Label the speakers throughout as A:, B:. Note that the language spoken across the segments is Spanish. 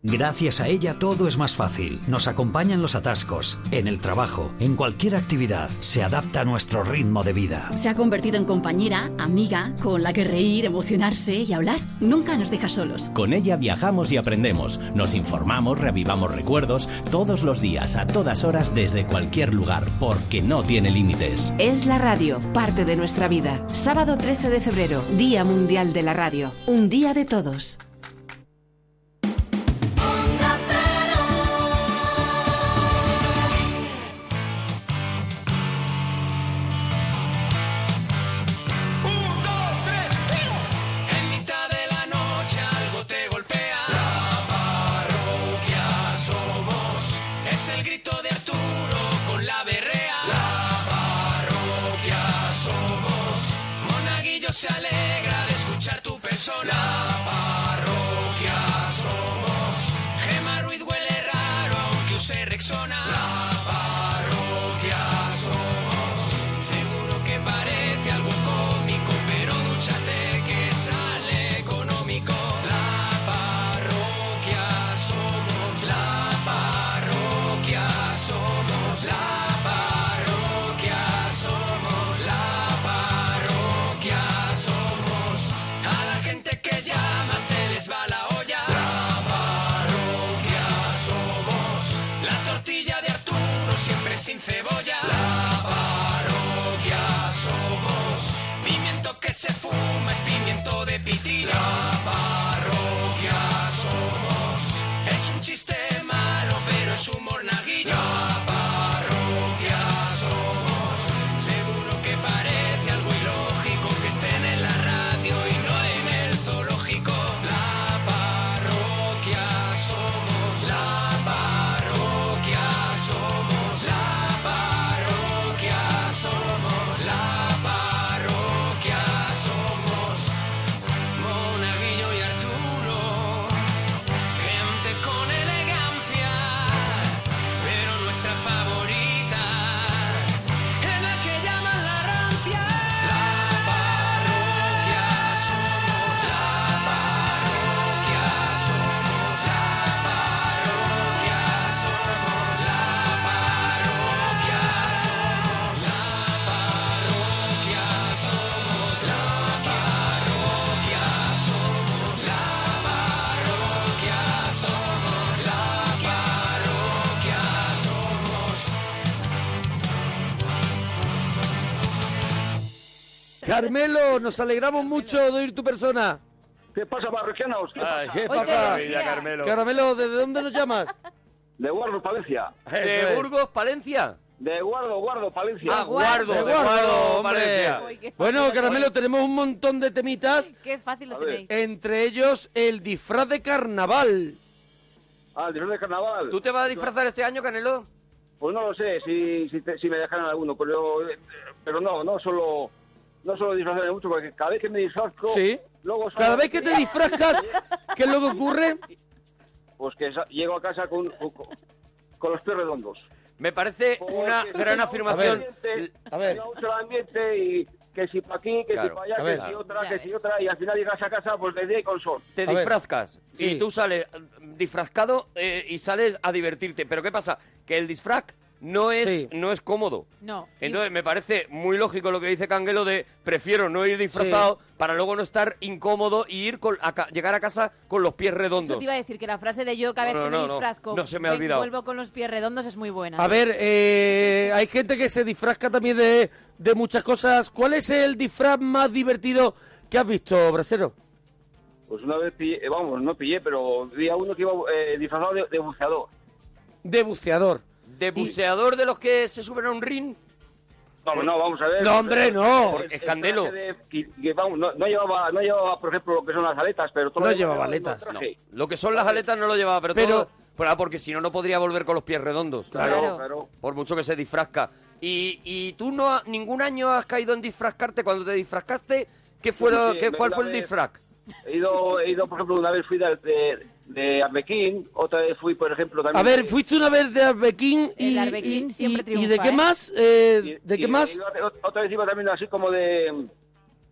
A: Gracias a ella todo es más fácil. Nos acompañan los atascos, en el trabajo, en cualquier actividad. Se adapta a nuestro ritmo de vida.
B: Se ha convertido en compañera, amiga, con la que reír, emocionarse y hablar. Nunca nos deja solos.
C: Con ella viajamos y aprendemos. Nos informamos, revivamos recuerdos, todos los días, a todas horas, desde cualquier lugar, porque no tiene límites.
D: Es la radio, parte de nuestra vida. Sábado 13 de febrero, Día Mundial de la Radio. Un día de todos.
E: Un, dos, tres, En mitad de la noche algo te golpea. La parroquia somos. Es el grito de Arturo con la berrea. La parroquia somos. Monaguillo se alegra de escuchar tu persona. La parroquia somos. Gema Ruiz huele raro aunque use Rexona. La parroquia somos. Seguro que parece algo cómico, pero dúchate que sale económico. La parroquia somos. La parroquia somos. La parroquia somos. La parroquia somos. A la gente que llama se les va la olla. La parroquia somos. La tortilla de Arturo siempre sin cebolla. La parroquia somos. Pimiento que se fuma es pimiento de pitila. La parroquia somos. Es un chiste malo, pero es un monaguillo. La parroquia somos. Seguro que parece algo ilógico que estén en la radio y no en el zoológico. La parroquia somos. La parroquia somos. La parroquia somos. La parroquia somos. Monaguillo y Arturo. Gente con elegancia. Pero nuestra favorita. Es la que llaman la rancia. La parroquia somos. La parroquia somos. La parroquia somos. La parroquia somos. La parroquia somos. La parroquia somos. La parroquia somos. La parroquia somos.
F: Carmelo, nos alegramos mucho de oír tu persona.
G: ¿Qué pasa, parroquianos? ¿Qué
F: Ay,
G: pasa?
F: ¿Qué
G: Oye,
F: pasa?
G: maravilla, Carmelo.
F: Carmelo, ¿desde dónde nos llamas?
G: De Guardo, Palencia.
F: ¿De Burgos, Palencia?
G: De Guardo, Guardo, Palencia.
F: Ah, Guardo, de Guardo, hombre. Bueno, Carmelo, tenemos un montón de temitas,
H: Qué fácil lo tenéis.
F: entre ellos el disfraz de carnaval.
G: Ah, el disfraz de carnaval.
F: ¿Tú te vas a disfrazar este año, Canelo?
G: Pues no lo sé, si, si, te- si me dejaran alguno, pero, eh, pero no, no solo, no solo disfrazarme mucho, porque cada vez que me disfrazco...
F: Sí.
G: Luego
F: Cada vez que te disfrazas, ¿qué es lo que ocurre?
G: Pues que sa- llego a casa con, con, con los pies redondos.
I: Me parece una gran afirmación.
G: A ver. el ambiente y que si pa' aquí, que
I: Claro.
G: si pa' allá,
I: A
G: que
I: ver.
G: si otra, que si otra, y al final llegas a casa pues de día y con sol.
I: Te disfrazcas y tú sales eh, disfrazado eh, y sales a divertirte. Pero ¿qué pasa? Que el disfraz no es, no es cómodo.
H: No.
I: Entonces me parece muy lógico lo que dice Canguelo de prefiero no ir disfrazado para luego no estar incómodo y ir con, a ca- llegar a casa con los pies redondos.
H: Eso te iba a decir que la frase de yo cada
I: No,
H: vez que
I: no,
H: me
I: no, no.
H: disfrazco
I: No se me ha
H: ven-
I: olvidado.
H: vuelvo con los pies redondos es muy buena.
F: A ver, eh, hay gente que se disfrazca también de, de muchas cosas. ¿Cuál es el disfraz más divertido que has visto, Brasero?
G: Pues una vez pillé, eh, vamos, no pillé, pero vi a uno que iba eh, disfrazado de, de buceador.
F: De buceador.
I: ¿De buceador de los que se suben a un ring?
G: Vamos, no, vamos a ver.
F: No, hombre, no.
G: Porque
I: Es Candelo.
G: traje de- que- que, vamos, no, no llevaba, no llevaba, por ejemplo, lo que son las aletas, pero todo
I: No
G: lo demás
I: llevaba
G: lo
I: aletas,
G: traje.
I: Lo que son las aletas no lo llevaba, pero,
G: Pero-
I: todo- pero, ah, porque si no, no podría volver con los pies redondos.
G: Claro, Claro. claro.
I: Por mucho que se disfrazca. Y, y tú no ha- ningún año has caído en disfrazcarte. Cuando te disfrazcaste, ¿qué fue lo-
G: Sí,
I: qué-
G: me-
I: ¿cuál
G: la
I: fue el
G: vez-
I: disfraz?
G: He ido, he ido, por ejemplo, una vez fui de, de, de Arbequín, otra vez fui, por ejemplo, también.
F: A ver, fuiste una vez de Arbequín y,
G: El Arbequín
F: y-
G: siempre
F: y-
G: triunfa,
F: ¿y de qué
G: ¿eh?
F: más? Eh, ¿De
G: Y-
F: qué
G: y
F: más?
G: iba- otra vez iba también así como de,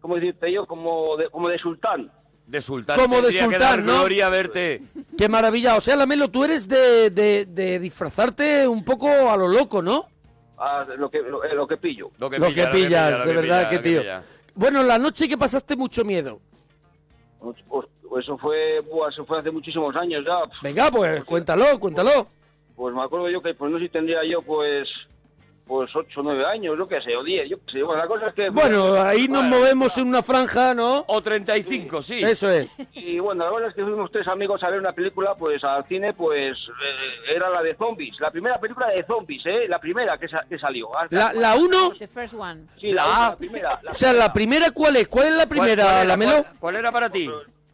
G: ¿cómo decirte yo? Como de, como de sultán.
I: De sultán.
F: Como de
I: Tendría que dar
F: sultán, ¿no?
I: gloria verte.
F: Qué maravilla. O sea, Lamelo, tú eres de, de- de disfrazarte un poco a lo loco, ¿no?
G: Ah, lo, que, lo, eh, lo que pillo.
I: Lo que,
F: Lo que
I: pilla,
F: pillas,
I: pilla, lo
F: de verdad
I: pilla,
F: que
I: lo
F: tío.
I: pilla.
F: Bueno, la noche que pasaste mucho miedo.
G: Pues, Eso fue, buah, eso fue hace muchísimos años ya.
F: Venga, pues cuéntalo, cuéntalo.
G: Pues me acuerdo yo que, pues no sé si tendría yo, pues, pues 8, 9 años, yo qué sé, o 10, yo qué sé. Bueno, la cosa es que...
F: Bueno, ahí nos movemos en una franja, ¿no?
I: O 35, sí.
F: Eso es.
G: Y bueno, la verdad es que fuimos tres amigos a ver una película, pues al cine, pues eh, era la de zombies. La primera película de zombies, ¿eh? La primera que, sa- que salió. Ah,
F: La, la uno, ah,
H: The first one.
G: Sí, la,
I: la
G: uno,
I: A.
G: la primera. la
F: o sea, la
G: primera.
F: primera, ¿cuál es? ¿Cuál es la
I: ¿Cuál- cuál
F: primera,
I: era,
F: Lamelo?
I: cuál- ¿Cuál era para ti?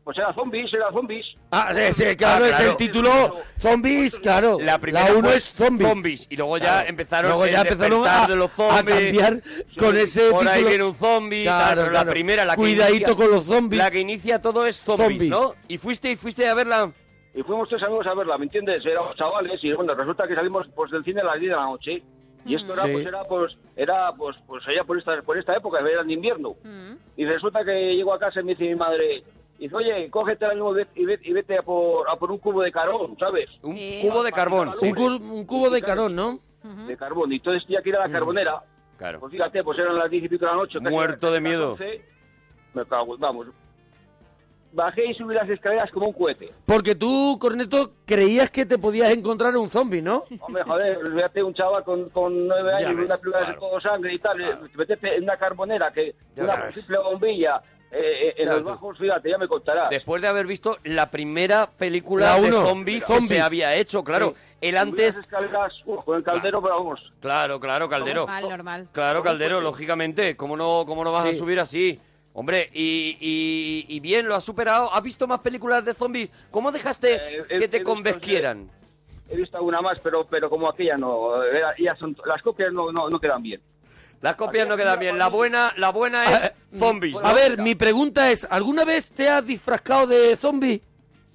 G: Pues era zombies, era zombies.
F: Ah, sí, sí, claro,
I: Ah,
F: es
I: claro.
F: el título Zombies, claro.
I: La primera
F: uno
I: fue
F: es Zombies.
I: Y luego ya
F: Claro.
I: empezaron
F: Luego ya
I: el
F: empezaron
I: despertar
F: a,
I: de los
F: a
I: zombies.
F: cambiar con ese
I: Por ahí
F: título.
I: viene un zombie,
F: Claro,
I: tal, pero
F: claro.
I: la primera, la que
F: Cuidadito
I: inicia-
F: con los zombies.
I: La que inicia todo es zombies,
F: Zombies.
I: ¿no? Y fuiste y fuiste a verla.
G: Y fuimos tres amigos a verla, ¿me entiendes? Éramos chavales y bueno, resulta que salimos pues del cine a las 10 de la noche. Y esto era,
I: Mm.
F: Sí.
G: pues, era, pues, era, pues, pues, allá por esta, por esta época, era en invierno.
H: Mm.
G: Y resulta que llego a casa y me dice mi madre, dice, oye, cógete la misma vez y vete, y vete a, por, a por un cubo de carón, ¿sabes?
I: Un
H: Sí.
I: cubo de carbón.
F: Un, cu- un cubo de carón, ¿no?
G: De carbón. Y entonces ya que era la carbonera,
I: Mm. Claro.
G: pues fíjate, pues eran las 10 y pico de la noche. casi
I: Muerto
G: las-
I: de
G: casi las
I: miedo.
G: 11. Me cago, en- vamos. Bajé y subí las escaleras como un cohete.
F: Porque tú, Corneto, creías que te podías encontrar un zombie, ¿no?
G: Hombre, joder, fíjate, un chaval con, con nueve
I: Ya
G: años,
I: ves,
G: una pelota
I: claro.
G: de todo sangre y tal, eh, meterte en una carbonera, que
I: Ya
G: una
I: ves.
G: simple bombilla, eh, eh, en
I: Ya
G: los
I: tú.
G: bajos, fíjate, ya me contarás.
I: Después de haber visto la primera película
F: La
I: de
F: uno.
I: zombies que
F: Zombies.
I: se había hecho, claro. Él
G: Subí las
I: antes...
G: escaleras, uf, con el caldero, pero vamos.
I: Claro, claro, Caldero.
H: Normal, normal.
I: Claro, Caldero, lógicamente. ¿Cómo no, cómo no vas a
F: Sí.
I: subir así? Hombre, y, y- y bien, lo has superado. ¿Has visto más películas de zombies? ¿Cómo dejaste
G: Eh, he-
I: que
G: he
I: te
G: visto,
I: convenzquieran?
G: He visto alguna más, pero pero como aquella no, eh, ya son, las copias no, no, no quedan bien.
I: Las copias no quedan bien. La buena, la buena es zombies.
F: Ah, eh, A ver, mi pregunta es, ¿alguna vez te has disfrascado de zombie?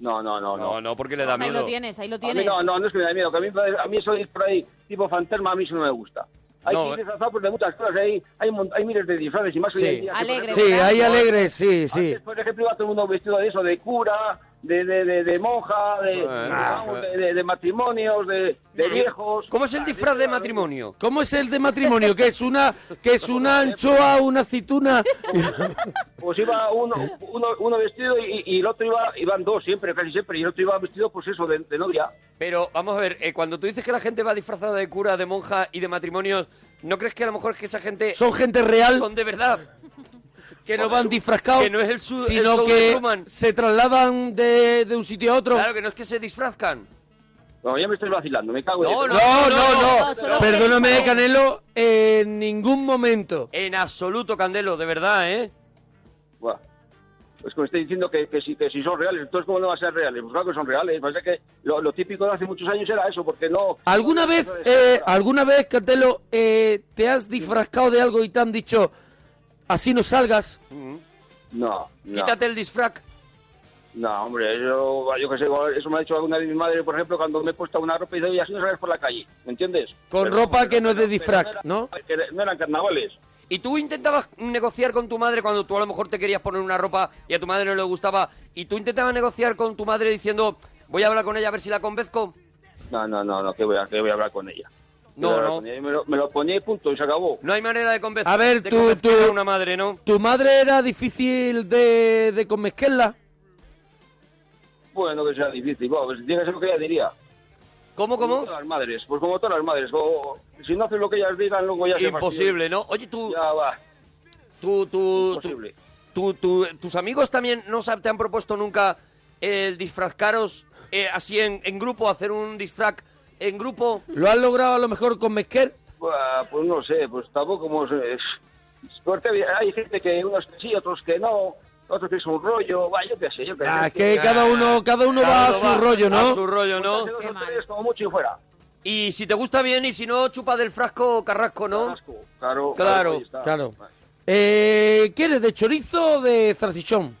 G: No, no, no, no.
I: No, no, porque le da
H: Ahí
I: miedo.
H: lo tienes, ahí lo
G: A mí
H: tienes.
G: no, no, no es que me da miedo, que a mí, a mí eso es por ahí, tipo fantasma, a mí eso no me gusta. Hay
I: No,
G: que ir
I: eh.
G: disfrazado pues, de muchas cosas, hay, hay, mon- hay miles de disfraces y más hoy
F: Sí.
G: en día que, por
H: Alegre,
G: ejemplo, Pues
F: Sí,
H: ¿verdad?
F: hay alegres, sí, sí.
G: Antes, por ejemplo, iba todo el mundo vestido de eso, de cura, de, de, de, de monja, de,
I: Eso eh. es.
G: de- vamos, de- de- de matrimonios, de, de viejos.
I: ¿Cómo es el disfraz de matrimonio?
F: ¿Cómo es el de matrimonio? ¿Qué es una, que es una anchoa, una aceituna?
G: Pues iba uno, uno, uno vestido y, y el otro iba, iban dos siempre, casi siempre, y el otro iba vestido, pues eso, de, de novia.
I: Pero vamos a ver, eh, cuando tú dices que la gente va disfrazada de cura, de monja y de matrimonios, ¿no crees que a lo mejor es que esa gente
F: Son gente real
I: son de verdad?
F: que no van disfrascados,
I: que no es el su- el
F: sino
I: show de
F: que
I: Truman.
F: se trasladan de, de un sitio a otro.
I: Claro, que no es que se disfrazcan.
G: No, ya me estoy vacilando, me cago en
I: No,
G: Dios.
F: No, no,
I: no,
F: no.
H: no, solo
F: Perdóname,
H: queréis saber.
F: Canelo, en ningún momento.
I: En absoluto, Candelo, de verdad, ¿eh?
G: Buah. Pues que me estoy diciendo que, que, si, que si son reales, entonces ¿cómo no van a ser reales? Pues claro que son reales, pasa que lo, lo típico de hace muchos años era eso, porque no...
F: ¿Alguna
G: no-
F: vez,
G: no-
F: eh, alguna vez, Cantelo, eh, te has disfrascado de algo y te han dicho, así no salgas?
I: Ah.
G: No, no.
I: Quítate el disfraz.
G: No, hombre, yo, yo qué sé, eso me ha dicho alguna vez mi madre, por ejemplo, cuando me he puesto una ropa y dice, oye, así no sales por la calle, ¿me entiendes?
F: Con ropa que no es de
G: pero
F: disfraz, ¿no?
G: era- que no eran carnavales.
I: ¿Y tú intentabas negociar con tu madre cuando tú a lo mejor te querías poner una ropa y a tu madre no le gustaba? ¿Y tú intentabas negociar con tu madre diciendo, voy a hablar con ella a ver si la convenzco?
G: No, no, no, no, que voy a, que voy a hablar con ella. Que
I: No,
G: voy a hablar
I: no.
G: con ella. Me lo, me lo ponía y punto, y se acabó.
I: No hay manera de convencer
F: A ver,
I: de
F: tú-
I: convencer
F: tú-
I: a una madre, ¿no?
F: ¿Tu madre era difícil de, de convencerla?
G: Bueno, que sea difícil, bueno, pues tiene que ser lo que ella diría.
I: ¿Cómo,
G: Como
I: cómo?
G: todas las madres, pues como todas las madres. o- si no haces lo que ellas digan, luego ya se
I: Imposible, ¿no? Oye, tú,
G: fastidian. Ya va,
I: tú, tú, tú,
G: imposible.
I: tú- tú- tus amigos también no se- te han propuesto nunca el disfrazcaros eh, así en, en grupo, hacer un disfraz en grupo.
F: ¿Lo has logrado a lo mejor convencer?
G: Buah, pues no sé, pues tampoco como... se- Porque hay- hay gente que unos que sí, otros que no, otros que es un rollo, va, yo qué sé, yo qué sé.
F: Ah, es que cada uno, cada uno va a
I: Cada
F: su
I: uno va
F: rollo,
I: A su
F: ¿no?
I: rollo, ¿no?
G: Hace dos
H: Qué
G: o
H: mal.
G: tres, como mucho y fuera.
I: Y si te gusta bien y si no, chupa del frasco carrasco, ¿no?
G: Carrasco, Claro, pues,
I: Claro,
G: ahí está.
F: Claro. Eh, ¿Quieres de chorizo o de zarcichón?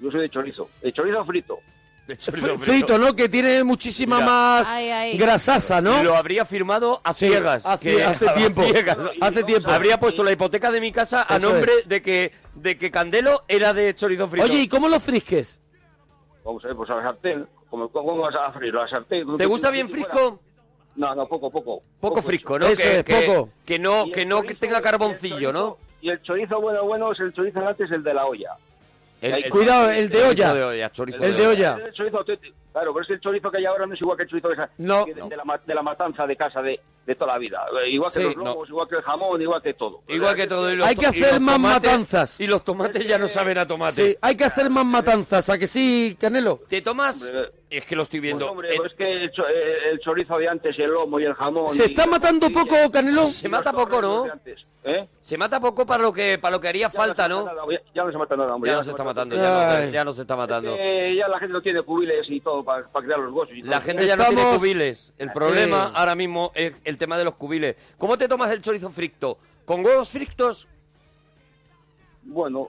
G: Yo soy de chorizo, de chorizo frito.
I: De hecho,
F: Fri-
I: lo-
F: Frito, ¿no? Que tiene muchísima
I: Mira.
F: más
H: Ay, ay.
F: grasasa, ¿no?
I: Lo habría firmado a
F: Sí,
I: ciegas.
F: hace-
I: que-
F: hace
I: a
F: tiempo,
I: ciegas.
F: hace tiempo.
I: Habría puesto la hipoteca de mi casa a
F: Eso
I: nombre
F: es.
I: de que de que Candelo era de chorizo frito.
F: Oye, ¿y cómo lo frisques?
G: Vamos a ver, pues a la sartén. Como, ¿Cómo vas a freírlo? A la sartén.
I: ¿te gusta bien frisco?
G: No, no, poco, poco.
I: Poco frisco, ¿no?
F: Eso
I: que,
F: es,
I: que-
F: poco.
I: que no
G: Y
I: que
G: el
I: no que
G: chorizo-
I: tenga
G: y
I: carboncillo,
G: el
I: ¿no?
G: chorizo- Y el chorizo bueno, bueno, es el chorizo antes, el de la olla. el-
F: Cuidado, el de
I: chorizo
F: olla.
I: de olla, chorizo
F: El de olla.
G: El chorizo auténtico. Claro, pero es que el chorizo que hay ahora no es igual que el chorizo de, esa-
F: No.
G: que de, de la, ma- de la matanza de casa de, de toda la vida. Eh, Igual que
I: Sí,
G: los lobos, igual que el jamón, igual que todo.
I: Igual que todo. y los
F: Hay que
I: to- y
F: hacer
I: los
F: más
I: tomates-
F: matanzas.
I: Y los tomates ya no saben a tomate.
F: Sí, hay que hacer más matanzas, ¿a que sí, Canelo?
I: ¿Te tomas?
G: Hombre,
I: es que lo estoy
G: Pues,
I: viendo.
G: hombre,
I: Eh,
G: pues es que el, cho- eh, el chorizo de antes, y el lomo y el jamón.
F: ¿Se
G: y-
F: está matando
G: y-
F: poco, Canelo?
G: y
I: Se
G: los
I: mata poco,
G: torres,
I: ¿no?
G: los de antes, ¿eh?
I: se mata poco para lo que para lo que haría
G: Ya
I: falta,
G: se
I: ¿no?
G: mata nada, ya- ya no se mata nada, hombre.
I: Ya no se está matando, ya
F: Ay.
I: no, ya no se está matando.
G: Eh, ya la gente no tiene cubiles y todo para crear los gozos. y
I: La
G: todo.
I: gente ya no tiene
F: Estamos- Ah,
I: cubiles. El problema ahora mismo es el tema de los cubiles. ¿Cómo te tomas el chorizo fricto? ¿Con huevos frictos?
G: Bueno,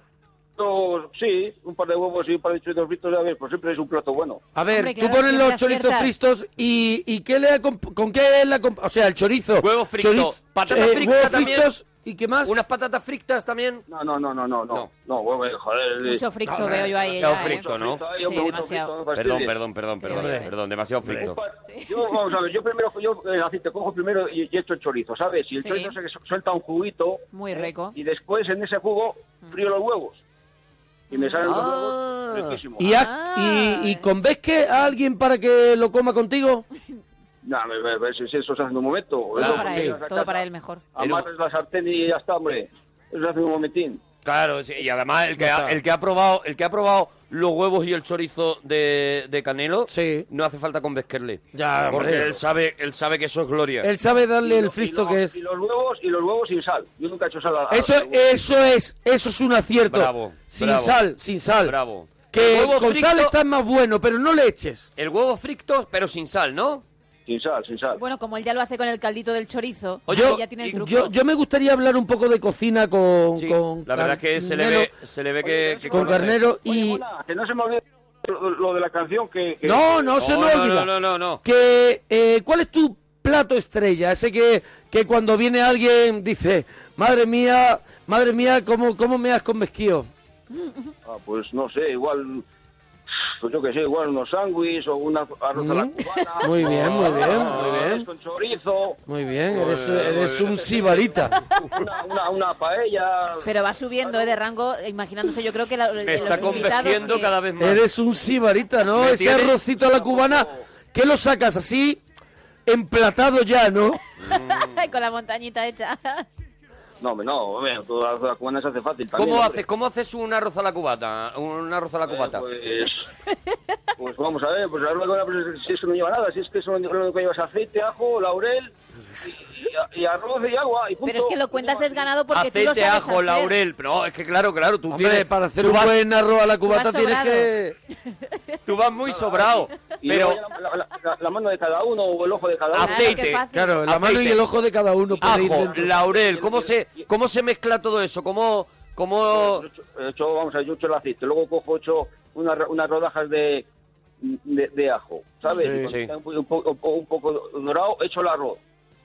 G: no, sí, un par de huevos y un par de choritos fritos, ya ves, pues siempre es un plato bueno.
F: A ver,
H: Hombre,
F: tú
H: claro,
F: pones
H: siempre
F: los choritos
H: aciertas.
F: fritos y, y ¿qué le acomp- ¿con qué le acomp- O sea, el chorizo. eh,
I: Huevo frito, patata frita
F: huevos
I: también.
F: fritos y qué más.
I: ¿Unas patatas frictas también?
G: No, no, no, no, no,
I: No.
G: no. No, huevo, eh, joder.
H: Mucho
G: frito,
H: fricto veo yo ahí.
I: demasiado
H: ya, ¿eh?
I: fricto. ¿no?
G: ahí,
H: Sí,
G: hombre, mucho
H: demasiado.
G: frito, no me
I: Perdón,
G: fastidies.
I: perdón, perdón, perdón,
H: Hombre.
I: perdón, demasiado fricto.
G: Yo, vamos a ver, yo primero yo, eh, así te cojo primero y, y echo el chorizo, ¿sabes? Y el
H: Sí.
G: chorizo se su- suelta un juguito.
H: Muy rico.
G: Y después en ese jugo frío los huevos. Y me salen los
I: Ah.
G: huevos riquísimos.
F: ¿Y, haz-
H: Ah.
F: y, y convés que a alguien para que lo coma contigo?
G: Nah, me- me- me- si, si eso se hace en un momento.
H: Todo
G: Eso,
H: para
G: sí.
H: él,
G: Vas a
H: todo
G: casa,
H: para él mejor.
G: Amarras la sartén y ya está, hombre. Eso se hace en un momentín.
I: Claro, sí, y además el que,
F: No
I: ha,
F: está.
I: el que ha probado el que ha probado los huevos y el chorizo de, de Canelo,
F: Sí.
I: no hace falta convesquerle.
F: Ya,
I: porque
F: hombre.
I: él sabe él sabe que eso es gloria.
F: Él sabe darle
G: Y
F: el
G: lo- y
F: fristo
G: lo-
F: que es.
G: Y los huevos, y los huevos sin sal. Yo nunca he hecho sal. a- a-
F: Eso,
G: a los huevos.
F: eso es, eso es un acierto.
I: Ah, Bravo,
F: Sin
I: bravo.
F: sal, sin sal.
I: Bravo.
F: Que
I: El huevo
F: con sal
I: frito-
F: está más bueno, pero no le eches.
I: El huevo fricto pero sin sal, ¿no?
G: Sin sal, sin sal.
H: Bueno, como él ya lo hace con el caldito del chorizo,
I: Oye, pues
H: ahí ya tiene el
I: y
H: truco.
F: Yo, yo me gustaría hablar un poco de cocina con,
I: Sí,
F: con
I: la verdad es que se le
F: Carnero-
I: ve se le ve que, que
F: con
I: conoce.
F: Carnero y
G: Oye, Mona, que no se me olvide lo, lo de la canción que... que-
F: no, no se
I: No,
F: me
I: no,
F: olvida.
I: no, no, no, no.
F: Que eh, ¿cuál es tu plato estrella? Ese que, que cuando viene alguien dice, "Madre mía, madre mía, cómo cómo me has convesquido."
G: Ah, pues no sé, igual... Pues yo qué sé, igual unos sándwiches o una arroz a la
F: Mm.
G: cubana.
F: Muy bien, muy bien,
G: Ah,
I: ¿Eh?
F: muy bien.
G: Con chorizo,
F: Muy bien, eres,
I: bien, muy
F: eres
I: bien.
F: un sibarita.
G: una, una, una paella...
H: Pero va subiendo eh, de rango, eh, imaginándose, yo creo que la-
I: Me
H: los
I: está
H: invitados
I: convenciendo
H: que-
I: cada vez más.
F: Eres un sibarita, ¿no?
I: Me
F: Ese
I: tienes-
F: arrocito a la cubana, ¿qué lo sacas así? Emplatado ya, ¿no?
H: con la montañita hecha.
G: No, hombre, no, hombre, toda la cubana se hace fácil también.
I: ¿Cómo
G: hombre.
I: haces cómo haces un arroz a la cubata? Un arroz a la cubata.
G: Eh, Pues, pues vamos a ver, pues la verdad que no- pues, si eso no lleva nada, si es que eso no- lo único que llevas aceite, ajo, laurel y, y- y arroz y agua. Y punto.
H: Pero es que lo cuentas desganado porque tú lo
I: Aceite,
H: sabes
I: ajo,
H: hacer.
I: laurel. No, es que claro, claro, tú
F: Hombre,
I: tienes
F: para hacer
I: tú
F: un
I: vas,
F: buen arroz a la cubata
H: vas
F: tienes
H: sobrado.
F: que...
I: tú vas muy Eh, sobrado,
G: Y
I: pero
G: luego ya la, la- la- la mano de cada uno o el ojo de cada uno.
H: Claro, qué
I: aceite,
H: fácil.
F: Claro, la mano y
I: Aceite.
F: el ojo de cada uno puede ir
I: ajo,
F: dentro.
I: laurel, ¿cómo se cómo se mezcla todo eso? ¿Cómo cómo
G: Yo echo- yo echo, vamos a ver, yo echo el aceite, luego cojo echo una ro- unas rodajas de, de, de ajo, ¿sabes?
F: Sí.
G: Y cuando
I: Sí.
G: está un, po- un po- un poco dorado, echo el arroz,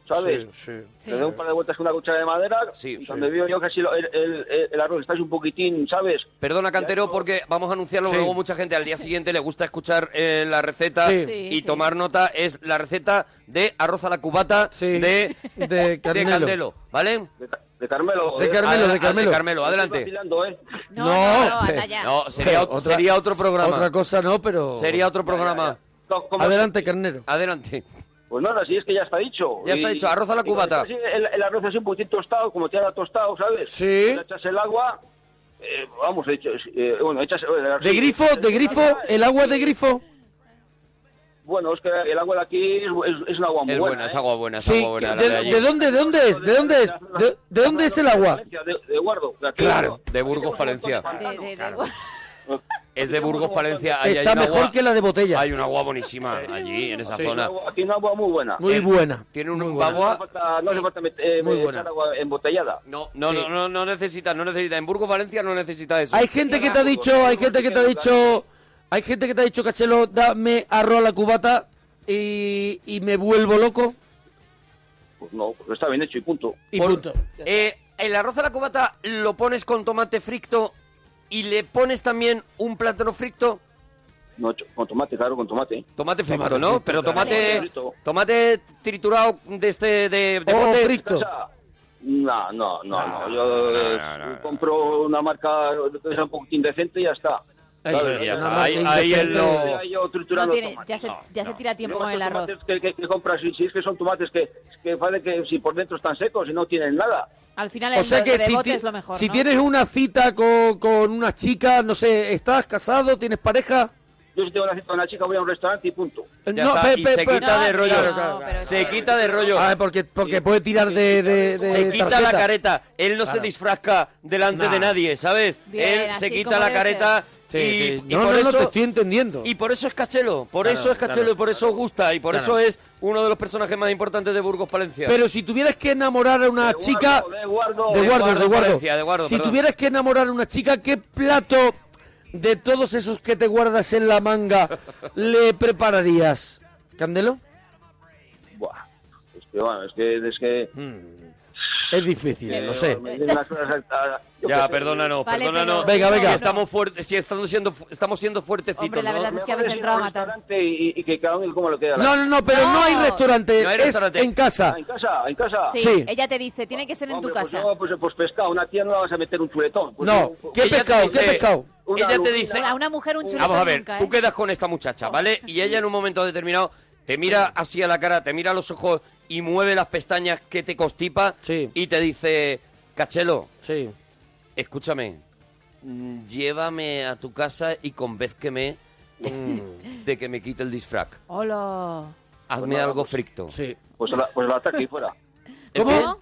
G: ¿sabes?
F: Sí, sí.
G: Le doy un par de vueltas con una cuchara de madera
I: Sí,
G: y
I: sí.
G: cuando veo yo que si lo- el, el- el- el arroz está así un poquitín, ¿sabes?
I: Perdona, Cantero, porque vamos a anunciarlo.
F: Sí.
I: Luego, mucha gente al día siguiente le gusta escuchar eh, la receta
F: Sí.
H: Sí,
I: y
H: sí.
I: tomar nota. Es la receta de arroz a la cubata
F: Sí,
I: de,
F: de Carmelo.
I: ¿Vale?
G: De, Ca- de Carmelo.
F: De
G: ¿eh?
F: Carmelo.
I: Adela-
F: Carmelo.
I: adelante.
G: Vacilando, ¿eh?
H: No, no, no,
F: hombre.
H: anda ya.
I: No, sería,
F: Otra-
I: ot- sería otro programa.
F: Otra cosa no, pero...
I: Sería otro programa.
G: No, ¿cómo?
F: Adelante, carnero.
I: Adelante.
G: Pues nada, si es que ya está dicho.
I: Ya está dicho, arroz a la
G: y cuando
I: cubata.
G: está así, el, el arroz es un poquitín tostado, como te ha tostado, ¿sabes? Pues
F: Sí.
G: Le echas el agua, eh, vamos, he hecho, eh, bueno, echas... eh,
F: De
G: sí,
F: grifo,
G: echas
F: de grifo, el agua de grifo.
G: Bueno, es que el agua de aquí es, es- es un agua muy
I: Es
G: buena,
I: buena, es
G: ¿eh?
I: agua buena, es
F: Sí,
I: agua buena. la
F: ¿de,
I: de allí.
F: de dónde, de dónde es? ¿De dónde es? ¿De, de dónde es el agua?
G: De, de Guardo. de aquí.
F: Claro.
I: De Burgos, Palencia.
H: De- de- de-
I: Es de Burgos, Palencia. Ahí
F: Está
I: hay una
F: mejor
I: agua-
F: que la de botella.
I: Hay una agua buenísima allí, en esa
F: Sí.
I: zona. Eh,
G: Aquí una agua muy buena.
F: Muy buena.
I: Tiene un
G: No hace
I: agua
G: falta, no hace falta met- eh,
F: Muy
G: meter
F: buena.
G: agua embotellada.
I: No, no,
F: Sí.
I: no, no, no necesita, no necesita. En Burgos, Valencia no necesita eso.
F: Hay gente que te ha dicho, hay gente que te ha dicho, ¿Hay gente que te ha dicho, Cachelo, dame arroz a la cubata y, y me vuelvo loco?
G: Pues no, pues está bien hecho y punto.
F: Y
I: Por-
F: punto.
I: Eh, el arroz a la cubata lo pones con tomate frito y le pones también un plátano frito.
G: No, cho- con tomate, claro, con tomate.
I: Tomate frito,
F: Tomate
I: ¿no?
F: frito,
I: Pero
G: claro.
I: tomate,
G: Frito.
I: tomate triturado de este de, de
F: O
I: bote.
F: frito.
G: No, no, no, no.
I: no,
G: Yo
I: no,
G: eh,
I: no, no, no.
G: compro una marca que sea un poquitín decente y ya está.
F: Eso
G: Claro,
F: es, una
G: ya está.
F: marca
I: Ahí- ahí
F: indecente.
I: él lo-
G: Ya yo
H: No
G: triturando
H: tiene,
G: tomates.
H: ya se,
G: No,
H: ya se
G: no.
H: tira tiempo
G: Yo
H: con el
G: estos
H: arroz.
G: tomates Que, que- que compras, si, si es que son tomates que, que parece que si por dentro están secos y no tienen nada.
H: Al final
F: O
H: el
F: sea
H: de
F: que
H: de
F: si,
H: bote
F: ti-
H: es lo mejor.
F: si
H: ¿no?
F: tienes una cita con, con una chica, no sé, ¿estás casado? ¿Tienes pareja?
G: Yo si tengo una cita con una chica voy a un restaurante y punto.
F: Eh,
I: Ya está, y se quita
H: No,
I: de rollo.
H: claro, claro, claro.
I: Se quita de rollo.
F: Ah, porque, porque puede tirar de, de- de
I: se quita la
F: tarjeta.
I: careta. Él no se
F: Claro.
I: disfrazca delante
F: Nah.
I: de nadie, ¿sabes?
H: Bien,
I: Él se
H: así
I: quita
H: como
I: la
H: debe
I: careta.
F: Sí,
I: y,
F: sí.
I: y
F: No,
I: por
F: no, no,
I: eso
F: te estoy entendiendo.
I: Y por eso es cachelo, por
F: Claro,
I: eso es
F: claro,
I: cachelo y por eso gusta y por
F: Claro.
I: eso es uno de los personajes más importantes de Burgos Palencia.
F: Pero si tuvieras que enamorar a una
G: De
F: chica...
G: guardo, de guardo.
F: de
I: de
F: guardo,
I: guardo,
F: de guardo.
I: Valencia, de guardo,
F: si
I: perdón.
F: tuvieras que enamorar a una chica, ¿qué plato de todos esos que te guardas en la manga le prepararías? ¿Candelo?
G: Buah. Es que, bueno, es que... Es que
I: Mm,
F: Es difícil,
G: eh,
F: lo sé.
G: me dicen las cosas, ah, yo qué
I: ya,
G: sé.
I: perdónanos,
H: Vale,
I: perdónanos.
F: pero- Venga,
I: Si
F: venga.
I: estamos fuertes, si estamos siendo fu- estamos siendo fuertecitos,
H: Hombre, la
I: ¿no?
H: verdad es que
G: Mejor
H: habéis
G: es ir
H: entrado a
G: un
H: matar.
G: restaurante Y, y- y que cada uno como le queda. la-
F: No, no, no, pero no,
H: No.
F: hay restaurante,
I: No hay
F: es
I: restaurante.
F: en casa.
G: Ah, en casa, en casa.
H: Sí,
F: Sí.
H: ella te dice, tiene que ser en tu
G: Hombre, pues
H: casa.
G: no, Pues, pues pescado, una tía no la vas a meter un chuletón. Pues
F: No,
G: un-
F: ¿qué
I: Ella te
F: pescado? ¿Qué
I: dice-
F: pescado?
G: Una
I: Ella te
G: lubina.
I: dice,
H: A una mujer un chuletón
I: Vamos a ver,
H: nunca,
I: tú
H: ¿eh? Oh.
I: quedas con esta muchacha, ¿vale? Y ella en un momento determinado te mira así a la cara, te mira a los ojos y mueve las pestañas que te constipa
F: Sí.
I: y te dice, Cachelo,
F: Sí.
I: escúchame, mm, llévame a tu casa y convézqueme mm, de que me quite el disfraz.
H: Hola.
I: Hazme algo fricto.
F: Sí.
G: Pues al, pues al ataque y fuera. ¿Eh?
H: ¿Cómo?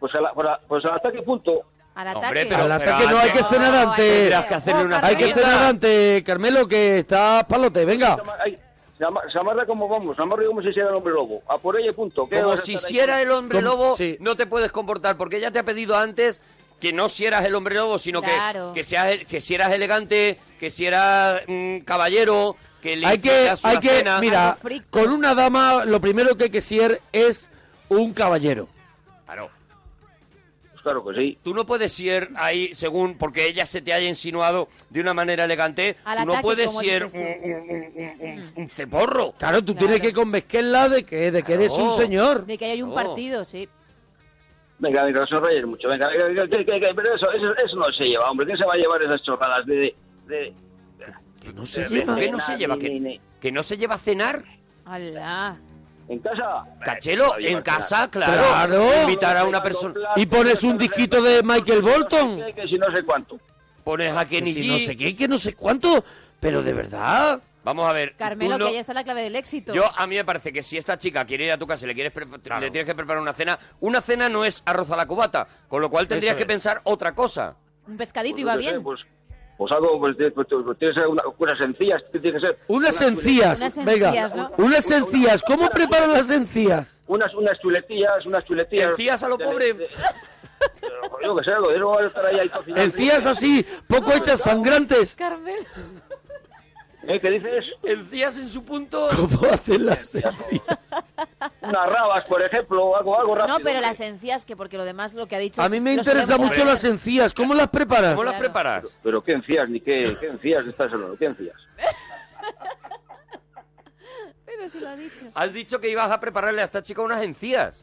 G: Pues al, pues al- pues al ataque y punto.
H: Al
I: Hombre,
H: ataque.
I: pero-
F: Al ataque no hay que
I: antes-
F: cenar
H: No, hay que
F: antes.
I: Tendrás que hacerle una
F: Hay que
I: cenita.
F: cenar antes, Carmelo, que estás palote, venga.
G: Se ama- ay, Se, ama- se amarra como vamos, se amarra como si hiciera el hombre lobo. A por ella y punto. ¿Qué
I: Como
G: vas a
I: si
G: estar ahí
I: hiciera
G: con-
I: el hombre
F: Como-
I: lobo,
F: sí.
I: no te puedes comportar, porque ella te ha pedido antes que no si eras el hombre lobo, sino que-
H: Claro.
I: que, seas, que si eras elegante, que si eras mm, caballero, que le
F: hay que,
I: hicieras
F: hay
I: una
F: que,
I: cena.
F: mira,
H: Algo frito.
F: con una dama lo primero que hay que ser es un caballero.
I: Claro.
G: Pues claro que sí.
I: Tú no puedes ir ahí según porque ella se te haya insinuado de una manera elegante.
H: Al
I: tú no
H: ataque,
I: puedes
H: como
I: ir
H: dices
I: un,
H: tú.
I: un- un- un- un- un ceporro.
F: Claro, tú
H: Claro.
F: tienes que convencerla de que, de que eres
I: Claro.
F: un señor.
H: De que hay un
I: No.
H: partido, sí.
G: Venga, venga, no se rayes mucho. Venga, venga, venga, que- que- que- pero eso, eso, eso no se lleva, hombre. ¿Quién se va a llevar esas chorradas de... de, de-
F: Que no se
G: de-
F: lleva.
G: de-
I: que no se
G: ni-
I: lleva,
G: ni-
I: que-
G: ni-
I: Que no se lleva a cenar.
H: Alá.
G: ¿En casa?
I: Cachelo,
G: Eh,
I: en
G: se va a llevar
I: casa,
G: cenar.
I: claro.
F: Claro.
I: Invitar a una
G: Plato,
I: persona.
G: plato,
F: Y pones un
G: no sé,
F: disquito de Michael
G: no sé
F: Bolton.
G: qué, Que si no sé cuánto.
I: Pones a
F: Que
I: Kenny
F: si no
I: G.
F: sé qué, que no sé cuánto, pero de verdad.
I: Vamos a ver. tú
H: Carmelo,
I: no-
H: que ahí está la clave del éxito.
I: Yo, a mí me parece que si esta chica quiere ir a tu casa y le, quieres pre- le tienes que preparar una cena, una cena no es arroz a la cubata, con lo cual tendrías
F: Eso
I: que
F: es.
I: pensar otra cosa.
H: Un pescadito
G: Pues
H: iba
G: yo qué sé,
H: bien.
G: Pues, pues algo, pues, de- pues, pues, tiene que ser una cosa sencilla, tiene que ser
F: Unas encías,
H: Unas
F: venga.
H: encías, ¿no?
F: Unas encías, ¿cómo preparan las encías?
G: unas, unas chuletillas, unas chuletillas.
I: Encías a lo
G: De-
I: pobre.
G: de- Pero, Yo que sé, algo de eso va a estar ahí, ahí cocinando.
F: Encías así, poco hechas sangrantes.
H: Carmelo.
G: ¿Eh? ¿Qué dices?
I: Encías en su punto.
F: ¿Cómo hacen las encías?
G: Unas rabas, por ejemplo, algo, algo rápido.
H: No, pero las
G: hombre.
H: encías, que porque lo demás lo que ha dicho.
F: A
H: es-
F: mí me
H: lo
F: interesa
H: solemos
F: mucho
H: hacer.
F: las encías, ¿cómo las preparas?
I: ¿Cómo las
H: Claro.
I: preparas?
G: Pero qué encías, ni qué, qué encías estás hablando, qué encías.
H: Pero si lo ha dicho.
I: Has dicho que ibas a prepararle a esta chica unas encías.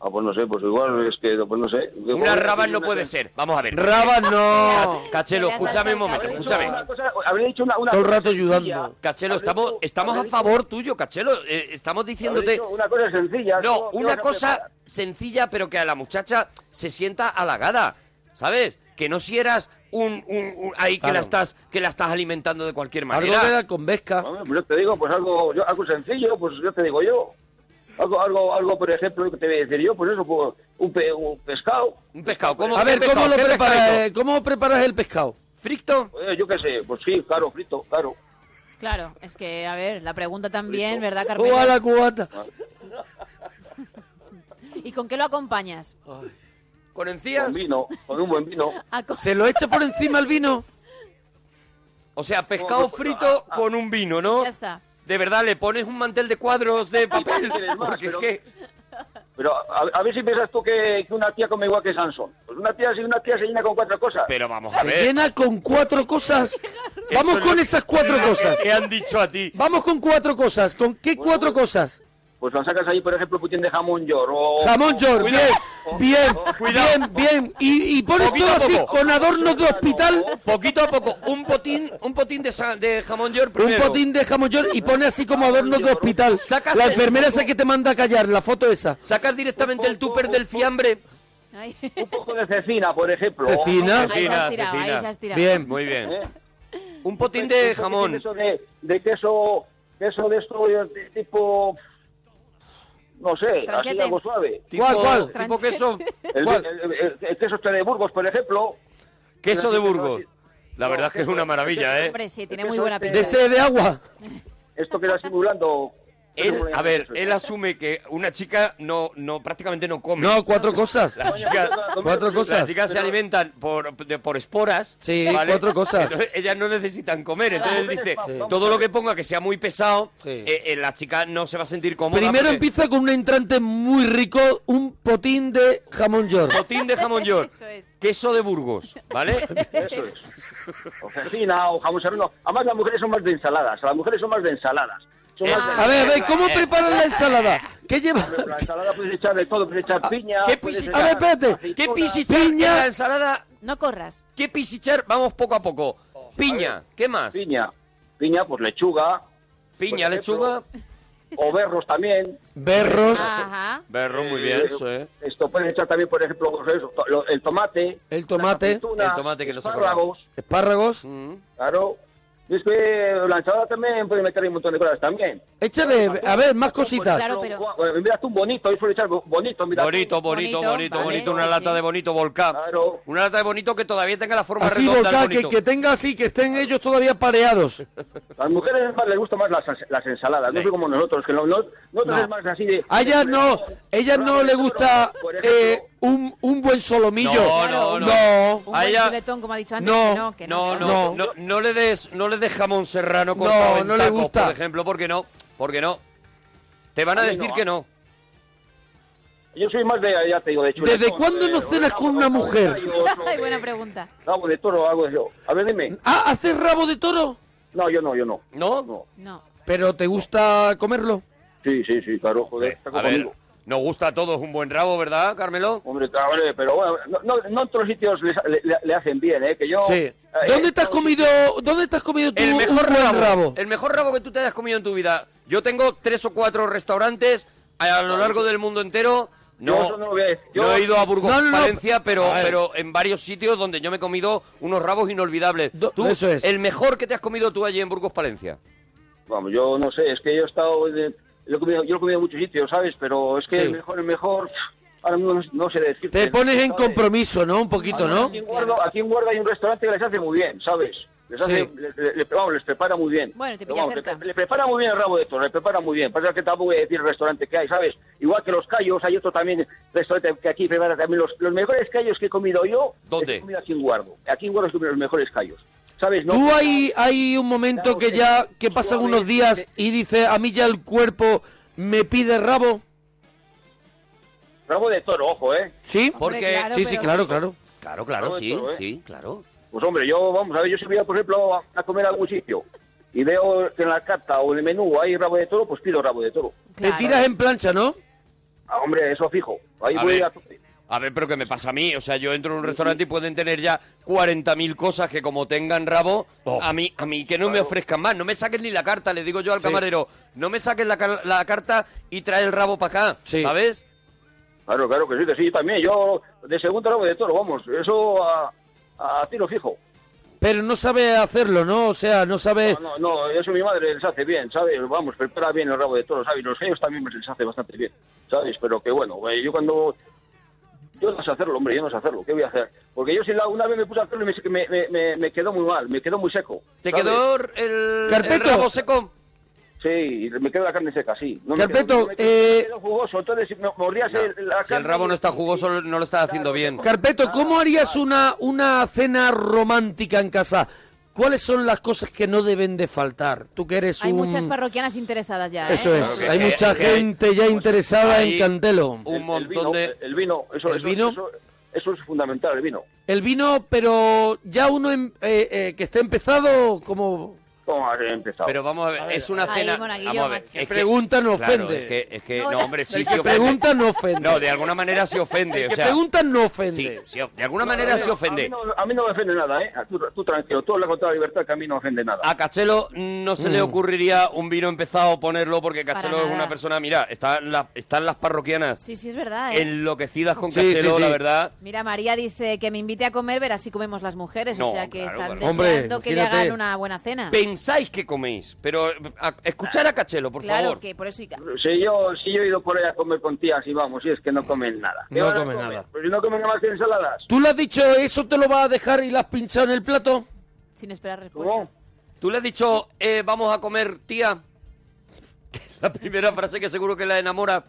G: Ah, pues no sé, pues igual es que, pues no sé.
I: Unas rabas no puede ser. Vamos a ver.
F: Rabas no.
I: Cachelo,
H: Te las has
I: escúchame
H: saltado.
I: un momento, escúchame.
G: Una cosa, habría dicho una, una
F: Todo el rato
G: sencilla.
F: ayudando.
I: Cachelo,
G: Habría
I: estamos,
G: dicho-
I: estamos a
G: habría dicho-
I: favor tuyo, Cachelo. Eh, estamos
G: habría
I: diciéndote...
G: dicho Una cosa sencilla.
I: No,
G: ¿cómo- qué
I: una
G: vas a
I: cosa
G: preparar?
I: sencilla, pero que a la muchacha se sienta halagada, ¿sabes? Que no si eras un, un- un- ahí que
F: Claro.
I: la estás que la estás alimentando de cualquier
F: Algo
I: manera.
F: que la convenzca.
G: Hombre, pues yo te digo, pues algo, yo- algo sencillo, pues yo te digo yo. Algo, algo, algo, por ejemplo, que te voy a decir yo, pues eso, pues, un, pe- un pescado.
I: Un pescado, ¿cómo?
F: A ver,
I: ¿Qué
F: ¿cómo
I: pescado?
F: lo
I: ¿Qué
F: preparas?
I: pescadito?
F: eh? ¿Cómo preparas el pescado?
I: ¿Fricto?
G: Pues, yo qué sé, pues sí, claro, frito, claro.
H: Claro, es que, a ver, la pregunta también, ¿verdad,
F: O Oh,
H: Carmelo?
F: a la cubata.
H: ¿Y con qué lo acompañas?
I: ¿Con encías?
G: Con vino, con un buen vino.
H: A co-
F: ¿Se lo echa por encima el vino?
I: O sea, pescado
G: Ah,
I: frito con un vino, ¿no?
H: Ya está.
I: De verdad, le pones un mantel de
G: Ah,
I: cuadros de papel.
G: quieres más,
I: Porque es
G: pero-
I: que.
G: Pero a, a ver si piensas tú que, que una tía come igual que Sansón. Pues una tía, si una tía se llena con cuatro cosas.
I: Pero vamos a
F: Se
I: ver.
F: llena con cuatro cosas. Vamos
I: Eso es
F: con
I: lo-
F: esas cuatro cosas.
I: ¿Qué han dicho a ti?
F: Vamos con cuatro cosas. ¿Con qué cuatro cosas?
G: Pues cuando sacas ahí, por ejemplo, putín de jamón york
I: Oh,
G: o...
F: Jamón york, bien,
G: o-
F: bien,
G: o-
F: bien, bien. Y, y pones
I: Poquito
F: todo
I: a
F: así
I: poco.
F: con adornos de hospital.
I: Poquito a poco, un potín, un potín de, sa- de jamón york
F: Un
I: primero.
F: potín de jamón york y pone así como adornos de hospital.
I: Sacas
F: La
I: el-
F: enfermera esa que te manda a callar, la foto esa.
I: Sacas directamente el tupper del fiambre.
H: Ay.
G: Un poco de cecina, por ejemplo.
F: Cecina.
H: Ahí se
I: Cecina,
H: has tirado, ahí
I: cecina.
H: se has tirado.
F: Bien.
I: Muy bien.
G: ¿Eh?
I: Un potín de jamón.
G: Eso de, de queso, queso de esto de tipo... No sé, así
H: Tranchete.
G: algo suave.
I: Tipo-
F: ¿Cuál, cuál?
I: Tipo queso,
G: El,
F: ¿Cuál?
G: el- el- el queso este de Burgos, por ejemplo.
I: queso de
G: Pero sí,
I: Burgos.
G: pero
I: La verdad es que es una maravilla, ¿eh?
H: Hombre, sí, tiene
G: Es que
H: muy
G: son
H: buena
G: de-
F: De
H: pinta.
F: ese de agua.
G: Esto queda así muy blando.
I: Él, a ver, él asume que una chica no, no prácticamente no come.
F: No, cuatro cosas.
I: La chica-
F: Cuatro cosas.
I: Las chicas se alimentan por, de- por esporas.
F: Sí, cuatro cosas.
I: Entonces, ellas no necesitan comer. Entonces
G: Vamos,
I: dice,
G: vamos,
I: todo lo que ponga que sea muy pesado,
F: Sí.
I: eh, eh, la chica no se va a sentir cómoda.
F: Primero
I: porque-
F: empieza con un entrante muy rico, un potín de jamón york.
I: Potín de jamón york.
H: Eso es.
I: Queso de Burgos, ¿vale?
G: Eso es. O cecina o jamón serrano. Además, las mujeres son más de ensaladas. Las mujeres son más de ensaladas.
I: Eh,
G: Son más de-
F: A ver, a ver, ¿cómo preparan la ensalada? ¿Qué lleva?
G: La ensalada puedes echar de todo, puedes echar piña.
I: Ah, ¿Qué
G: puedes
I: pisichar?
F: A ver,
G: echar
F: espérate.
I: ¿Qué
G: aceituna.
I: pisichar? en
F: Piña.
I: La ensalada.
H: No corras.
I: ¿Qué pisichar? Vamos poco a poco. Piña. ¿Qué más? Piña,
G: Oh, Piña. Piña, pues lechuga. Por ejemplo,
I: lechuga.
G: O berros también.
F: Berros,
H: Ajá.
I: Berro, muy
G: Eh,
I: bien, eso, ¿eh.
G: Esto puedes echar también, por ejemplo, pues eso, to- lo- el tomate.
F: El tomate.
G: la aceituna,
I: El tomate que los he
G: espárragos,
F: espárragos.
I: Mm.
G: Claro. Y es que la ensalada también puede meter ahí un montón de cosas también.
F: Échale, a ver, más
I: Pues,
F: cositas.
H: Claro, pero-
G: Bueno, Mira tú, bonito, hoy suele echar bo- bonito, mira. tú.
I: Bonito, bonito,
H: Bonito,
I: bonito,
H: vale,
I: bonito. Una
H: sí,
I: lata
H: sí.
I: de bonito volcán.
G: Claro.
I: Una lata de bonito que todavía tenga la forma
F: Así,
I: redonda del
F: volcán, que,
I: bonito.
F: que tenga así, que estén ellos todavía pareados.
G: A las mujeres más les gustan más las, las ensaladas, no
I: Sí.
G: sé como nosotros, que no, no- nosotros
F: No.
G: es más así de...
F: A ellas no, ellas no le gusta
G: Por ejemplo,
F: eh, un, un buen solomillo.
I: No,
H: no, no.
F: No.
H: Un
I: Ahí
H: buen
I: ya-
H: chuletón, como ha dicho antes.
F: No,
H: que no, que
I: No,
H: no. que
F: No.
I: no, no, no le des, no le des jamón serrano con
F: No, no le gusta.
I: por ejemplo, porque no, porque no. Te van a
G: A mí
I: decir
G: no.
I: que no.
G: Yo soy más de, ya te digo, de chuletón,
F: ¿Desde cuándo
G: de-
F: no
G: de-
F: cenas
G: de-
F: con
G: de-
F: una
G: de-
F: mujer?
G: de- de-
H: Ay, buena pregunta.
G: Rabo de toro, algo de eso. A ver, dime.
F: Ah, ¿haces rabo de toro?
G: No, yo no, yo no.
I: ¿No?
G: No.
H: No.
F: ¿Pero te gusta comerlo?
G: Sí, sí, sí, claro, joder, está
I: A ver,
G: conmigo.
I: nos gusta a todos un buen rabo, ¿verdad, Carmelo?
G: Hombre, está- vale, pero bueno, no, no, no en todos los sitios les- le, le- le hacen bien, ¿eh? Que yo...
F: Sí.
G: eh,
F: ¿Dónde te has
G: no-
F: comido, dónde te has comido tú
I: El mejor
F: un buen
I: rabo,
F: rabo?
I: El mejor rabo que tú te hayas comido en tu vida. Yo tengo tres o cuatro restaurantes a lo largo del mundo entero.
G: Yo
I: No,
G: eso no lo voy a decir.
I: no he ido a Burgos,
F: No, no, no.
I: Valencia, pero,
F: A ver.
I: pero en varios sitios donde yo me he comido unos rabos inolvidables.
F: Do-
I: Tú,
F: eso es.
I: El mejor que te has comido tú allí en Burgos, Palencia.
G: Vamos, yo no sé, es que yo he estado. de- lo he comido- yo lo he comido en muchos sitios, ¿sabes? Pero es que
F: Sí.
G: el mejor, el mejor. pff, Ahora mismo no, no sé decir.
F: Te pones en compromiso, ¿no? Un poquito, ¿no?
G: Aquí en, Guardo, aquí en Guardo hay un restaurante que les hace muy bien, ¿sabes? Les, hace,
F: Sí.
G: le- le- le- vamos, les prepara muy bien.
H: Bueno, te
G: Pero
H: pilla
G: vamos, le-
H: cerca.
G: Le, prepara muy bien el rabo de toro, le prepara muy bien. Pasa que tampoco voy a decir el restaurante que hay, ¿sabes? Igual que los callos, hay otro también restaurante que aquí prepara también los, los mejores callos que he comido yo.
I: ¿Dónde?
G: los he comido aquí en Guardo. Aquí en Guardo he comido los mejores callos, ¿sabes? No,
F: Tú hay, hay un momento que ya, que pasan unos días y dices, a mí ya el cuerpo me pide rabo.
G: Rabo de toro, ojo, ¿eh?
F: ¿Sí?
I: Porque-
H: claro,
F: sí, sí,
H: pero-
F: claro, claro.
I: Claro, claro,
G: Todo
I: sí,
G: esto, ¿eh?
I: sí, claro.
G: Pues hombre, yo, vamos a ver, yo si voy, por ejemplo, a, a comer a algún sitio y veo que en la carta o en el menú hay rabo de toro, pues pido rabo de toro.
H: Claro.
F: Te tiras en plancha, ¿no?
G: Ah, hombre, eso fijo. Ahí
I: A
G: voy
I: ver.
G: a tope.
I: A ver, pero ¿qué me pasa a mí? O sea, yo entro en un restaurante y pueden tener ya 40.000 cosas que como tengan rabo,
G: Oh.
I: a mí a mí que no me ofrezcan más. No me saquen ni la carta, le digo yo al camarero. No me saquen la, car- la carta y trae el rabo para acá,
F: Sí.
I: ¿sabes?
G: Claro, claro que sí, que sí, también. Yo de segundo rabo de toro, vamos, eso a, a tiro fijo.
F: Pero no sabe hacerlo, ¿no? O sea, no sabe...
G: No, no, no, eso mi madre les hace bien, ¿sabes? Vamos, prepara bien el rabo de toro, ¿sabes? Los ellos también les hace bastante bien, ¿sabes? Pero que bueno, güey, yo cuando... Yo no sé hacerlo, hombre, yo no sé hacerlo, ¿qué voy a hacer? Porque yo si la, una vez me puse a hacerlo y me- me, me, me, me quedó muy mal, me quedó muy seco.
I: ¿Te
G: ¿sabes?
I: quedó el, el
F: Carpeto.
I: rabo seco?
G: Sí, y me queda la carne seca, sí. No
F: Carpeto,
G: me quedó, me
F: eh,
G: quedó jugoso, entonces si me mordías el, la
I: Si el
G: carne
I: rabo no
G: y-
I: está jugoso, no lo estás haciendo bien.
F: Ah, Carpeto, ¿cómo harías una, una cena romántica en casa? ¿Cuáles son las cosas que no deben de faltar? Tú que eres
H: Hay
F: un...
H: muchas parroquianas interesadas ya. ¿eh?
F: Eso es.
I: Claro que-
F: Hay
I: eh,
F: mucha
I: que hay-
F: gente ya interesada
I: hay-
F: en Candelo.
I: Un
G: El- el
I: montón
G: vino,
I: de...
G: El vino, eso,
F: ¿El
G: eso-
F: vino?
G: Eso, eso es fundamental, el vino.
F: El vino, pero ya uno em- eh, eh, que esté empezado, como
G: ¿Cómo has empezado?
I: Pero vamos a ver, es una
H: Ahí,
I: cena...
H: monaguillo,
I: Vamos a ver,
H: macho.
I: es que-
F: pregunta no
I: claro,
F: ofende.
I: es que, es que-
H: No,
I: no,
H: la-
I: hombre, sí,
F: El
I: sí
F: que
I: ofende.
F: pregunta no ofende.
I: No, de alguna manera sí ofende.
F: El
I: o
F: que
I: sea,
F: pregunta no
I: sí,
F: ofende.
I: sí, de alguna manera sí
G: A mí,
I: ofende.
G: no, a mí no me ofende nada, ¿eh? Tú, tú tranquilo, tú hablas con toda libertad que a mí no me ofende nada.
I: A Cachelo no
F: Mm.
I: se le ocurriría un vino empezado ponerlo porque
H: Para
I: Cachelo es
H: nada.
I: una persona, mira, están, las- están las parroquianas
H: Sí, sí, es verdad. ¿eh?
I: enloquecidas con
F: Sí,
I: Cachelo,
F: sí, sí.
I: la verdad.
H: Mira, María dice que me invite a comer, verás si comemos las mujeres.
I: No,
H: o sea que
I: claro,
H: están
I: claro.
F: Hombre,
H: deseando que le
F: imagínate.
H: hagan una buena cena.
I: Pensáis que coméis, pero a- escuchar a Cachelo, por
H: claro
I: favor. Mm.
H: que por eso. y-
G: Si yo, si yo he ido por ahí a comer con tías y vamos, y es que no comen nada. ¿Qué
F: No
G: van a
F: comen
G: comer?
F: nada.
G: Pues si no comen nada más que ensaladas.
F: ¿Tú le has dicho eso te lo vas a dejar y lo has pinchado en el plato?
H: Sin esperar respuesta.
G: ¿Cómo?
I: ¿Tú le has dicho, eh, vamos a comer, tía? La primera frase que seguro que la enamora.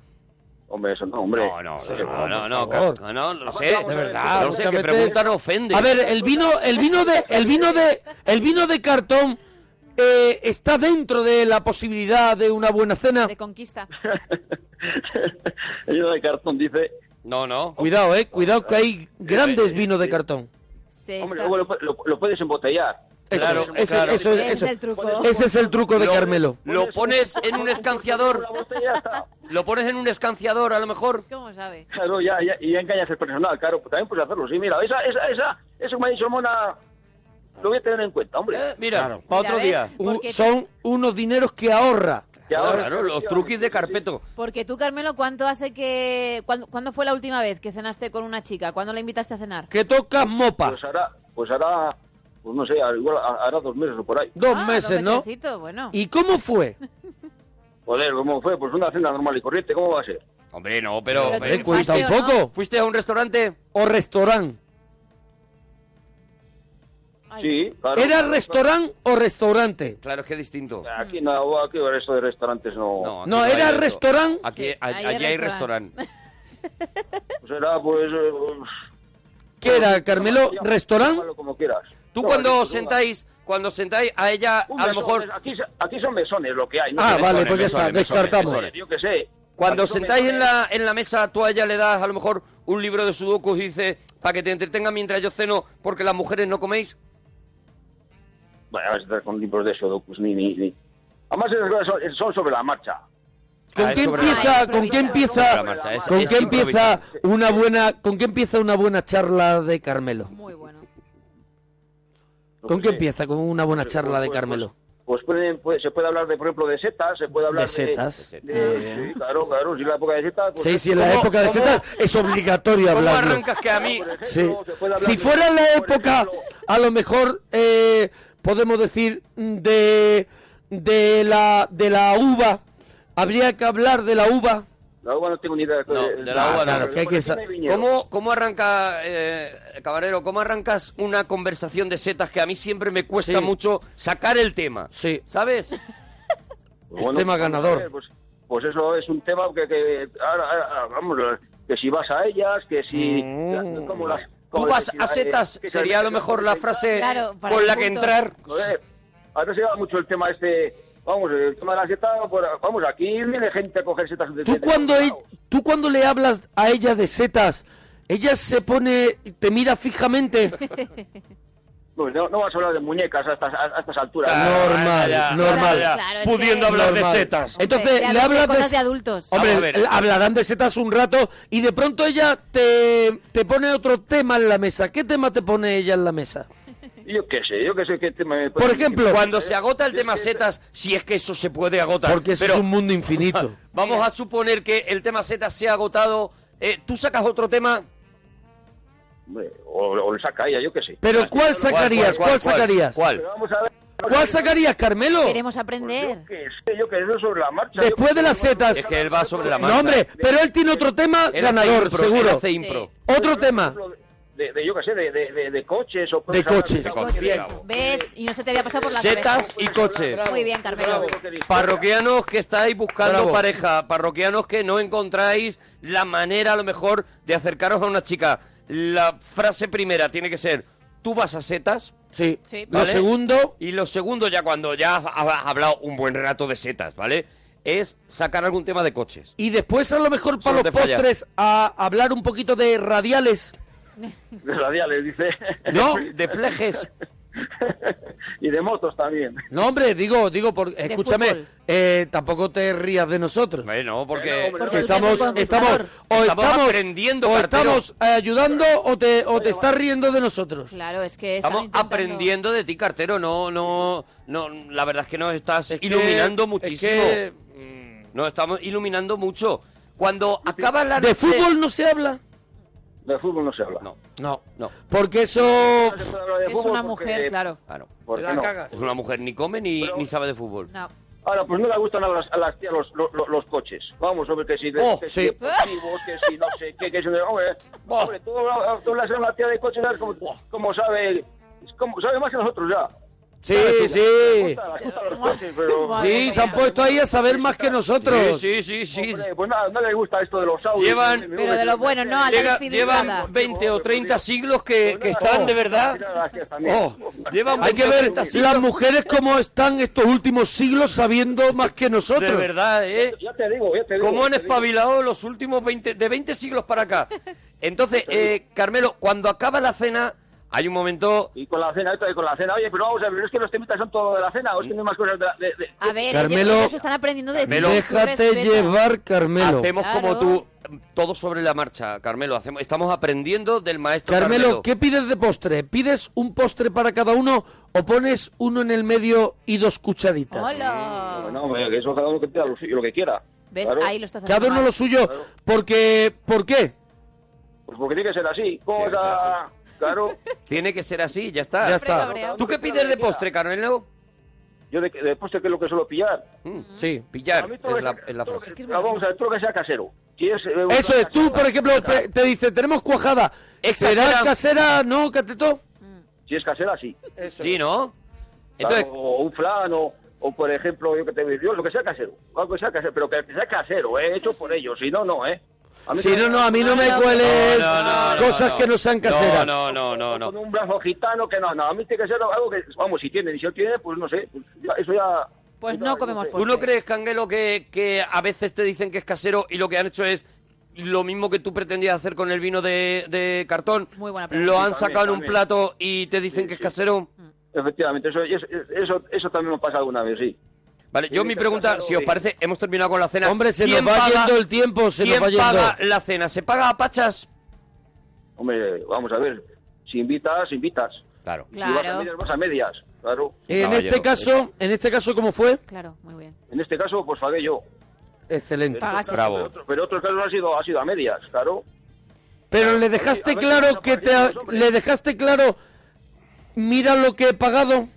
G: Hombre, eso no, hombre.
I: No, no, no, no, no,
F: favor.
I: ca- no, lo sé,
G: vamos a ver,
I: No sé,
F: muchas
I: que
F: veces-
I: pregunta no ofende.
F: A ver, el vino, el vino de, el vino de, el vino de cartón eh, está dentro de la posibilidad de una buena cena.
H: De conquista.
G: El vino de cartón dice...
I: No, no.
F: Cuidado, eh, cuidado que hay grandes vinos de cartón.
H: Se
G: Hombre,
H: está-
G: luego lo, lo- lo puedes embotellar.
F: Eso,
I: Claro,
F: ese,
I: claro.
F: eso-
H: Ese es
F: eso-
H: el truco.
F: ese es el truco de
I: Lo-
F: Carmelo.
I: Lo pones en un escanciador.
G: La botella ya está.
I: Lo pones en un escanciador, a lo mejor.
H: ¿Cómo sabe?
G: Claro, ya, ya, y ya engañas el personal, claro. Pues también puedes hacerlo. Sí, mira, esa, esa, esa, eso que me ha dicho Mona... Lo voy a tener en cuenta, hombre.
I: Eh, mira,
F: Claro.
I: para otro
H: Mira, ¿ves?
I: día.
F: U-
H: Porque-
F: Son unos dineros que ahorra.
G: Que ahora-
I: Claro, los truquis de carpeto.
H: Porque tú, Carmelo, ¿cuánto hace que. ¿Cuándo, cuándo fue la última vez que cenaste con una chica? ¿Cuándo la invitaste a cenar?
F: Que tocas mopa.
G: Pues hará, pues hará, pues no sé, igual hará dos meses o por ahí.
F: Dos
H: Ah,
F: meses,
H: dos
F: ¿no?
H: mesecitos, bueno.
F: ¿Y cómo fue?
G: Joder, ¿cómo fue? Pues una cena normal y corriente, ¿cómo va a ser?
I: Hombre, no, pero...
H: Pero
F: Hombre,
H: triunfaste,
F: cuenta un
H: ¿o no?
F: poco.
I: ¿Fuiste a un restaurante?
F: O restaurante.
H: Ay,
G: Sí, claro.
F: ¿Era restaurante o restaurante?
I: Claro, es que es distinto.
G: Aquí no, aquí eso de restaurantes no.
I: No, aquí
F: No, era
I: hay eso.
F: restaurant.
I: Aquí,
H: Sí,
I: a-
H: ahí
I: allí
H: hay
I: hay
H: restaurant.
I: restaurante.
G: Pues era, pues. eh,
F: ¿Qué era, Ah, Carmelo?
G: llámalo,
F: ¿Restaurante?
G: llámalo como quieras.
I: Tú
G: No,
I: cuando
G: no,
I: os sentáis, cuando os sentáis a ella,
G: un
I: a lo
G: mesón,
I: mejor,
G: mes- Aquí, se- aquí son mesones lo que hay, ¿no?
F: Ah,
G: Mesones,
F: vale, pues ya está,
I: mesones, mesones,
F: descartamos.
I: mesones.
G: Yo qué sé.
I: cuando os
G: Aquí son
I: sentáis en
G: mesones.
I: la, en la mesa, tú a ella le das a lo mejor un libro de sudokus y dices, para que te entretenga mientras yo ceno, porque las mujeres no coméis.
G: Bueno, vas a estar con libros de Shodocus, ni, ni, ni. Además, esas cosas son, son sobre la marcha.
F: ¿Con
I: Ah,
F: qué
I: es sobre la
F: empieza?
H: marcha.
F: ¿Con qué
H: Ah,
I: sobre la
F: empieza?
I: marcha, es-
F: ¿Con
I: es
F: qué empieza
I: improvisado.
F: una buena? ¿Con qué empieza una buena charla de Carmelo?
H: Muy bueno.
G: No
F: ¿Con
G: sé.
F: qué empieza? Con una buena charla de
G: Pues-
F: Carmelo.
G: Pues, pueden- puede- se puede hablar, de, por ejemplo, de setas, se puede
F: De
G: hablar
F: setas.
G: de- sí, claro, claro, si en la época de setas. pues,
F: Sí, sí, en la
I: ¿Cómo-
F: época de
I: cómo-
F: Z es obligatorio
I: ¿Cómo
F: hablarlo.
I: arrancas que a mí?
G: por ejemplo,
F: Sí.
G: se puede hablar
F: Si
G: de-
F: fuera la
G: por
F: época,
G: ejemplo,
F: a lo mejor eh, podemos decir de de la de la uva. Habría que hablar de la uva.
G: La uva no tengo ni idea de,
I: No,
G: de-
I: de la uva no.
F: Claro, que hay que sa-
G: ¿Cómo?
I: ¿Cómo, cómo arranca, eh, Caballero, cómo arrancas una conversación de setas que a mí siempre me cuesta
F: Sí.
I: mucho sacar el tema?
F: Sí.
I: ¿Sabes?
F: tema ganador.
G: Pues, pues eso es un tema que, que ahora, ahora, vamos, que si vas a ellas, que si...
F: Mm.
G: como las-
I: Tú
G: como
I: vas
G: las-
I: a setas,
G: eh, que-
I: sería a lo mejor la frase
H: Claro, para
I: con
H: ir
I: la que
H: juntos.
I: entrar.
G: Joder, ahora se lleva mucho el tema este... Vamos, el tema de las setas, pues, vamos, aquí viene gente a coger setas. de-
F: Tú
G: de-
F: cuando
G: de-
F: e- tú cuando le hablas a ella de setas, ella se pone te mira fijamente.
G: No, pues no, no vas a hablar de muñecas a estas, a estas alturas.
F: Claro. Normal, normal.
H: Claro, es
I: pudiendo
H: que-
I: hablar
F: Normal.
I: de setas.
H: Hombre,
F: Entonces
H: de
F: le
H: adultos,
F: hablas
H: cosas
F: se-
H: de adultos.
I: Vamos a
F: Hombre,
I: ver. eh.
F: le hablarán de setas un rato y de pronto ella te, te pone otro tema en la mesa. ¿Qué tema te pone ella en la mesa?
G: Yo qué sé, yo qué sé qué tema... me- Eh,
F: Por ejemplo,
I: Cuando se agota el tema setas, si es que eso se puede agotar.
F: porque eso
I: Pero
F: es un mundo infinito.
I: vamos a suponer que el tema setas se ha agotado. eh, Tú sacas otro tema.
G: Hombre, O, o le saca a ella, yo qué sé.
F: Pero ¿cuál sacarías? ¿Cuál, sacarías?
I: ¿Cuál?
G: Pero vamos a ver...
F: ¿Cuál sacarías, Carmelo?
H: Queremos
G: Yo
H: aprender.
G: qué sé, yo qué sé, sobre la marcha.
F: Después de las setas.
I: Es que él va sobre la marcha.
F: No, hombre, pero él tiene otro tema
I: Él hace
F: ganador,
I: impro, él
F: seguro.
I: hace impro.
H: Sí.
F: Otro tema.
G: De, de- yo qué sé, de, de, de, de coches o...
F: De coches. De
I: coches,
G: Bien.
I: bravo.
H: ¿Ves? Y no se te había pasado por la
I: Setas y coches.
H: cabeza. Muy bien, Carmelo.
I: Parroquianos que estáis buscando
F: Bravo.
I: pareja, parroquianos que no encontráis la manera a lo mejor de acercaros a una chica. La frase primera tiene que ser, ¿tú vas a setas?
F: Sí.
H: Sí.
F: Lo segundo.
I: Y lo segundo, ya cuando ya has- has hablado un buen rato de setas, ¿vale? Es sacar algún tema de coches.
F: Y después a lo mejor para los
I: Solo te falla.
F: postres a hablar un poquito de radiales.
G: De radiales, dice.
F: No, de flejes.
G: y de motos también.
F: No, hombre, digo, digo, por, escúchame,
G: fútbol.
F: eh, tampoco te rías de nosotros.
I: Bueno, porque,
F: Porque estamos, estamos, o
I: Estamos
F: estamos
I: aprendiendo,
F: o
I: cartero.
F: estamos eh, ayudando o te, o te estás riendo de nosotros.
H: Claro, es que están
I: Estamos
H: intentando-
I: aprendiendo de ti, cartero. No, no, no. La verdad es que nos estás
F: que-
I: iluminando
F: es
I: muchísimo.
F: que-
I: Nos estamos iluminando mucho. Cuando acaba la
F: ¿De fútbol no se habla?
G: De fútbol no se habla.
I: No.
F: No,
I: no.
F: Porque eso...
H: Es una mujer, claro.
I: Claro.
G: ¿Por qué no?
I: Es una mujer ni come ni, ni sabe de fútbol.
H: No.
G: Ahora, pues no le gustan a las, a las tías los, los, los- los coches. Vamos, hombre, que si, de-
F: Oh,
G: que
F: sí.
G: si deportivos, que si no sé qué, que si... Hombre, hombre tú, hablas- tú hablas a una tía de coches, ¿sabes cómo, cómo sabe? cómo sabe más que nosotros ya.
F: Sí,
G: Claro,
F: sí.
G: le gustan- le gustan los coches, pero...
F: Sí, se han puesto ahí a saber más que nosotros.
I: Sí, sí, sí, sí.
G: Hombre, pues nada, no le gusta esto de los autos.
I: Llevan-
H: Pero de lo bueno, no, al
I: Llega-
H: Alfie nada.
G: Pues
I: llevan 20 o 30 siglos que, que están de verdad.
F: Oh,
I: Llevan
F: Hay que
I: 20 o
F: ver
I: 30 siglos
F: las mujeres cómo están estos últimos siglos sabiendo más que nosotros.
I: de verdad, ¿eh?
G: Ya te digo, ya te digo.
I: ¿Cómo han
G: ya te digo.
I: espabilado los últimos 20, de 20 siglos para acá? Entonces, eh, Carmelo, cuando acaba la cena, hay un momento...
G: Y con la cena, esto y con la cena. Oye, pero vamos a ver, es que los temitas son todo de la cena, o tienen más cosas de, la- de- de-
H: A ver,
F: Carmelo,
H: ellos, ellos están aprendiendo de ti,
I: Carmelo,
H: tú
F: Déjate
H: respeta.
F: llevar, Carmelo.
I: Hacemos como
H: Claro.
I: tú, todo sobre la marcha, Carmelo. Hacemos, estamos aprendiendo del maestro
F: Carmelo,
I: Carmelo.
F: ¿qué pides de postre? ¿Pides un postre para cada uno o pones uno en el medio y dos cucharitas?
H: Hola.
G: Bueno, hombre, que eso cada uno que pida lo, suyo, lo que quiera.
H: ¿Ves?
G: Claro.
H: Ahí lo estás
F: Cada
H: haciendo
F: uno
H: mal.
F: lo suyo. Porque, ¿Por qué?
G: Pues porque tiene que ser así.
I: Tiene que ser
G: Cosa. Claro.
I: Tiene que ser así, ya está.
F: Ya está.
H: cabreado.
I: ¿Tú qué pides de postre, Carmelo?
G: Yo de, de postre que es lo que suelo pillar.
I: Mm,
F: Sí.
I: Pillar,
G: todo lo
I: es la,
G: que-
I: es la
G: todo
I: frase.
G: lo que- pero vamos a ver, todo lo que sea casero. Si es, eh, una
F: Eso es, tú,
G: casera,
F: por ejemplo, te, te dice, tenemos cuajada.
I: Es
F: ¿Será
I: casera.
F: casera? No, cateto.
G: Si es casera, sí.
I: Sí, ¿no?
G: Claro,
I: Entonces,
G: o un flan, o, o, por ejemplo, yo que te digo, yo, lo que sea casero. Algo que sea casero, pero que sea casero, eh, hecho por ellos. Si no, no, ¿eh? A mí
F: Si
G: que-
F: no, no, a mí no me
H: no,
F: cueles
I: no, no, no,
F: cosas
I: no.
F: que no sean caseras.
I: No, no, no, no.
G: Con
I: no.
G: un brazo gitano, que no, no, a mí tiene que ser algo que, vamos, si tiene, y si no tiene, pues no sé, pues ya- eso ya...
H: Pues
G: ya-
H: no comemos
G: sé.
H: postre.
I: ¿Tú no crees, Canguelo, que, que a veces te dicen que es casero y lo que han hecho es lo mismo que tú pretendías hacer con el vino de, de cartón?
H: Muy buena pregunta.
I: Lo han
G: Sí, también,
I: sacado en un
G: también.
I: plato y te dicen que es casero.
G: Efectivamente, eso, eso, eso, eso también me ha pasado alguna vez, sí.
I: Vale, yo
G: Sí,
I: mi
G: que
I: pregunta,
G: casero,
I: si os
G: sí.
I: parece, hemos terminado con la cena.
F: Hombre, se nos
I: ¿Quién
F: va
I: paga-
F: yendo el tiempo, se nos
I: ¿Quién
F: va yendo.
I: paga la cena? ¿Se paga a pachas?
G: Hombre, vamos a ver, si invitas, invitas.
I: Claro.
G: Si vas a
H: Claro,
G: medias, vas a medias, claro.
F: En
I: Caballero,
G: eh.
F: este caso, en este caso, ¿cómo fue?
H: claro, muy bien.
G: En este caso, pues pagué yo. este
F: Excelente.
H: Pagaste.
I: Bravo.
G: Pero, otro- pero otros casos ha sido, ha sido a medias, claro.
F: Pero le
G: A
F: dejaste
G: ver,
F: claro
G: vamos a
F: que te
G: partirnos, hombre.
F: le dejaste claro mira lo que he pagado.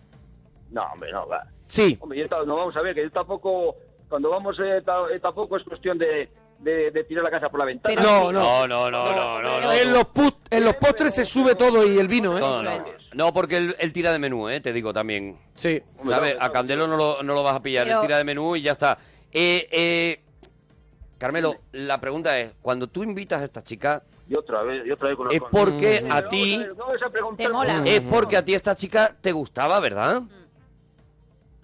G: No, hombre, no, va.
F: Sí.
G: Hombre, yo ta- no vamos a ver, que yo tampoco, cuando vamos, eh, ta- eh, tampoco es cuestión de, de, de tirar la casa por la ventana.
H: Pero
F: No,
H: sí.
F: no.
I: No, no, no, no, no. no.
F: En los put- en los postres se sube todo y el vino, ¿eh?
I: No, no,
H: Eso
I: no. No, porque él, él tira de menú, eh, te digo también.
F: Sí.
I: ¿Sabes? A Candelo no lo, no lo vas a pillar, él
H: Pero-
I: tira de menú y ya está. Eh, eh, Carmelo, la pregunta es, cuando tú invitas a esta chica,
G: Y otra vez, y otra vez con los
I: es
G: con-
I: porque
G: Pero
I: a
G: vamos
I: ti...
G: ver, no vamos a preguntar
H: Te mola.
G: por-
I: Es porque a ti esta chica te gustaba, ¿verdad?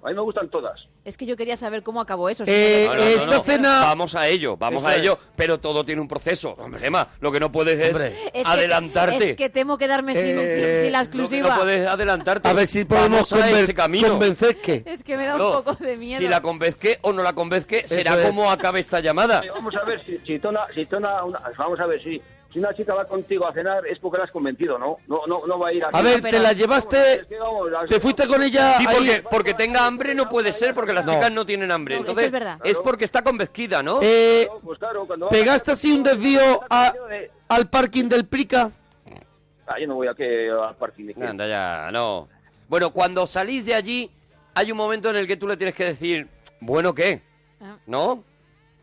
G: A mí me gustan todas.
H: Es que yo quería saber cómo acabó eso.
F: Eh,
H: señor.
F: No, no, esta no, no. cena-
I: Vamos a ello, vamos
F: Eso
I: a
F: es.
I: ello, pero todo tiene un proceso. Hombre, Emma, lo que no puedes es
F: Hombre.
H: Es que-
I: adelantarte.
H: es que temo quedarme sin,
F: Eh,
H: sin- sin la
I: Lo que
H: exclusiva.
I: no puedes adelantarte.
F: A ver si podemos
I: Vamos a
F: conven-
I: ese camino.
F: convencer que
H: Es que me da
I: Claro,
H: un poco de miedo.
I: Si la convenzque o no la convenzque, será
F: es.
I: como acabe esta llamada.
G: Eh, Vamos a ver si, si tona, si tona una- vamos a ver si, si una chica va contigo a cenar es porque la has convencido, ¿no? No, no, no va a ir a.
F: A ver, te la llevaste
G: Es que vamos, las-
F: te fuiste con ella
I: Sí,
F: ahí-
I: porque, porque tenga hambre no puede ser, porque las
F: No.
I: chicas no tienen hambre.
H: No, eso
I: Entonces,
H: es verdad.
I: porque está convenzquida, ¿no?
F: eh,
G: No, pues claro, cuando vas a-
F: pegaste así un desvío a-
G: de-
F: al parking del Prica.
G: Ah, yo no voy a que al parking de que-
I: Anda ya, no. Bueno, cuando salís de allí, hay un momento en el que tú le tienes que decir, bueno, ¿qué?
H: Ah.
I: ¿No?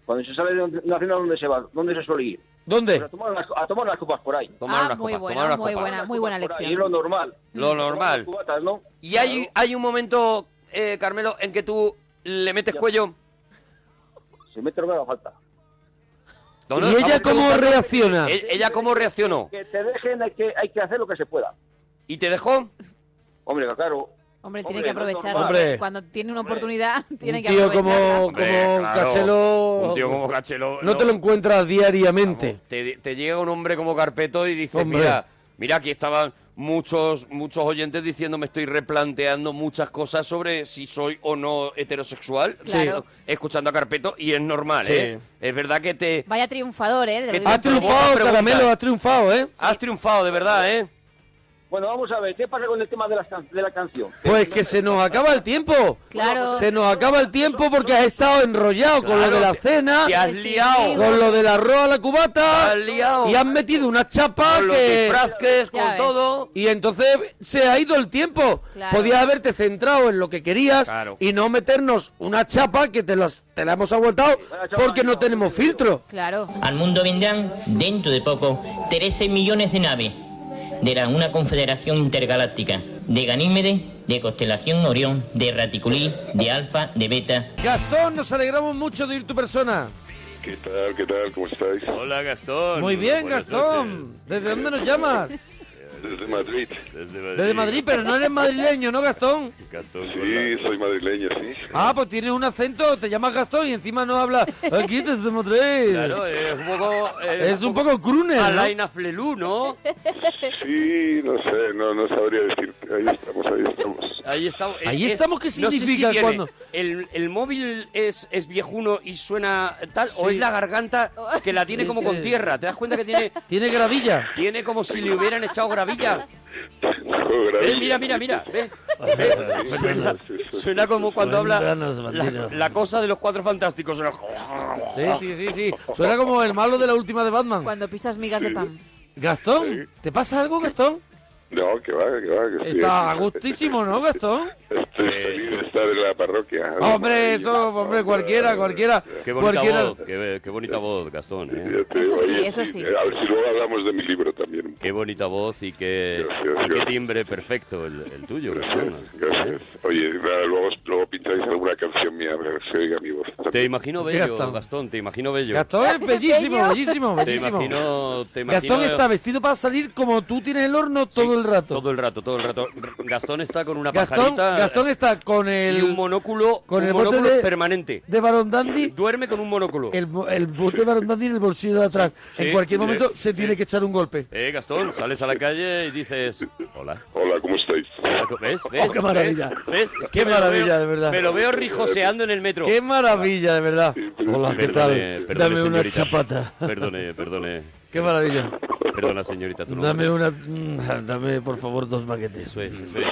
G: Cuando se sale de una cena, ¿dónde se va? ¿Dónde se suele ir? Pues a
F: ¿Dónde?
G: tomar las, a tomar las copas por ahí.
I: Tomar
H: Ah,
I: unas
H: muy
I: copas,
H: buena,
I: tomar unas
H: muy
I: copas.
H: buena, muy buena
G: Por ahí,
H: lección.
G: es lo normal.
I: Lo normal.
G: Tomar las cubatas, Mm. ¿no?
I: Y hay, hay un momento, eh, Carmelo, en que tú le metes cuello.
G: Claro, se mete lo que haga falta.
I: No, no,
F: ¿Y
I: estamos
F: ella cómo
I: preguntando-
F: reacciona?
I: ¿E- ¿Ella cómo reaccionó?
G: Que te dejen, hay que, hay que hacer lo que se pueda.
I: ¿Y te dejó?
G: Hombre, claro.
H: Hombre,
G: Hombre,
H: tiene que
G: no es
H: aprovechar.
G: normal. Hombre.
H: Cuando tiene una oportunidad, tiene que
F: tío como-
H: aprovecharla.
F: como Cachelo-
I: Un tío como Cachelo.
F: No te lo encuentras diariamente.
I: te, te llega un hombre como Carpeto y dices,
F: Hombre.
I: mira, mira, aquí estaban muchos muchos oyentes diciendo me estoy replanteando muchas cosas sobre si soy o no heterosexual
H: Claro.
I: escuchando a Carpeto y es normal
F: Sí.
I: ¿eh? es verdad que te
H: Vaya triunfador, ¿eh? Te lo
I: Que
H: digo
F: Ha
H: en serio.
F: triunfado,
I: Pregunta.
F: Oh, Caramelo, ha triunfado, ¿eh?
I: has triunfado de verdad eh
G: Bueno, vamos a ver, ¿qué pasa con el tema de la, can- de la canción?
F: Pues que se nos acaba el tiempo.
H: Claro.
F: Se nos acaba el tiempo porque has estado enrollado con lo
I: Claro,
F: de la
I: te-
F: cena,
I: te has
H: Sí, sí,
I: liado
H: digo.
F: con lo del arroz a la cubata
I: Te has liado.
F: y has metido una chapa
I: con los
F: que...
I: disfraces
H: Ya
I: con
H: ves.
I: todo
F: Y entonces se ha ido el tiempo.
H: Claro.
F: Podías haberte centrado en lo que querías
I: Claro.
F: y no meternos una chapa que te, las- te la hemos aguantado
G: Una chapa
F: porque
G: que
F: no
G: no,
F: tenemos
G: que no.
F: filtro.
H: Claro.
J: Al mundo vendrán, dentro de poco, 13 millones de naves de la, una confederación intergaláctica, de Ganímedes, de Constelación Orión, de Raticulí, de Alfa, de Beta,
F: Gastón, nos alegramos mucho de ir tu persona.
K: ¿Qué tal? ¿Qué tal? ¿Cómo estáis?
I: hola Gastón
F: Muy bien,
K: buenas
F: Gastón.
K: noches.
F: ¿Desde dónde nos llamas?
K: Desde Madrid.
F: Desde Madrid, pero no eres madrileño, ¿no, Gastón?
K: Sí, soy madrileño, sí.
F: Ah, pues tienes un acento, te llamas Gastón y encima no hablas. Aquí desde Madrid.
I: claro es un poco eh,
F: Es un poco crooner, ¿no?
I: Alain Aflelú no
K: Sí, no sé, no, no sabría decirte. Ahí estamos, ahí estamos.
I: Ahí eh, estamos.
F: Ahí estamos, ¿qué significa
I: tiene-
F: cuando-
I: El, el móvil es, es viejuno y suena tal, o es la garganta que la tiene como con tierra. ¿Te das cuenta que tiene,
F: Tiene gravilla.
I: tiene como si le hubieran echado gravilla?
K: Juego grave.
I: Ve, mira, mira, mira. ve, ve. Suena, suena como cuando habla
F: Cuéntanos,
I: la,
F: bandido.
I: la cosa de los cuatro fantásticos. suena-
F: Sí, sí, sí, sí. Suena como el malo de la última de Batman.
H: Cuando pisas migas de pan.
F: Gastón, ¿te pasa algo, Gastón?
K: No, que va, que va. Que estoy
F: Está a
K: aquí.
F: gustísimo, ¿no, Gastón?
K: Estoy feliz de estar en la parroquia.
F: Hombre, eso, hombre, cualquiera, cualquiera.
I: Qué bonita
F: cualquiera.
I: voz, qué, qué bonita voz, Gastón. ¿eh?
K: Ya te
H: Eso
K: digo,
H: sí,
K: ahí, eh,
H: eso sí.
K: A ver si luego hablamos de mi libro también.
I: Qué bonita voz y qué,
K: Gracias,
I: y qué
K: gracias.
I: timbre perfecto el, el tuyo, Gastón.
K: Gracias, gracias. Oye, nada, luego, luego pincháis alguna canción mía para que se oiga mi voz.
I: Te imagino bello,
F: Gastón.
I: Gastón, te imagino bello.
F: Gastón es bellísimo,
H: Bello.
F: bellísimo,
I: Te
F: bellísimo.
I: imagino, te imagino
F: Gastón está vestido para salir como tú tienes el horno todo el rato.
I: todo el rato, todo el rato. R- Gastón está con una
F: Gastón,
I: pajarita
F: Gastón está con
I: y
F: el
I: un monóculo,
F: con
I: un
F: el bote
I: monóculo
F: de-
I: permanente.
F: de Barón Dandy,
I: Duerme con un monóculo.
F: el, bo- el bote de Barón Dandy en el bolsillo de atrás.
I: Sí,
F: en cualquier
I: sí,
F: momento
I: sí.
F: se tiene que echar un golpe.
I: Eh, Gastón, sales a la calle y dices, hola.
K: Hola, ¿cómo estáis?
I: ¿Ves? ¿Ves?
F: Oh, qué maravilla.
I: ¿Ves? Es que
F: Qué
I: me lo
F: maravilla,
I: veo-
F: de verdad.
I: Me lo veo rijoseando en el metro.
F: ¡Qué maravilla, de verdad! Hola, ¿qué tal?
I: Perdone, perdone,
F: Dame una
I: señorita.
F: chapata.
I: Perdone, perdone.
F: ¡Qué maravilla!
I: Perdona, señorita. tu nombre.
F: Dame una... mm, Dame, por favor, dos baguetes.
I: Eso es, eso es.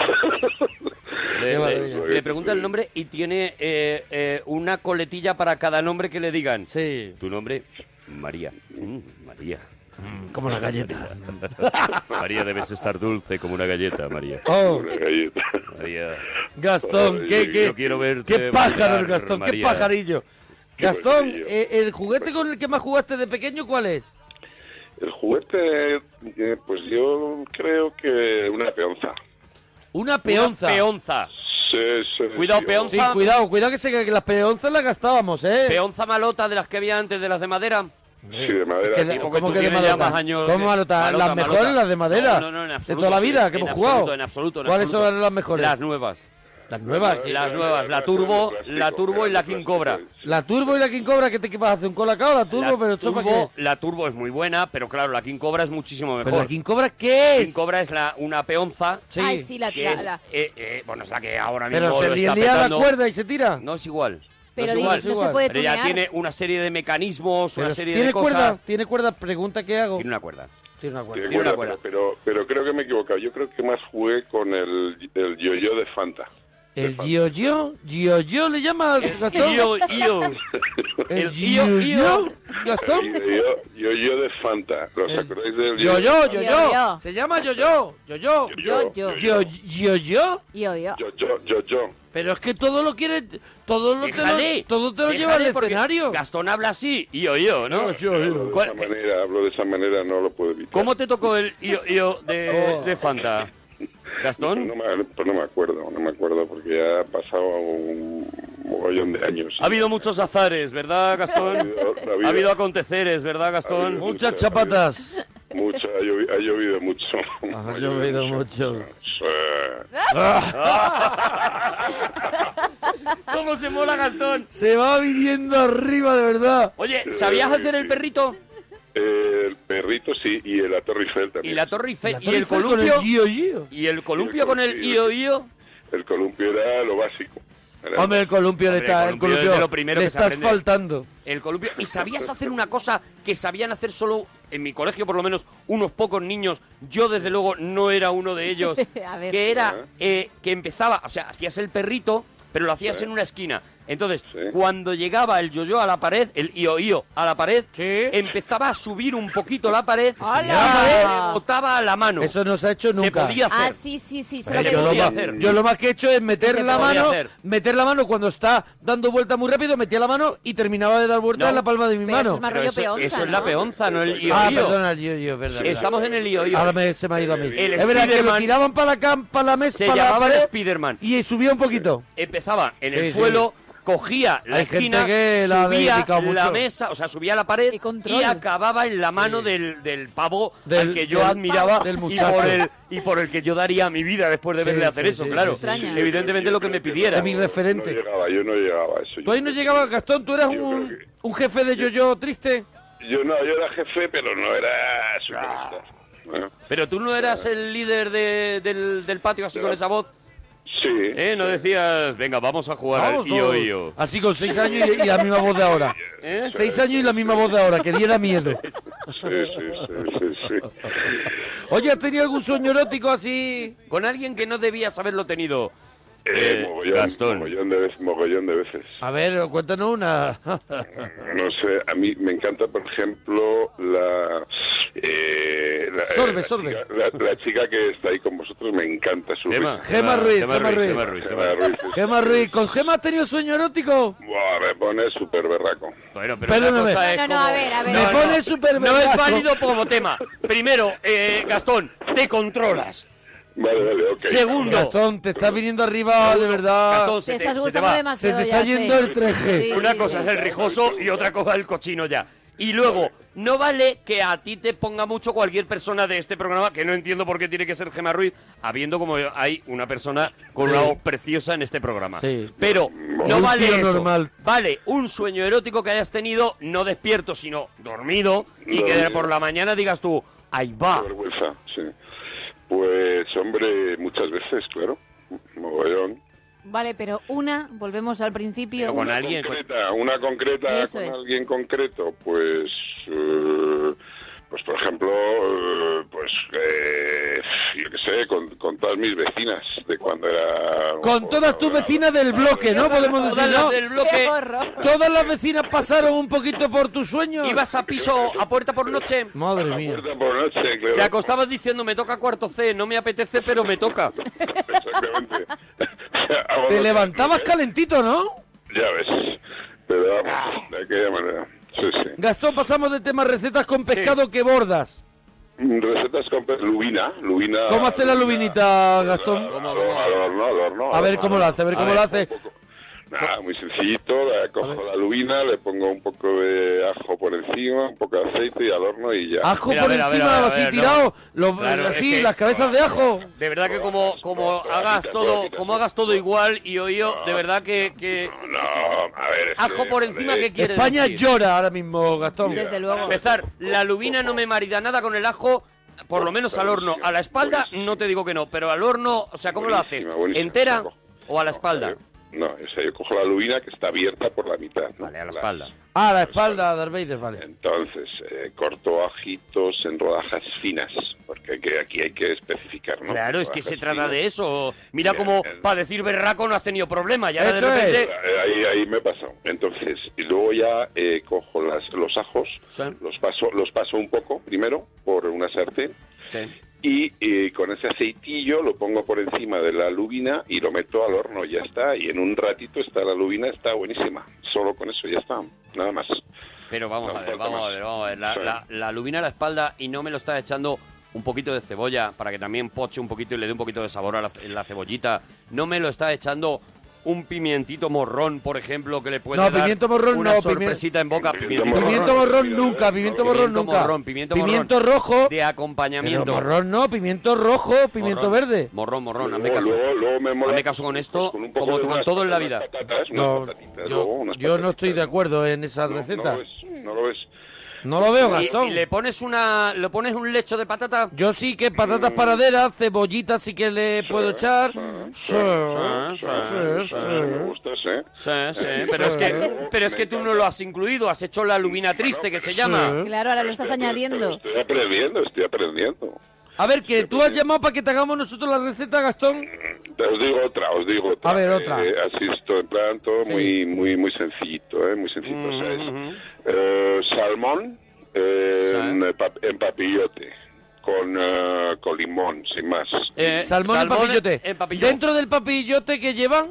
F: Qué
I: Le,
F: maravilla.
I: le- le pregunta el nombre y tiene eh, eh, una coletilla para cada nombre que le digan.
F: Sí,
I: Tu nombre, María. Mm, María.
F: mm, como la galleta.
I: María, debes estar dulce como una galleta, María.
F: ¡Oh!
K: Una galleta.
I: María.
F: Gastón, qué,
I: Yo
F: qué,
I: quiero verte
F: qué pájaro,
I: bailar,
F: Gastón, qué
I: María.
F: pajarillo.
K: Qué
F: Gastón,
K: pajarillo.
F: eh, ¿el juguete con el que más jugaste de pequeño cuál es?
K: El juguete, eh, pues yo creo que una peonza.
F: Una
I: Una
F: peonza.
I: peonza.
K: Sí, sí,
I: Cuidado,
K: sí,
I: peonza.
F: Sí, cuidado, cuidado que, se, que las peonzas las gastábamos, ¿eh?
I: Peonza malota de las que había antes, de las de madera.
K: Sí, de madera.
F: Que
K: sí,
F: la-
I: Sí,
K: porque-
I: porque
F: ¿Cómo
I: tú
F: que de
I: tienes ya
F: malota?
I: más años
F: ¿Cómo
I: de-
F: malota?
I: malota,
F: ¿Las mejores,
I: malota.
F: las de madera?
I: No, no, no, en absoluto.
F: De toda la vida que
I: En
F: hemos
I: absoluto,
F: jugado.
I: En absoluto, en
F: ¿Cuáles
I: absoluto.
F: son las mejores?
I: Las nuevas.
F: Las nuevas.
K: Ah,
I: las
K: sí,
I: nuevas, la turbo,
K: plástico,
I: la turbo y la King Cobra.
F: La turbo y la King Cobra, que te que vas a hacer un colacao, la turbo,
I: la
F: pero esto para
I: turbo,
F: qué
I: la turbo es muy buena, pero claro, la King Cobra es
F: es?
I: muchísimo mejor.
F: ¿Pero la King Cobra qué
I: King
F: es?
I: Cobra es la, una peonza
F: Sí.
H: Ay, sí, la,
I: que
H: la-
I: es,
H: la-
I: eh, eh, bueno, es la que ahora mismo
F: Pero se
I: lo está
F: lía la
I: petando.
F: cuerda y se tira.
I: No es igual.
H: Pero
I: no es
H: di-
I: igual.
F: es
H: no se
F: igual.
H: puede
I: pero ya
H: tunear.
I: tiene una serie de mecanismos,
F: Pero
I: una serie
F: ¿Tiene
I: de cosas.
F: cuerda? ¿Tiene cuerda? Pregunta que hago.
I: Tiene una cuerda.
F: Tiene una
K: Sí,
F: cuerda.
I: Tiene una
K: bueno,
I: cuerda.
K: Pero, pero creo que me he equivocado. Yo creo que más jugué con el, el yo-yo de Fanta.
F: ¿El yo-yo? ¿Yo-yo le llama Gastón?
I: Io, io.
F: ¿El
I: el yo-yo.
F: yo-yo? ¿Gastón?
K: El yo- yo-yo de Fanta. ¿Os acordáis del
F: Yo-yo, yo-yo.
H: Yo-yo.
F: Se llama yo-yo. Yo-yo.
H: Yo, yo.
F: Yo- ¿Yo-yo?
H: Y odio.
K: Yo-yo, yo-yo.
F: Pero es que todo lo quiere, todo lo te
I: Déjale,
F: lo, todo te lo lleva al
I: déjale, porque
F: escenario.
I: Gastón habla así, io, yo, ¿no?
K: Hablo de esa
I: ¿Cuál- eh,
K: manera, hablo de esa manera, no lo puedo evitar.
I: ¿Cómo te tocó el io, io de,
F: Oh.
I: de Fanta?
K: Pues
I: Gastón,
K: No me, pues no me acuerdo, no me acuerdo porque ya ha pasado un mogollón de años.
I: ha habido muchos azares, ¿verdad, Gastón?
K: Ha habido- ha habido-
I: Ha habido aconteceres, ¿verdad,
K: ha
I: Gastón?
K: habido-
F: Muchas chapatas.
K: Mucho, ha llovido, ha llovido mucho.
F: Ha llovido mucho.
K: Eh,
I: ¿Cómo se mola Gastón?
F: Se va viniendo arriba, de verdad.
I: Oye, ¿sabías hacer el perrito?
K: El perrito sí, y la Torre Eiffel también.
I: Y la Torre Eiffel,
K: La
I: y
K: Torre
I: el
K: Eiffel con
I: columpio.
K: el guío,
I: Y el columpio con el io io.
K: El columpio era lo básico. Era-
F: Hombre, el columpio le
I: Hombre,
F: está,
I: el
F: el
I: columpio es de
F: columpio
I: lo primero
F: le
I: que se
F: estás
I: aprende.
F: faltando.
I: El columpio. ¿Y sabías hacer una cosa que sabían hacer solo en mi colegio, por lo menos, unos pocos niños? Yo, desde luego, no era uno de ellos.
H: A ver.
I: Que era eh, que empezaba, o sea, hacías el perrito, pero lo hacías en una esquina. Entonces, cuando llegaba el yo-yo a la pared, el io-io a la pared, empezaba a subir un poquito la pared, la pared rebotaba a la mano.
F: Eso no se ha hecho nunca.
I: Se podía hacer.
H: Ah, sí, sí, sí.
F: Pero yo, lo
I: podía
F: más,
I: hacer.
F: yo lo más que he hecho es meter
I: se
F: la
I: podía
F: mano,
I: hacer.
F: meter la mano cuando está dando vuelta muy rápido, metía la mano y terminaba de dar vuelta
I: No.
F: en la palma de mi
I: Pero
F: mano.
I: eso es más Pero rollo eso- peonza, eso es ¿no? la peonza, no el
F: Ah,
I: io-io.
F: perdona, el io-io, es verdad. es verdad.
I: Estamos en el io-io.
F: Ahora me- se me ha ido a mí.
I: El
F: es verdad que lo
I: Spiderman
F: tiraban para la, cam- para la mesa,
I: se
F: para la
I: llamaba el
F: pared
I: Spiderman.
F: y subía un poquito.
I: empezaba en
F: Sí,
I: el
F: sí.
I: suelo, cogía la
F: Hay gente
I: esquina,
F: que la ha
I: subía
F: dedicado
I: la
F: mucho.
I: mesa, o sea, subía la pared y acababa en la mano del, del pavo
F: Del-
I: al que yo
F: del-
I: admiraba
F: del
I: y,
F: muchacho.
I: por el, y por el que yo daría mi vida después de
F: Sí,
I: verle
F: sí,
I: hacer
F: sí,
I: eso,
F: sí,
I: claro.
F: sí, sí.
I: Evidentemente lo que me pidiera.
F: Es mi referente.
K: No llegaba, yo no llegaba a eso.
F: ¿Tú ahí no llegabas, Gastón? ¿Tú eras un, un jefe de yo-yo triste?
K: Yo no, yo era jefe, pero no era
I: Ah,
K: superstar. Bueno,
I: Pero tú no eras el líder de- del, del patio así con esa voz.
K: Sí.
I: ¿Eh? No decías, venga, vamos a jugar
F: Vamos
I: al io
F: todos.
I: io.
F: Así con seis años y, y la misma voz de ahora.
I: ¿Eh?
F: Seis años y la misma voz de ahora, que diera miedo.
K: Sí, sí, sí, sí, sí.
F: Oye, ¿has tenido algún sueño erótico así?
I: Con alguien que no debías haberlo tenido.
K: Eh, mogollón, Mogollón de, veces, mogollón de veces.
F: A ver, cuéntanos una.
K: No sé, a mí me encanta, por ejemplo, la... eh, la
F: Sorbe,
K: la
F: sorbe.
K: chica- La, la chica que está ahí con vosotros me encanta su
I: Gema.
F: Gema Ruiz, Gema Ruiz.
I: Gema Ruiz, Gema
K: Gema Ruiz.
F: Gemma Ruiz, ¿con Gemma has tenido sueño erótico?
K: Buah, me pone súper berraco.
I: Bueno, pero
F: Perdóname.
I: una cosa es
F: No,
H: no,
I: como-
H: a ver, a ver.
F: Me pone súper
I: No es
F: berraco.
I: válido como tema. Primero, eh, Gastón, te controlas.
K: Vale, vale, ok.
I: Segundo.
F: Gastón, te está viniendo arriba, de verdad.
I: Gastón, se
H: Te
I: te,
H: estás
I: se te
H: gustando
I: va.
H: demasiado.
F: Se te
H: ya
F: está
H: sé.
F: yendo el 3G.
H: Sí,
I: Una
H: sí,
I: cosa
H: sí.
I: es el rijoso y otra cosa el cochino ya. Y luego, no vale que a ti te ponga mucho cualquier persona de este programa, que no entiendo por qué tiene que ser Gemma Ruiz, habiendo como hay una persona con
F: Sí.
I: una voz preciosa en este programa.
F: Sí.
I: Pero
F: Y
I: no
F: un
I: vale
F: tío
I: eso.
F: normal.
I: Vale un sueño erótico que hayas tenido, no despierto, sino dormido, y que
K: Dormido.
I: por la mañana digas tú, ahí va.
K: Qué vergüenza, sí. Pues, hombre, muchas veces, claro. Mogollón.
H: Vale, pero una, volvemos al principio.
I: con
K: Una
I: alguien, con-
K: concreta, una concreta
H: Eso
K: con
H: es.
K: alguien concreto, pues eh, pues por ejemplo, eh, pues eh, yo qué sé, con, con todas mis vecinas de cuando era
F: Con todas tus vecinas del bloque, ¿no? Podemos
I: Todas
F: decir,
I: las
F: ¿no?
I: del bloque.
F: Todas las vecinas pasaron un poquito por tus sueños.
I: Ibas a piso a puerta por noche.
F: Madre mía.
K: Puerta por noche,
I: Te
K: claro.
I: acostabas diciendo, me toca cuarto C, no me apetece, pero me toca.
K: Exactamente. Vamos,
F: Te levantabas calentito, ¿no?
K: Ya ves. Pero vamos, de aquella manera. Sí, sí.
F: Gastón, pasamos de temas recetas con pescado que bordas.
K: Mm, Recetas con pe- lubina,
I: Ah,
K: lubina.
F: ¿Cómo hace la lubinita, Gastón?
K: Al horno, al horno, al horno.
F: A ver cómo lo hace, a ver cómo
K: Ah,
F: lo hace.
K: Nada, muy sencillito, la- cojo la lubina, le pongo un poco de ajo por encima, un poco de aceite y al horno y ya.
F: Ajo
I: Mira, a
F: por
I: ver, a ver,
F: encima,
I: a ver,
F: así
I: no.
F: tirado, lo-
I: Claro,
F: así,
I: es que-
F: las cabezas de ajo.
I: De verdad que como, como hagas
K: quita,
I: todo,
K: quita,
I: como
K: quita.
I: hagas todo igual y yo, yo, de verdad que, que
K: No, a ver. es que,
I: ajo por encima
K: joder,
I: que quiere
F: España
I: decir?
F: llora ahora mismo, Gastón.
H: Desde luego.
I: Empezar, la lubina no me marida nada con el ajo, por lo menos al horno. A la espalda no te digo que no, pero al horno, o sea, ¿cómo lo haces?
K: Buenísima, buenísima.
I: ¿Entera
K: Ajo.
I: o a la espalda?
K: No, o sea, yo cojo la lubina que está abierta por la mitad. ¿no?
I: Vale, a la
K: Las-
I: espalda.
F: Ah, la espalda, Darth Vader, vale.
K: Entonces, eh, corto ajitos en rodajas finas, porque hay que- aquí hay que especificar, ¿no?
I: Claro, es que se
K: Rodajas
I: trata
K: finas.
I: de eso. Mira
K: Bien,
I: como
K: bien.
I: para decir berraco no has tenido problema, ya Ah, de
F: Eso es.
I: repente...
K: Eh, Ahí, ahí me pasó. Entonces, y luego ya eh, cojo las, los ajos,
I: Sí.
K: los paso, los paso un poco primero por una sartén
I: Sí.
K: y eh, con ese aceitillo lo pongo por encima de la lubina y lo meto al horno, ya está. Y en un ratito está la lubina, está buenísima. Solo con eso ya está, nada más.
I: Pero vamos
K: No,
I: a ver,
K: falta
I: vamos a
K: más.
I: ver, vamos a ver. La,
K: Sí.
I: la, la lubina a la espalda y no me lo está echando un poquito de cebolla para que también poche un poquito y le dé un poquito de sabor a la, ce- la cebollita. No me lo está echando un pimientito morrón, por ejemplo, que le puede
F: No,
I: dar
F: pimiento morrón
I: una
F: no, pimi-
I: sorpresita en boca. Pimiento,
F: Pimiento morrón nunca, pimiento morrón
I: Pimiento
F: nunca.
I: morrón, pimiento morrón.
F: rojo.
I: De acompañamiento.
F: Pero morrón no, pimiento rojo, pimiento
I: Morrón,
F: verde.
I: Morrón, morrón, hazme caso. hazme caso con esto,
K: pues poco
I: como
K: de
I: tú con
K: unas-
I: todo en la
K: unas
I: vida.
K: patatas, unas
F: No,
K: patatitas, luego
F: yo,
K: unas
F: yo no estoy de acuerdo en esa
K: No
F: receta.
K: lo ves, no lo ves.
F: No lo veo,
I: Y-
F: Gastón.
I: Y, le pones una, le pones un lecho de patata.
F: Yo sí que patatas paraderas, cebollitas sí que le puedo echar. Sí,
I: sí,
F: sí,
I: sí,
F: sí.
I: me Sí, sí, pero es que, pero es que tú no lo has incluido, has hecho la lumina triste que se llama.
H: Claro, ahora lo estás añadiendo.
K: Estoy aprendiendo, estoy aprendiendo.
F: A ver, que tú has llamado para que te hagamos nosotros la receta, Gastón.
K: Te- Os digo otra, os digo otra.
F: A ver, otra.
K: Eh, así es todo en plan, todo muy, muy, muy sencillito, ¿eh? Muy sencillito.
I: pues,
K: o sea, es,
F: Mm.
K: eh, salmón eh, en, pap- en papillote con, eh, con limón, sin más.
I: Eh,
F: Eh, salmón, en papillote. Dentro del papillote que llevan,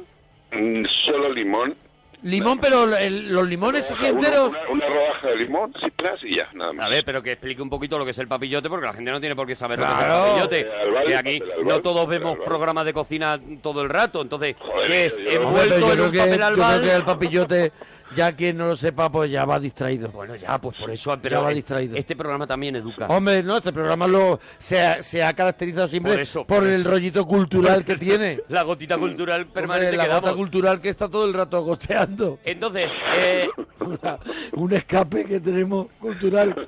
K: Mm, Solo limón.
F: limón, pero el- los limones así
K: Una-
F: enteros.
K: Una, una rodaja de limón, sí, tras y ya, nada más.
I: A ver, pero que explique un poquito lo que es el papillote, porque la gente no tiene por qué saber
K: Claro.
I: lo que es el
K: Eh,
I: papillote.
K: al bar,
I: que aquí
K: papel al bar,
I: no todos vemos programas de cocina todo el rato, entonces, ¿qué es?
F: Hombre, pero
I: Envuelto en un
F: que,
I: papel
F: yo creo que el
I: albal.
F: papillote, ya que no lo sepa, pues ya va distraído.
I: Bueno, ya, pues por eso,
F: ya
I: pero
F: va
I: es-
F: distraído.
I: este programa también educa.
F: Hombre, no, este programa lo, se, ha, se ha caracterizado siempre
I: Por
F: por,
I: eso, por
F: el
I: eso.
F: rollito cultural que tiene.
I: La gotita cultural permanente
F: Hombre, la
I: que
F: gota
I: damos.
F: cultural que está todo el rato goteando.
I: Entonces, eh,
F: Un escape que tenemos cultural.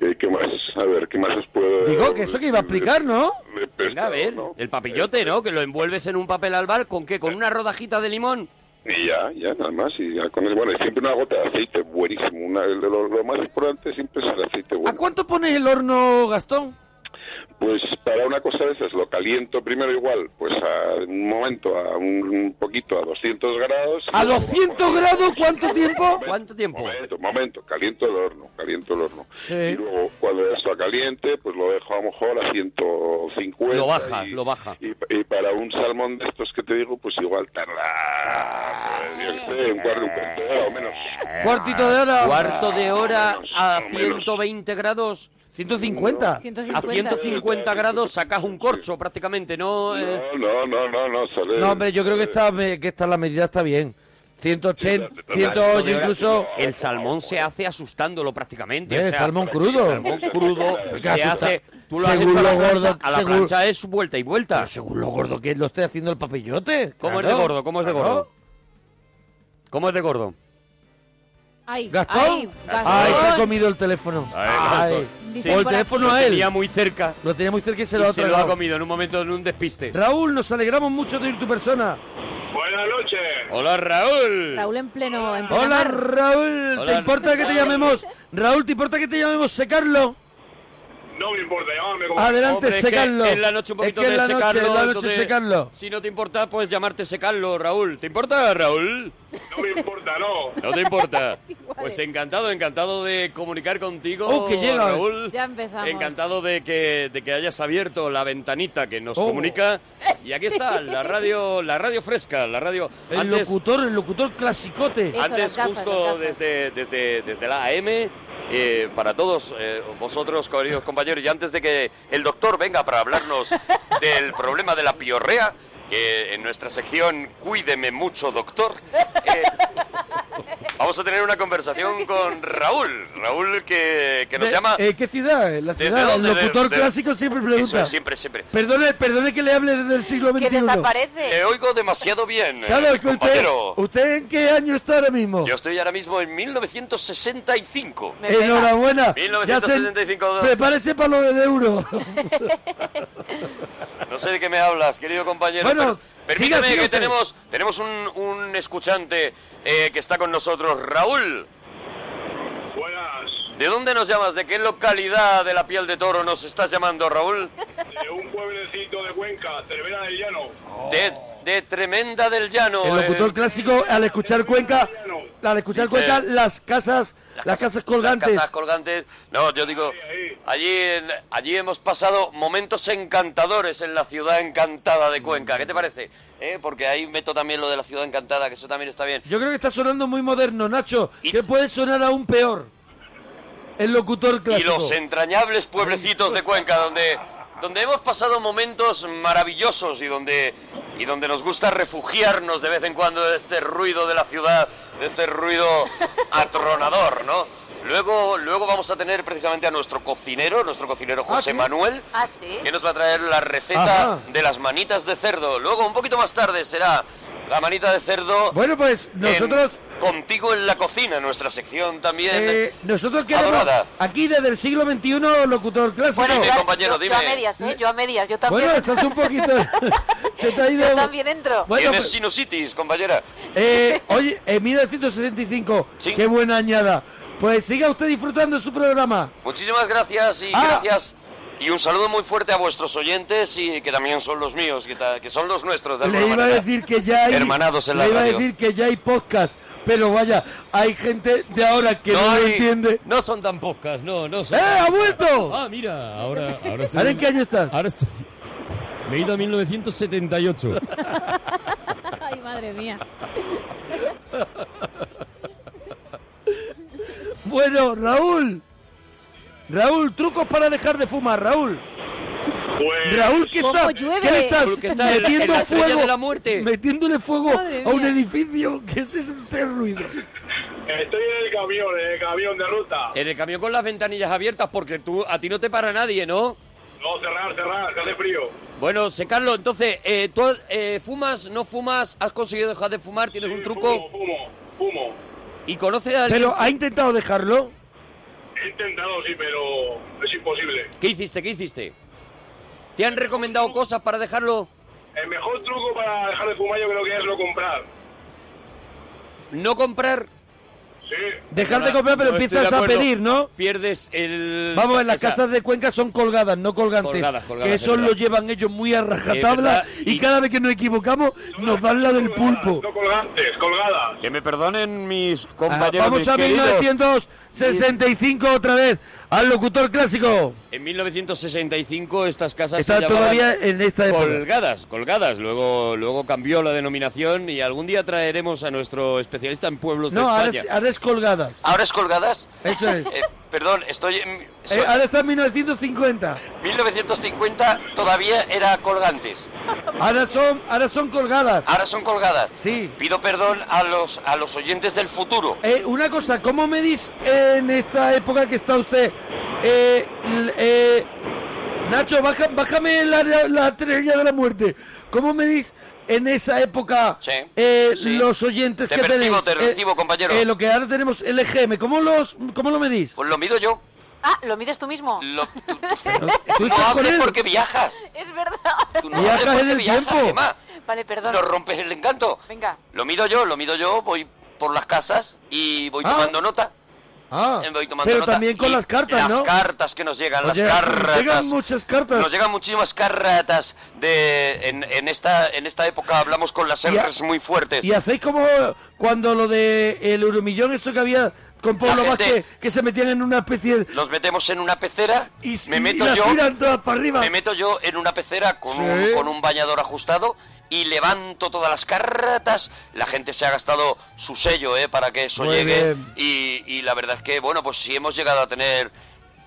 K: Eh, ¿Qué más? A ver, ¿qué más os puedo
F: Digo que eso que iba a explicar, ¿no?
I: venga, a ver, el papillote, ¿no? Que lo envuelves en un papel albal, ¿con qué? ¿Con una rodajita de limón?
K: Y ya, ya, nada más. Y ya con el- bueno, y siempre una gota de aceite, buenísimo. Una, lo, lo más importante siempre es el aceite bueno.
F: ¿A cuánto pones el horno, Gastón?
K: Pues para una cosa de esas, lo caliento primero igual, pues a un momento, a un, un poquito, a 200 grados.
F: ¿A 200 grados cuánto tiempo?
I: ¿Cuánto tiempo?
K: Momento, momento, caliento el horno, caliento el horno.
F: Sí.
K: Y luego, cuando ya está caliente, pues lo dejo a lo mejor a 150.
I: Lo baja,
K: y,
I: lo baja.
K: Y, y para un salmón de estos que te digo, pues igual tarda, pues, yo qué sé, un cuarto, un cuarto de hora o menos.
F: Eh, Cuartito de hora.
I: Cuarto de hora
K: Ah,
I: a 120 grados.
F: 150.
I: A 150 grados sacas un corcho prácticamente, ¿no? Eh,
K: No, no, no, no, sale.
F: No, hombre, yo creo que esta, me- que esta la medida está bien. 180, 108 incluso.
I: El salmón se hace asustándolo prácticamente.
F: Eh,
I: o sea,
F: salmón crudo.
I: El salmón crudo
F: Pero que
I: se
F: asusta.
I: hace... Tú lo has
F: Según
I: hecho a la
F: lo
I: plancha,
F: gordo-
I: a la
F: según-
I: plancha es vuelta y vuelta.
F: Lo gordo que lo esté haciendo el papillote.
I: ¿Cómo es
F: claro.
I: de gordo? ¿Cómo es de
F: Claro.
I: gordo? ¿Cómo es de gordo?
H: Ay,
F: ¿Gastón?
H: ay,
F: Ay, se ha
H: Gastón.
F: comido el teléfono. Ay.
H: Dicen
F: O el
H: por aquí-
F: teléfono a
I: Lo
F: él.
I: tenía muy cerca.
F: Lo tenía muy cerca y se
I: y
F: lo ha
I: se lo ha
F: tragado.
I: comido en un momento, en un despiste.
F: Raúl, nos alegramos mucho de oír tu persona.
K: Buenas noches.
I: ¡Hola, Raúl!
H: Raúl en pleno, en plena
F: Hola,
H: mar.
F: Raúl.
I: Hola.
F: ¿Te importa que te llamemos? Raúl, ¿te importa que te llamemos Secarlo?
K: No me importa, llámame como...
F: Adelante,
I: Hombre, es que
F: Secarlo.
I: en la noche un poquito
F: es que en
I: de
F: la noche,
I: secarlo.
F: en la noche
I: entonces,
F: secarlo.
I: Si no te importa, pues llamarte secarlo, Raúl. ¿Te importa, Raúl?
K: No me importa, no.
I: No te importa. pues encantado, encantado de comunicar contigo,
F: Oh, que llega.
I: Raúl.
H: Ya empezamos.
I: Encantado de que, de que hayas abierto la ventanita que nos
F: Oh.
I: comunica. Y aquí está, la radio, la radio fresca, la radio.
F: El
I: antes
F: locutor, el locutor clasicote.
H: Eso,
I: Antes,
H: las gafas, las
I: justo
H: gafas.
I: desde, desde, desde la AM, eh, para todos eh, vosotros, queridos compañeros, y antes de que el doctor venga para hablarnos del problema de la piorrea, que en nuestra sección Cuídeme mucho, doctor, eh, vamos a tener una conversación con Raúl. Raúl que, que nos
F: De-
I: llama.
F: eh, ¿Qué ciudad? La
I: ¿Desde
F: ciudad. El
I: dónde? De-
F: locutor
I: de-
F: clásico siempre pregunta.
I: Eso, siempre, siempre.
F: Perdone, perdone que le hable desde el siglo XXI.
H: Que desaparece.
I: Le oigo demasiado bien, eh,
F: Claro, es que usted,
I: compañero.
F: ¿usted en qué año está ahora mismo?
I: Yo estoy ahora mismo en 1965.
H: Me pega.
F: Enhorabuena.
I: 1975.
F: Ya se- prepárese para lo del euro.
I: No sé de qué me hablas, querido compañero.
F: Bueno,
I: Per- permíteme
F: siga, siga
I: que
F: usted.
I: tenemos, tenemos un, un escuchante eh, que está con nosotros, Raúl.
K: Buenas.
I: ¿De dónde nos llamas? ¿De qué localidad de la piel de toro nos estás llamando, Raúl?
K: De un pueblecito de Cuenca, Cervera del Llano.
I: De, de Tremenda del Llano.
F: El locutor
I: eh,
F: clásico, al escuchar Cuenca, al escuchar Cuenca, las casas, las casas colgantes.
I: Las casas colgantes. No, yo digo, allí, en- allí hemos pasado momentos encantadores en la ciudad encantada de Cuenca. ¿Qué te parece? Eh, Porque ahí meto también lo de la ciudad encantada, que eso también está bien.
F: Yo creo que está sonando muy moderno, Nacho. Que puede sonar aún peor. El locutor
I: y
F: clásico.
I: los entrañables pueblecitos de Cuenca, donde donde hemos pasado momentos maravillosos y donde, y donde nos gusta refugiarnos de vez en cuando de este ruido de la ciudad, de este ruido atronador, ¿no? Luego, luego vamos a tener precisamente a nuestro cocinero, nuestro cocinero José Manuel,
H: Ah, sí.
I: que nos va a traer la receta de las manitas de cerdo. Luego, un poquito más tarde, será la manita de cerdo.
F: Bueno, pues
I: en-
F: nosotros
I: contigo en la cocina, nuestra sección también.
F: Eh, nosotros queremos
I: Adorada.
F: aquí desde el siglo XXI locutor clásico.
I: Bueno, Dime, yo- compañero,
H: Yo a medias, ¿eh? Yo a medias, yo también.
F: Bueno, estás un poquito. se te ha ido.
H: Yo también entro.
F: Bueno,
I: Tienes sinusitis, compañera.
F: Eh, oye, en 1965. Qué buena añada. Pues siga usted disfrutando de su programa.
I: Muchísimas gracias y
F: Ah.
I: gracias. Y un saludo muy fuerte a vuestros oyentes y que también son los míos, que, ta- que son los nuestros de
F: Le
I: alguna
F: iba a
I: manera.
F: decir que ya hay.
I: Hermanados en la
F: le iba
I: radio.
F: a decir que ya hay podcast. Pero vaya, hay gente de ahora que no, lo
L: hay-
F: entiende.
L: No son tan pocas, no, no son.
F: ¡Eh,
L: tan-
F: ha vuelto!
L: Ah, mira, ahora, ahora estoy.
F: ¿Ahora en qué año estás?
L: Ahora estoy. Me he ido a 1978.
I: pues-
H: Ay, madre mía.
F: Bueno, Raúl. Raúl, trucos para dejar de fumar, Raúl. Raúl, ¿qué
E: ¿cómo
F: está?
E: llueve?
F: ¿Qué le estás
E: Pues- Raúl, que está en la-
F: metiendo
E: en la estrella
F: fuego?
E: de la muerte.
F: Metiéndole fuego
E: Madre
F: a un
E: mía.
F: edificio. ¿Qué es ese ruido?
I: Estoy en el camión, en el camión de ruta. En el camión con las ventanillas abiertas porque tú a ti no te para nadie, ¿no?
K: No, cerrar, cerrar, que hace frío.
I: Bueno, sé Carlos, entonces, eh, ¿tú eh, fumas, no fumas? ¿Has conseguido dejar de fumar? ¿Tienes un truco?
K: Fumo, fumo.
I: ¿Y conoces a alguien?
F: ¿Pero ha intentado dejarlo?
K: He intentado, sí, pero es imposible.
I: ¿Qué hiciste? ¿Qué hiciste? ¿Te han recomendado cosas para dejarlo?
K: El mejor truco para dejar de fumar yo creo que es no comprar.
I: ¿No comprar?
K: Sí.
F: Dejar de comprar, pero empiezas a pedir, ¿no?
I: Pierdes el...
F: Vamos, en las
I: esa-
F: casas de Cuenca son colgadas, no colgantes.
I: Colgadas, colgadas,
F: que
I: es
F: eso
I: verdad.
F: lo llevan ellos muy a
I: verdad,
F: rajatabla y, cada vez que nos equivocamos nos dan la del pulpo.
K: colgantes, colgadas.
I: Que me perdonen mis
F: Ah, vamos a 1965 otra vez, al locutor clásico.
I: En 1965 estas casas
F: Está
I: se llamaban
F: todavía en esta época.
I: colgadas, colgadas. Luego, luego cambió la denominación y algún día traeremos a nuestro especialista en pueblos
F: No,
I: de
F: ahora,
I: España. Ah,
F: es- ahora es colgadas.
I: ¿Ahora es colgadas?
F: Eso es.
I: Eh, perdón, estoy en... soy-
F: Eh, ahora está en 1950.
I: 1950 todavía era colgantes.
F: Ahora son, ahora son colgadas.
I: Ahora son colgadas.
F: Sí.
I: Pido perdón a los, a los oyentes del futuro.
F: Eh, una cosa, ¿cómo medís en esta época que está usted? Eh, l- eh, Nacho, baja- bájame la, la, la estrella de la muerte. ¿Cómo medís en esa época eh, los oyentes
I: Te
F: que
I: percibo,
F: tenéis?
I: te
F: Eh,
I: recibo, compañero.
F: eh, lo que ahora tenemos, LGM, ¿cómo, los, cómo lo medís?
I: Pues lo mido yo.
H: Ah, ¿lo mides tú mismo?
F: ¿Tú estás con él?
I: porque viajas.
H: Es verdad.
I: Tú no Viajas hables en porque el viajas, tiempo. Gemma.
H: Vale, perdón.
I: Nos rompes el encanto.
H: Venga.
I: Lo mido yo, lo mido yo, voy por las casas y voy
F: Ah.
I: tomando nota.
F: Ah,
I: Eh, voy tomando
F: pero
I: nota.
F: también con
I: Y
F: las cartas,
I: Las
F: ¿no?
I: cartas que nos llegan,
F: Oye,
I: las cartas.
F: llegan muchas cartas.
I: Nos llegan muchísimas cartas de en, en esta en esta época hablamos con las
F: Y a-
I: R's muy fuertes.
F: Y hacéis como cuando lo de el euromillón, eso que había con Pablo
I: gente-
F: Vázquez, que se metían en una especie de...
I: Los metemos en una pecera
F: Y,
I: me
F: y
I: meto
F: las
I: yo
F: tiran todas para arriba.
I: me meto yo en una pecera con, un,
F: Sí.
I: con un bañador ajustado y levanto todas las cartas. La gente se ha gastado su sello eh, para que eso
F: Muy
I: llegue.
F: bien.
I: Y, y la verdad es que, bueno, pues si hemos llegado a tener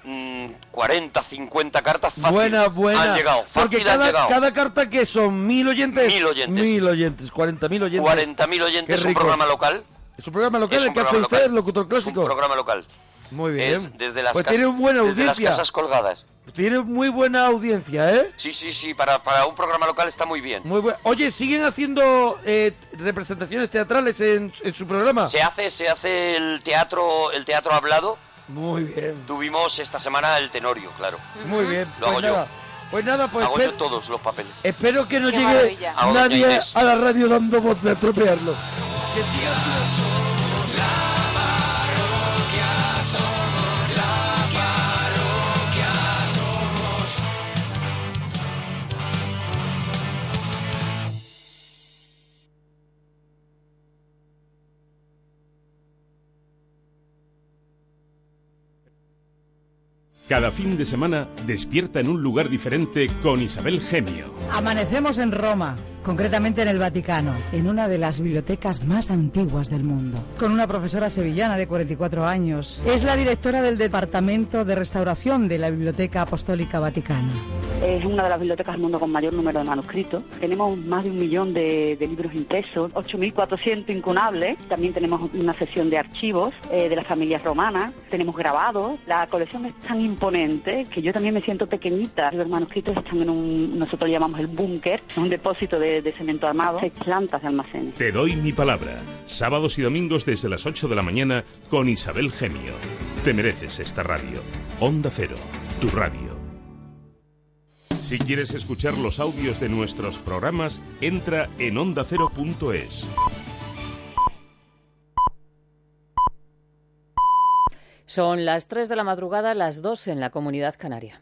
I: mm, 40, 50 cartas, fácil
F: Buena, buena.
I: han llegado.
F: Porque
I: fácil han
F: cada,
I: llegado.
F: cada carta que son mil oyentes.
I: Mil oyentes.
F: Mil oyentes, cuarenta mil oyentes.
I: 40.000 oyentes,
F: Qué
I: es un
F: rico.
I: programa local.
F: Es un programa local
I: Es
F: el
I: un
F: que hace
I: programa
F: usted,
I: local.
F: locutor
I: Un
F: clásico.
I: programa local.
F: Muy bien.
I: Es desde las,
F: pues
I: casas-
F: tiene buena
I: desde las
F: audiencia.
I: casas colgadas.
F: Tiene muy buena audiencia, ¿eh?
I: Sí, sí, sí, para, para un programa local está muy bien.
F: Muy buena. Oye, ¿siguen haciendo eh, representaciones teatrales en, en su programa?
I: Se hace, se hace el teatro, el teatro hablado.
F: Muy bien.
I: Tuvimos esta semana el Tenorio, claro.
F: Muy bien.
I: Lo hago
F: pues nada.
I: yo.
F: Pues nada, pues
I: hago
F: eh,
I: yo todos los papeles.
F: espero que no
I: Qué
F: llegue
I: maravilla. Hago doña
F: nadie
I: Inés.
F: a la radio dando voz de atropellarlo.
E: La parroquia somos, la parroquia somos.
M: Cada fin de semana despierta en un lugar diferente con Isabel Gemio.
N: Amanecemos en Roma concretamente en el Vaticano, en una de las bibliotecas más antiguas del mundo, con una profesora sevillana de 44 años. Es la directora del Departamento de Restauración de la Biblioteca Apostólica Vaticana.
O: Es una de las bibliotecas del mundo con mayor número de manuscritos. Tenemos más de un millón de, de libros impresos, 8.400 incunables. También tenemos una sesión de archivos eh, de las familias romanas. Tenemos grabados. La colección es tan imponente que yo también me siento pequeñita. Los manuscritos están en un, nosotros lo llamamos el búnker, un depósito de, de cemento armado, seis plantas de almacenes.
M: Te doy mi palabra. Sábados y domingos desde las 8 de la mañana con Isabel Gemio. Te mereces esta radio. Onda Cero, tu radio. Si quieres escuchar los audios de nuestros programas, entra en ondacero.es.
P: Son las 3 de la madrugada, las 2 en la comunidad canaria.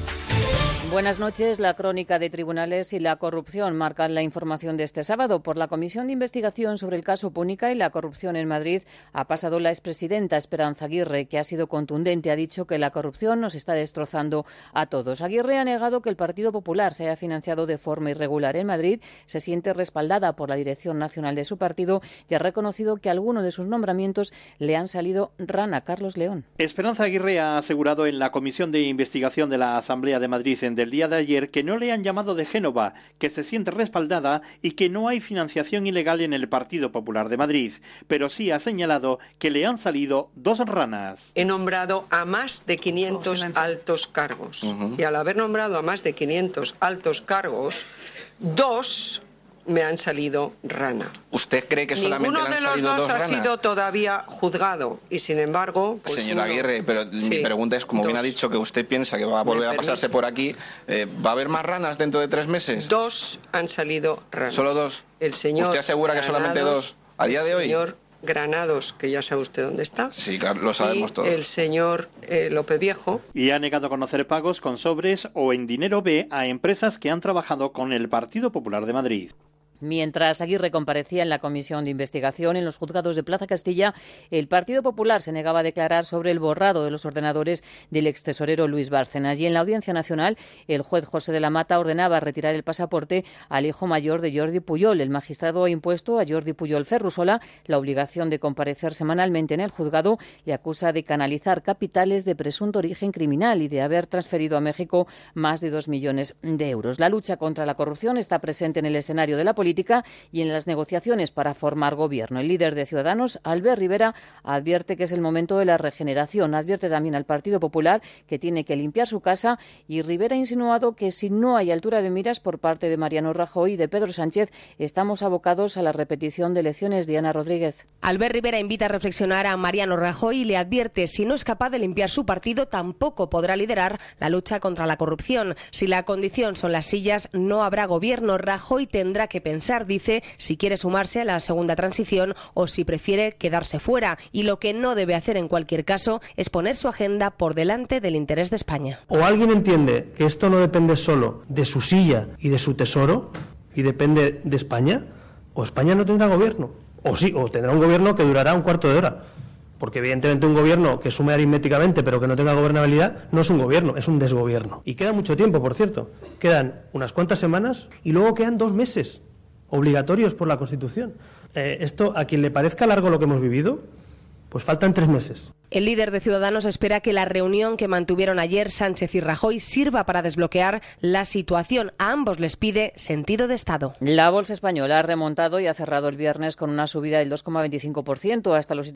P: Buenas noches. La crónica de tribunales y la corrupción marcan la información de este sábado. Por la Comisión de Investigación sobre el caso Púnica y la corrupción en Madrid ha pasado la expresidenta Esperanza Aguirre, que ha sido contundente. Ha dicho que la corrupción nos está destrozando a todos. Aguirre ha negado que el Partido Popular se haya financiado de forma irregular en Madrid. Se siente respaldada por la dirección nacional de su partido y ha reconocido que algunos de sus nombramientos le han salido rana. Carlos León.
Q: Esperanza Aguirre ha asegurado en la Comisión de Investigación de la Asamblea de Madrid en del día de ayer que no le han llamado de Génova, que se siente respaldada y que no hay financiación ilegal en el Partido Popular de Madrid, pero sí ha señalado que le han salido dos ranas.
R: He nombrado a más de 500 altos cargos y al haber nombrado a más de 500 altos cargos, dos me han salido rana.
S: ¿Usted cree que solamente
R: Ninguno
S: le han
R: de los
S: salido
R: dos,
S: dos
R: ha
S: ranas?
R: sido todavía juzgado y sin embargo... pues
S: Señora
R: uno-
S: Aguirre, pero mi
R: Sí,
S: pregunta es, como bien ha
R: dos.
S: dicho que usted piensa que va a
R: ¿Me
S: volver a
R: permite?
S: pasarse por aquí, eh, ¿va a haber más ranas dentro de tres meses?
R: Dos han salido ranas.
S: ¿Solo dos?
R: El señor
S: ¿Usted asegura que solamente dos? ¿A día
R: el
S: de hoy?
R: señor Granados, que ya sabe usted dónde está.
S: Sí, claro, lo sabemos
R: y
S: todos.
R: el señor eh, López Viejo.
Q: Y ha negado conocer pagos con sobres o en dinero B a empresas que han trabajado con el Partido Popular de Madrid.
P: Mientras Aguirre comparecía en la comisión de investigación en los juzgados de Plaza Castilla, el Partido Popular se negaba a declarar sobre el borrado de los ordenadores del extesorero Luis Bárcenas. Y en la Audiencia Nacional, el juez José de la Mata ordenaba retirar el pasaporte al hijo mayor de Jordi Puyol. El magistrado ha impuesto a Jordi Puyol Ferrusola la obligación de comparecer semanalmente en el juzgado. Le acusa de canalizar capitales de presunto origen criminal y de haber transferido a México más de dos millones de euros. La lucha contra la corrupción está presente en el escenario de la política y en las negociaciones para formar gobierno. El líder de Ciudadanos, Albert Rivera, advierte que es el momento de la regeneración. Advierte también al Partido Popular que tiene que limpiar su casa y Rivera ha insinuado que si no hay altura de miras por parte de Mariano Rajoy y de Pedro Sánchez, estamos abocados a la repetición de elecciones. Diana Rodríguez.
T: Albert Rivera invita a reflexionar a Mariano Rajoy y le advierte si no es capaz de limpiar su partido tampoco podrá liderar la lucha contra la corrupción. Si la condición son las sillas, no habrá gobierno. Rajoy tendrá que pensar, dice, si quiere sumarse a la segunda transición o si prefiere quedarse fuera. Y lo que no debe hacer en cualquier caso es poner su agenda por delante del interés de España.
U: ¿O alguien entiende que esto no depende solo de su silla y de su tesoro y depende de España? ¿O España no tendrá gobierno? O sí, o tendrá un gobierno que durará un cuarto de hora. Porque evidentemente un gobierno que sume aritméticamente pero que no tenga gobernabilidad no es un gobierno, es un desgobierno. Y queda mucho tiempo, por cierto. Quedan unas cuantas semanas y luego quedan dos meses obligatorios por la Constitución. Eh, esto, a quien le parezca largo lo que hemos vivido, pues faltan tres meses.
T: El líder de Ciudadanos espera que la reunión que mantuvieron ayer Sánchez y Rajoy sirva para desbloquear la situación. A ambos les pide sentido de Estado.
P: La bolsa española ha remontado y ha cerrado el viernes con una subida del 2,25% hasta los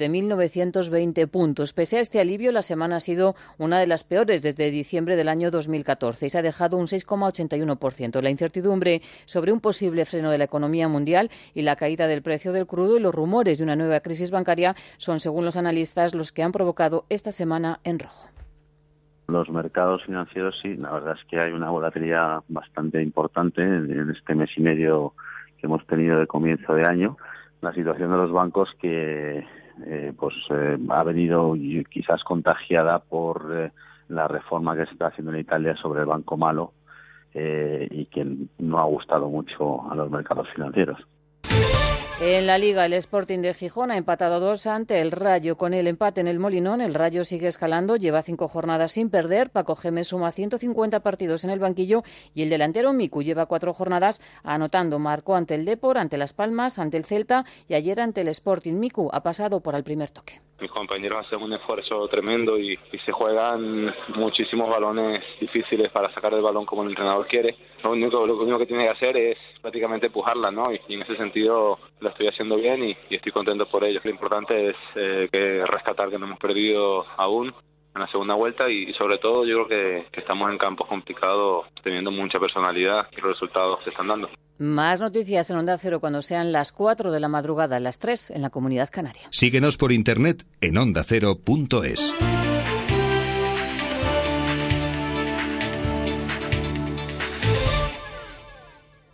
P: 7.920 puntos. Pese a este alivio, la semana ha sido una de las peores desde diciembre del año 2014 y se ha dejado un 6,81%. La incertidumbre sobre un posible freno de la economía mundial y la caída del precio del crudo y los rumores de una nueva crisis bancaria son, según los analistas, los que han provocado esta semana en rojo.
V: Los mercados financieros, sí, la verdad es que hay una volatilidad bastante importante en en este mes y medio que hemos tenido de comienzo de año. La situación de los bancos que eh, pues eh, ha venido y- quizás contagiada por eh, la reforma que se está haciendo en Italia sobre el banco malo eh, y que no ha gustado mucho a los mercados financieros.
P: En la Liga, el Sporting de Gijón ha empatado a dos ante el Rayo. Con el empate en el Molinón, el Rayo sigue escalando, lleva cinco jornadas sin perder. Paco Gemes suma 150 partidos en el banquillo y el delantero Miku lleva cuatro jornadas anotando. Marcó ante el Depor, ante Las Palmas, ante el Celta y ayer ante el Sporting. Miku ha pasado por el primer toque.
A: Mis compañeros hacen un esfuerzo tremendo y, y se juegan muchísimos balones difíciles para sacar el balón como el entrenador quiere. Lo único, lo único que tiene que hacer es prácticamente empujarla, ¿no? Y, y en ese sentido la estoy haciendo bien y, y estoy contento por ello. Lo importante es eh, que rescatar que no hemos perdido aún en la segunda vuelta y, y sobre todo yo creo que, que estamos en campos complicados teniendo mucha personalidad y los resultados se están dando.
P: Más noticias en Onda Cero cuando sean las 4 de la madrugada, las 3 en la Comunidad Canaria.
W: Síguenos por internet en ondacero.es.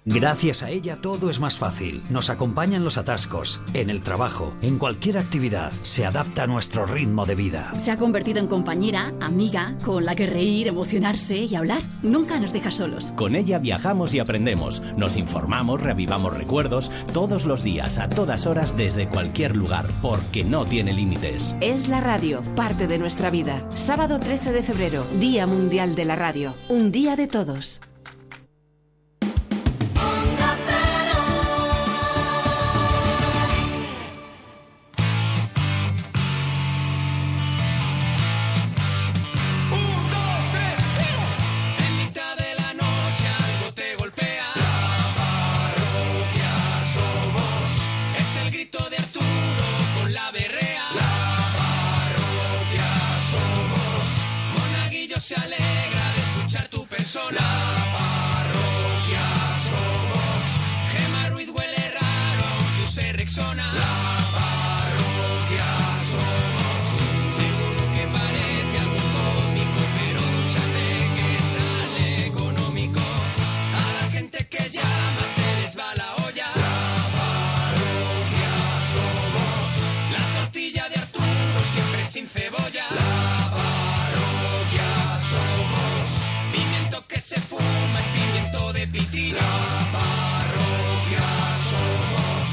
B: Gracias a ella todo es más fácil. Nos acompañan los atascos, en el trabajo, en cualquier actividad. Se adapta a nuestro ritmo de vida.
C: Se ha convertido en compañera, amiga, con la que reír, emocionarse y hablar. Nunca nos deja solos.
X: Con ella viajamos y aprendemos, nos informamos, revivamos recuerdos, todos los días, a todas horas, desde cualquier lugar, porque no tiene límites.
D: Es la radio, parte de nuestra vida. Sábado 13 de febrero, Día Mundial de la Radio. Un día de todos.
E: Un, dos, tres, ¡pum! En mitad de la noche algo te golpea. La parroquia somos. Es el grito de Arturo con la berrea. La parroquia somos. Monaguillo se alegra de escuchar tu persona. La parroquia somos. Gema Ruiz huele raro que use Rexona. La parroquia somos. Seguro que parece algo cómico, pero dúchate que sale económico. A la gente que llama se les va la olla. La parroquia somos. La tortilla de Arturo siempre sin cebolla. La parroquia somos. Pimiento que se fuma es pimiento de pitina. La parroquia somos.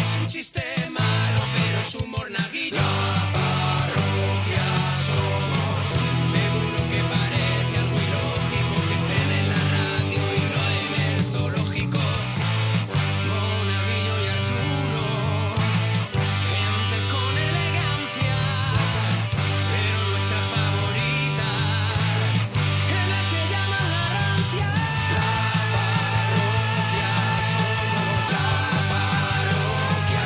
E: Es un chiste malo, pero es humor naguillo. La parroquia somos. Seguro que parece algo ilógico que estén en la radio y no en el zoológico. Monaguillo y Arturo, gente con elegancia, pero nuestra favorita es la que llaman la rancia. La parroquia somos, la parroquia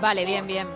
H: Vale, bien, bien.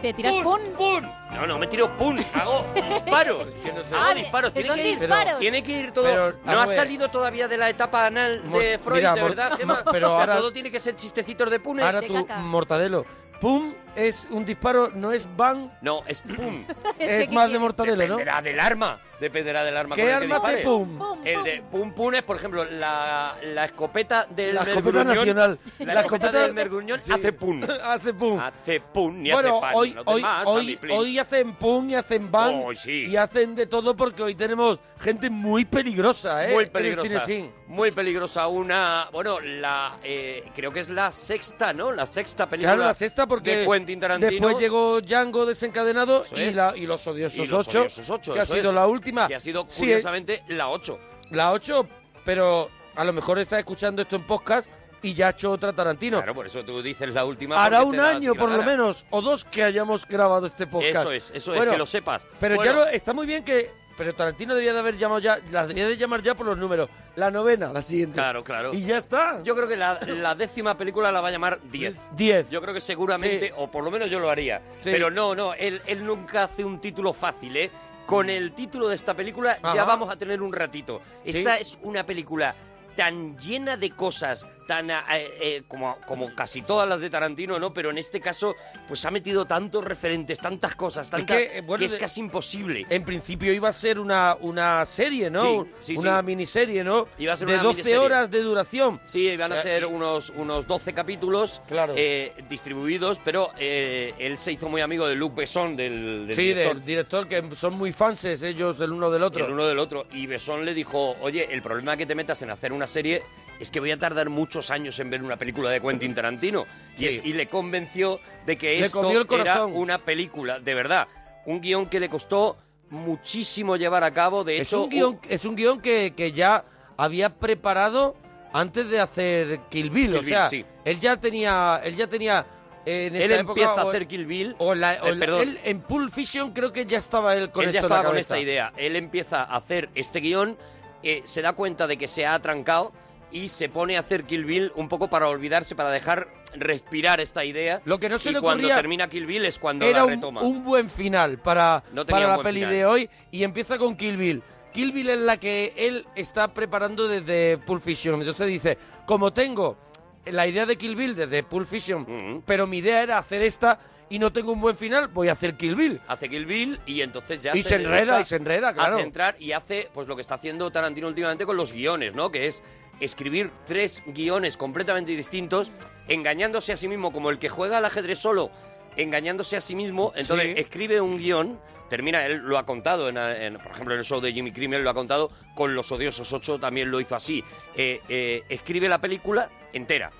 H: ¿Te tiras
I: pun?
H: pun?
I: No, no me tiro pum, hago disparos. Que no sé,
H: Ah,
I: hago disparos.
H: que
I: Tiene
H: son
I: que ir,
H: disparos.
I: tiene que ir todo.
F: Pero,
I: no ha
F: vamos a ver.
I: salido todavía de la etapa anal de
F: Mor-
I: Freud,
F: mira,
I: de
F: mor-
I: verdad, Gemma.
F: pero
I: o sea,
F: ahora-
I: todo tiene que ser chistecitos de punes.
F: Ahora tú, mortadelo. Pum es un disparo, no es bang.
I: No, es pum.
F: es más de mortadelo, ¿no?
I: Dependerá del arma. Dependerá del arma.
F: ¿Qué
I: con la
F: arma hace
I: que dispares.
F: pum?
I: El de pum pum es, por ejemplo, la, la escopeta del
F: La escopeta
I: Mergruñón.
F: nacional.
I: La,
F: La
I: escopeta,
F: escopeta-
I: del Mergruñón hace pum.
F: hace pum.
I: Hace pum, ni
F: bueno,
I: hace pan,
F: hoy,
I: no te
F: hoy,
I: más,
F: hoy,
I: Andy, please.
F: hoy hacen pum y hacen bang y hacen de todo porque hoy tenemos gente muy peligrosa, ¿eh?
I: Muy
F: en el
I: peligrosa.
F: Cinesín.
I: Muy peligrosa. Una. Bueno, la. eh, creo que es la sexta, ¿no? La sexta película.
F: Claro, la sexta porque
I: De Quentin Tarantino.
F: después llegó Django desencadenado
I: Eso
F: y,
I: es.
F: la- y los odiosos
I: Y los
F: ocho,
I: odiosos ocho,
F: que ha
I: eso
F: sido
I: es.
F: la última.
I: Que ha sido,
F: Sí, eh,
I: curiosamente, la 8.
F: La 8, pero a lo mejor está escuchando esto en podcast y ya ha hecho otra Tarantino.
I: Claro, por eso tú dices la última.
F: Hará
I: porque te
F: un
I: da
F: año, por lo
I: tiragana.
F: menos, o dos que hayamos grabado este podcast.
I: Eso es, eso es, que lo sepas.
F: Pero
I: Bueno.
F: ya lo- está muy bien que... Pero Tarantino debía de haber llamado ya... Las debía de llamar ya por los números. La novena, la siguiente.
I: Claro, claro.
F: Y ya está.
I: Yo creo que la, la décima película la va a llamar 10.
F: 10.
I: Yo creo que seguramente,
F: Sí.
I: o por lo menos yo lo haría.
F: Sí.
I: Pero no, no, él, él nunca hace un título fácil, ¿eh? Con el título de esta película
F: Ajá.
I: ya vamos a tener un ratito.
F: Sí.
I: Esta es una película tan llena de cosas, tan eh, eh, como, como casi todas las de Tarantino, ¿no? Pero en este caso, pues ha metido tantos referentes, tantas cosas, tantas,
F: que, eh, bueno,
I: que es
F: de-
I: casi imposible.
F: En principio iba a ser una, una serie, ¿no?
I: Sí, sí,
F: una
I: sí.
F: miniserie, ¿no?
I: Iba a ser
F: de
I: una
F: 12
I: miniserie.
F: horas de duración.
I: Sí, van
F: O
I: a
F: sea,
I: ser unos, unos 12 capítulos eh, distribuidos, pero eh, él se hizo muy amigo de Luc Besson, del, del
F: sí,
I: director.
F: del director, que son muy fans ellos el uno del otro.
I: El uno del otro. Y Besson le dijo, oye, el problema que te metas en hacer una serie es que voy a tardar muchos años en ver una película de Quentin Tarantino. Y, es- y le convenció de que
F: Le
I: esto
F: comió el
I: era
F: corazón.
I: una película, de verdad. Un guión que le costó muchísimo llevar a cabo. De
F: es,
I: hecho,
F: un guión, es un guión que, que ya había preparado antes de hacer Kill Bill.
I: Kill
F: o
I: Bill,
F: sea,
I: sí.
F: él ya tenía... Él ya tenía eh, en
I: Él
F: esa época,
I: empieza a
F: o-
I: hacer Kill Bill.
F: o la- o
I: eh,
F: la-
I: perdón.
F: él en Pulp Fiction creo que ya estaba él con
I: él
F: esto
I: ya
F: en la
I: estaba con
F: cabeza.
I: esta idea. Él empieza a hacer este guión, eh, se da cuenta de que se ha atrancado y se pone a hacer Kill Bill un poco para olvidarse, para dejar respirar esta idea. Lo
F: que no se
I: y
F: le
I: cuando
F: ocurría
I: termina Kill Bill es cuando
F: Era
I: la
F: un,
I: retoma.
F: un buen final para,
I: No tenía
F: para
I: un
F: la
I: buen
F: peli
I: final.
F: de hoy y empieza con Kill Bill. Kill Bill es la que él está preparando desde Pulp Fiction. Entonces dice, como tengo la idea de Kill Bill desde Pulp Fiction, pero mi idea era hacer esta y no tengo un buen final, voy a hacer Kill Bill.
I: Hace Kill Bill y entonces ya
F: Y se enreda,
I: dedica
F: y se enreda, claro.
I: A centrar y hace pues lo que está haciendo Tarantino últimamente con los guiones, ¿no? Que es escribir tres guiones completamente distintos, engañándose a sí mismo, como el que juega al ajedrez solo, engañándose a sí mismo. Entonces
F: Sí.
I: escribe un guión, termina, él lo ha contado, en, en- por ejemplo, en el show de Jimmy Kimmel lo ha contado, con Los Odiosos 8 también lo hizo así. Eh, eh, escribe la película entera,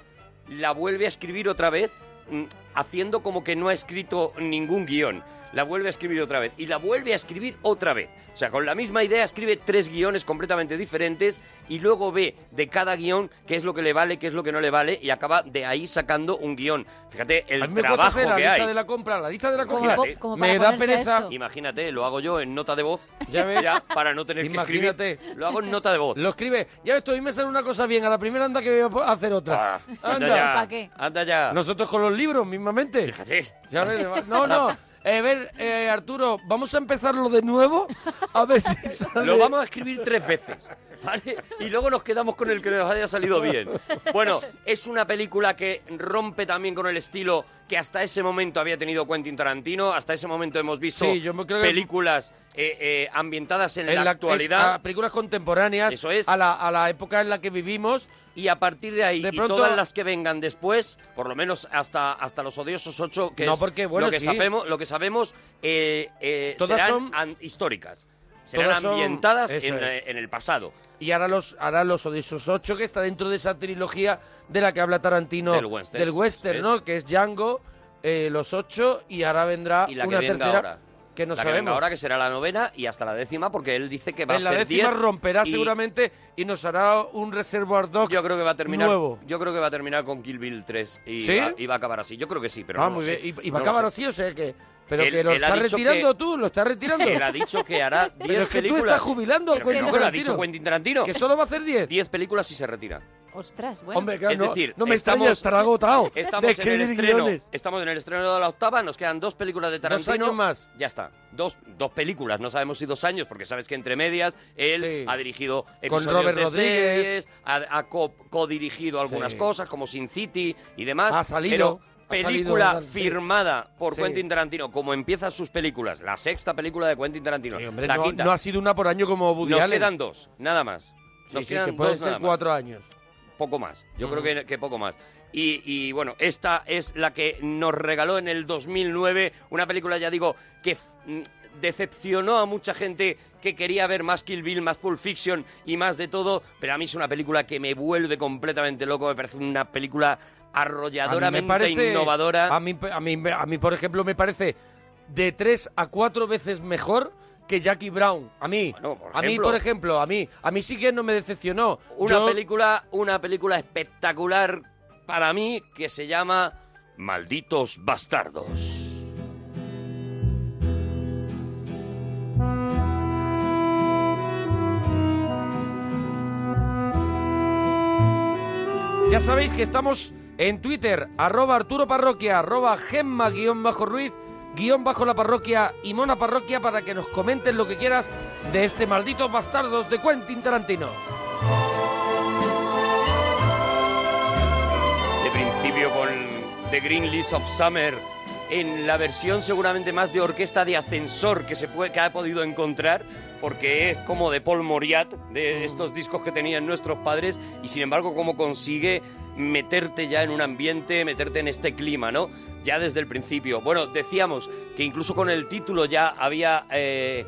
I: la vuelve a escribir otra vez, mm, haciendo como que no ha escrito ningún guión. La vuelve a escribir otra vez y la vuelve a escribir otra vez. O sea, con la misma idea escribe tres guiones completamente diferentes y luego ve de cada guión qué es lo que le vale, qué es lo que no le vale y acaba de ahí sacando un guión. Fíjate el
F: A mí me cuesta
I: trabajo
F: hacer la
I: que
F: lista
I: hay.
F: de la compra, la lista de la compra.
I: Imagínate.
F: me da pereza.
I: Imagínate, lo hago yo en nota de voz.
F: Ya ves.
I: para no tener que
F: Imagínate.
I: escribir. Lo hago en nota de voz.
F: Lo escribe. Ya estoy, me sale una cosa bien. A la primera anda que voy a hacer otra.
I: anda
F: anda.
I: Ah, ya. ¿Para qué? Anda ya.
F: Nosotros con los libros, mismamente.
I: Fíjate.
F: Ya ves, va- no, no. Eh, a ver, eh, Arturo, vamos a empezarlo de nuevo. A ver si sale.
I: Lo vamos a escribir tres veces. ¿vale? Y luego nos quedamos con el que nos haya salido bien. Bueno, es una película que rompe también con el estilo que hasta ese momento había tenido Quentin Tarantino. Hasta ese momento hemos visto
F: Sí, yo me creo que-
I: películas eh, eh, ambientadas en,
F: En
I: la,
F: la- es-
I: actualidad.
F: a películas contemporáneas
I: Eso es.
F: a, la, a la época en la que vivimos.
I: Y a partir de ahí,
F: de
I: y
F: pronto,
I: todas las que vengan después, por lo menos hasta, hasta los odiosos ocho, que
F: No,
I: es
F: porque, bueno,
I: lo que
F: sí.
I: sabemos, lo que sabemos eh, eh,
F: Todas
I: serán
F: son-
I: an- históricas, serán
F: todas son-
I: ambientadas
F: eso
I: en,
F: es.
I: eh, en el pasado.
F: Y ahora los, ahora los odiosos 8, que está dentro de esa trilogía de la que habla Tarantino.
I: Del western.
F: del western,
I: Eso es.
F: ¿no? Que es Django, eh, los 8, y ahora vendrá
I: y la
F: una
I: que venga
F: tercera.
I: ahora.
F: Que no
I: la Que
F: sabemos.
I: venga ahora que será la novena y hasta la décima porque él dice que va
F: en
I: a
F: la
I: hacer
F: décima
I: 10
F: romperá
I: y
F: seguramente y nos hará un Reservoir Dog. Yo
I: creo que va a terminar
F: Nuevo.
I: yo creo que va a terminar con Kill Bill 3 y,
F: ¿Sí?
I: va, y va a acabar así. Yo creo que sí, pero
F: ah,
I: no
F: muy
I: lo sé.
F: bien. Y, y va a
I: No lo
F: acabar
I: sé.
F: así, o sea que. Pero
I: Él-
F: que lo
I: él ha
F: estás
I: dicho
F: retirando
I: que-
F: tú, lo estás retirando.
I: Él ha dicho que hará 10
F: Pero es que tú
I: películas.
F: estás jubilando a
I: Pero que
F: Quentin
I: no, que lo ha
F: Tarantino.
I: dicho Quentin Tarantino.
F: Que solo va a hacer 10.
I: 10 películas y se retira.
H: Ostras, bueno.
F: Hombre, claro,
I: es
F: no-
I: decir,
F: no me extraña,
I: estamos,
F: estará agotado de
I: Estamos en, el
F: escribir
I: estreno,
F: guiones.
I: estamos en el estreno de la octava, nos quedan dos películas de Tarantino.
F: años más.
I: Ya está, dos, dos películas, no sabemos si dos años, porque sabes que entre medias él ha dirigido episodios
F: Robert
I: de
F: Rodríguez.
I: series, ha, ha co- codirigido algunas
F: Sí.
I: cosas, como Sin City y demás.
F: Ha salido,
I: Pero
F: ha salido,
I: película
F: ¿verdad? Sí.
I: firmada por
F: Sí.
I: Quentin Tarantino, como empiezan sus películas, la sexta película de Quentin Tarantino,
F: Hombre,
I: la
F: no,
I: quinta.
F: no ha sido una por año como Woody
I: Nos
F: Allen.
I: quedan dos, nada más.
F: Sí,
I: Nos
F: sí,
I: quedan
F: que pueden
I: dos nada
F: ser
I: más
F: cuatro años.
I: poco más. Yo
F: Ujú.
I: creo que, que poco más. Y, y, bueno, esta es la que nos regaló en el 2009 una película, ya digo, que mm, decepcionó a mucha gente que quería ver más Kill Bill, más Pulp Fiction y más de todo, pero a mí es una película que me vuelve completamente loco, me parece una película arrolladoramente innovadora.
F: A mí, a, mí, a mí, por ejemplo, me parece de tres a cuatro veces mejor que Jackie Brown. A mí, a mí,
I: ejemplo.
F: por ejemplo, a mí, a mí sí que no me decepcionó.
I: Una
F: Yo-
I: película, una película espectacular para mí que se llama Malditos bastardos.
F: Ya sabéis que estamos en Twitter, arroba Arturo Parroquia, arroba Gemma guión bajo Ruiz, guión bajo la parroquia y Mona Parroquia para que nos comentes lo que quieras de este maldito bastardos de Quentin Tarantino.
I: pero con The Green Leaves of Summer en la versión seguramente más de orquesta de ascensor que se puede, que ha podido encontrar, porque es como de Paul Moriat,
F: Mm.
I: de estos discos que tenían nuestros padres, y sin embargo cómo consigue meterte ya en un ambiente, meterte en este clima, ¿no? Ya desde el principio. Bueno, decíamos que incluso con el título ya había... eh,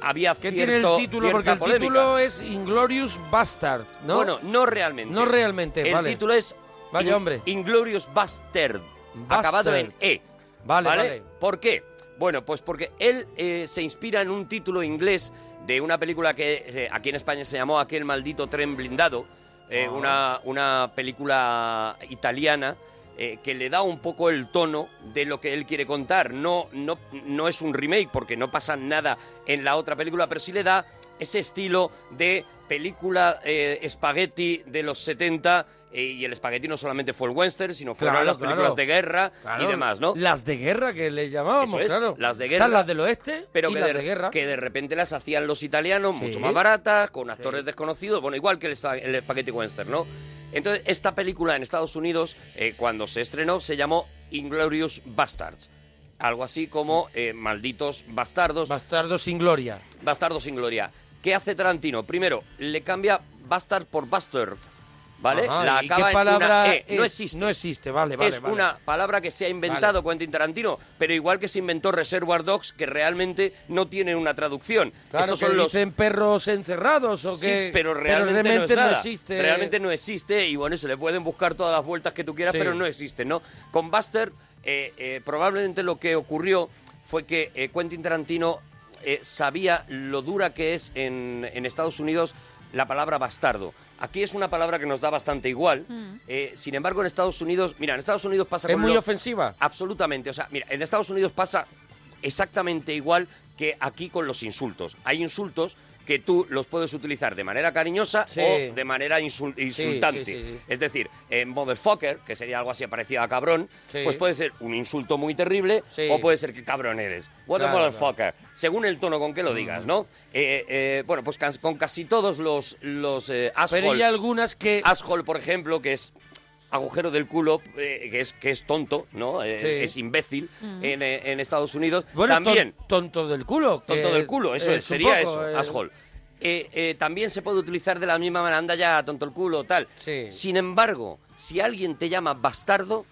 I: había
F: ¿Qué tiene el
I: cierto-
F: título?
I: cierta
F: Porque el
I: polémica.
F: título es Inglorious Bastard, ¿no?
I: Bueno, no realmente.
F: No realmente,
I: el
F: vale.
I: título es
F: Vaya
I: In-
F: hombre.
I: Inglorious Bastard, acabado en E.
F: Vale, vale.
I: ¿Por qué? Bueno, pues porque él eh, se inspira en un título inglés de una película que eh, aquí en España se llamó Aquel maldito tren blindado, eh,
G: Ah.
I: una, una película italiana eh, que le da un poco el tono de lo que él quiere contar. No, no, no es un remake porque no pasa nada en la otra película, pero sí le da ese estilo de película eh, espagueti de los 70 eh, y el espagueti no solamente fue el western, sino fueron
F: Claro,
I: las películas
F: claro.
I: de guerra
F: Claro,
I: y demás, ¿no?
F: Las de guerra que le llamábamos,
I: Eso es,
F: claro.
I: Las de
F: Están
I: guerra.
F: las del oeste
I: pero
F: y
I: que
F: las
I: de,
F: de guerra.
I: Que de repente las hacían los italianos,
F: Sí.
I: mucho más baratas, con actores desconocidos, bueno, igual que el, esta- el Spaghetti Western, ¿no? Entonces, esta película en Estados Unidos, eh, cuando se estrenó, se llamó Inglorious Bastards. Algo así como eh, Malditos Bastardos.
F: Bastardos sin gloria.
I: Bastardos sin gloria. ¿Qué hace Tarantino? Primero, le cambia Bastard por Bastard. ¿Vale?
F: Ajá,
I: La
F: ¿y
I: acaba
F: qué
I: en una
F: palabra
I: E, No
F: es?
I: existe
F: No existe, vale, vale.
I: es
F: vale.
I: una palabra que se ha inventado Quentin Tarantino, pero igual que se inventó Reservoir Dogs, que realmente no tienen una traducción.
F: Claro,
I: Estos son
F: que
I: los
F: dicen perros encerrados o
I: Sí,
F: que...
I: pero realmente, no, es
F: realmente
I: nada.
F: existe.
I: Realmente no existe y bueno, se le pueden buscar todas las vueltas que tú quieras,
F: Sí.
I: pero no existe, ¿no? Con Buster, eh, eh, probablemente lo que ocurrió fue que eh, Quentin Tarantino eh, sabía lo dura que es en, en Estados Unidos la palabra bastardo. Aquí es una palabra que nos da bastante igual.
F: Mm.
I: eh, sin embargo, en Estados Unidos, mira, en Estados Unidos pasa
F: Es
I: con
F: muy
I: los-
F: ofensiva.
I: Absolutamente. O sea, mira, en Estados Unidos pasa exactamente igual que aquí con los insultos. Hay insultos que tú los puedes utilizar de manera cariñosa
F: Sí.
I: o de manera insul- insultante.
F: sí, sí.
I: Es decir, en motherfucker, que sería algo así parecido a cabrón,
F: Sí.
I: pues puede ser un insulto muy terrible
F: Sí.
I: o puede ser que cabrón eres. What a
F: Claro,
I: motherfucker. Según el tono con que lo digas, ¿no? Eh, eh, bueno, pues cas- con casi todos los, los eh,
F: Pero
I: asshole-
F: hay algunas que...
I: Asshole, por ejemplo, que es agujero del culo, eh, que, es, que es tonto, ¿no? Eh,
F: Sí.
I: Es imbécil
F: Mm.
I: en, eh, en Estados Unidos.
F: Bueno, ton-
I: también,
F: tonto del culo. que
I: tonto del culo, eso
F: un
I: es, sería
F: poco,
I: eso,
F: eh,
I: asshole. Eh, eh, también se puede utilizar de la misma manera, anda ya, tonto el culo, tal. Sin embargo, si alguien te llama bastardo,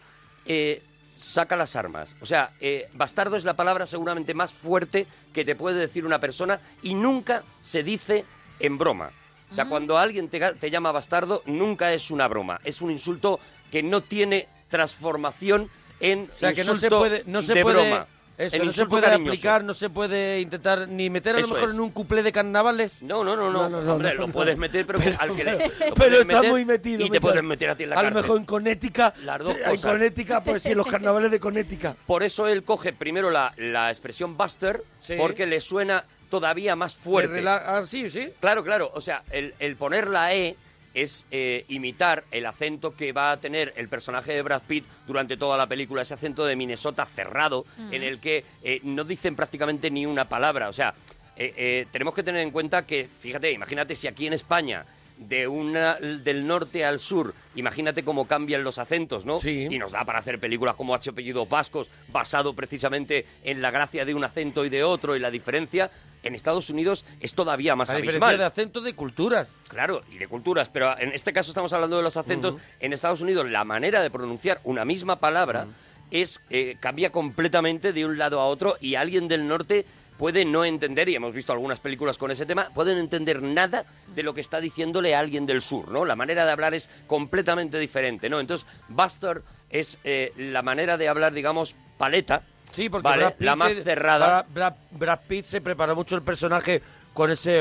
I: eh, saca las armas. O sea, eh, bastardo es la palabra seguramente más fuerte que te puede decir una persona y nunca se dice en broma. O sea, cuando alguien te, ga- te llama bastardo, nunca es una broma. Es un insulto que no tiene transformación en
F: O sea, que no se
I: insulto
F: puede... No se
I: de
F: puede...
I: broma.
F: Eso,
I: en
F: no se
I: insulto
F: puede
I: cariñoso.
F: aplicar, no se puede intentar ni meter a lo
I: Eso
F: mejor
I: es.
F: en un cuplé de carnavales.
I: No, no, no, no. Hombre, lo puedes meter, pero, al que le. lo
F: Pero
I: puedes
F: está
I: meter
F: muy metido.
I: Y te
F: meter.
I: puedes meter a ti en la
F: A lo
I: cárcel.
F: mejor en Conética.
I: Las dos
F: En
I: cosas.
F: Conética, pues sí, en los carnavales de Conética.
I: Por eso él coge primero la, la expresión buster, porque le suena todavía más fuerte.
F: Ah, sí, sí.
I: Claro, claro. O sea, el, el poner la E es eh, imitar el acento que va a tener el personaje de Brad Pitt durante toda la película, ese acento de Minnesota cerrado,
G: Mm.
I: en el que eh, no dicen prácticamente ni una palabra. O sea, eh, eh, tenemos que tener en cuenta que, fíjate, imagínate si aquí en España, de una, del norte al sur, imagínate cómo cambian los acentos, ¿no? Y nos da para hacer películas como H apellidos vascos, basado precisamente en la gracia de un acento y de otro y la diferencia. En Estados Unidos es todavía más
F: A diferencia
I: abismal.
F: de acento de culturas.
I: Claro, y de culturas, pero en este caso estamos hablando de los acentos. En Estados Unidos la manera de pronunciar una misma palabra es eh, cambia completamente de un lado a otro y alguien del norte puede no entender, y hemos visto algunas películas con ese tema, pueden entender nada de lo que está diciéndole a alguien del sur, ¿no? La manera de hablar es completamente diferente, ¿no? Entonces, Buster es eh, la manera de hablar, digamos, paleta,
F: Sí, porque
I: ¿vale?
F: Brad Pitt
I: la más
F: es-
I: cerrada.
F: Brad, Brad- Brad Pitt se preparó mucho el personaje con ese.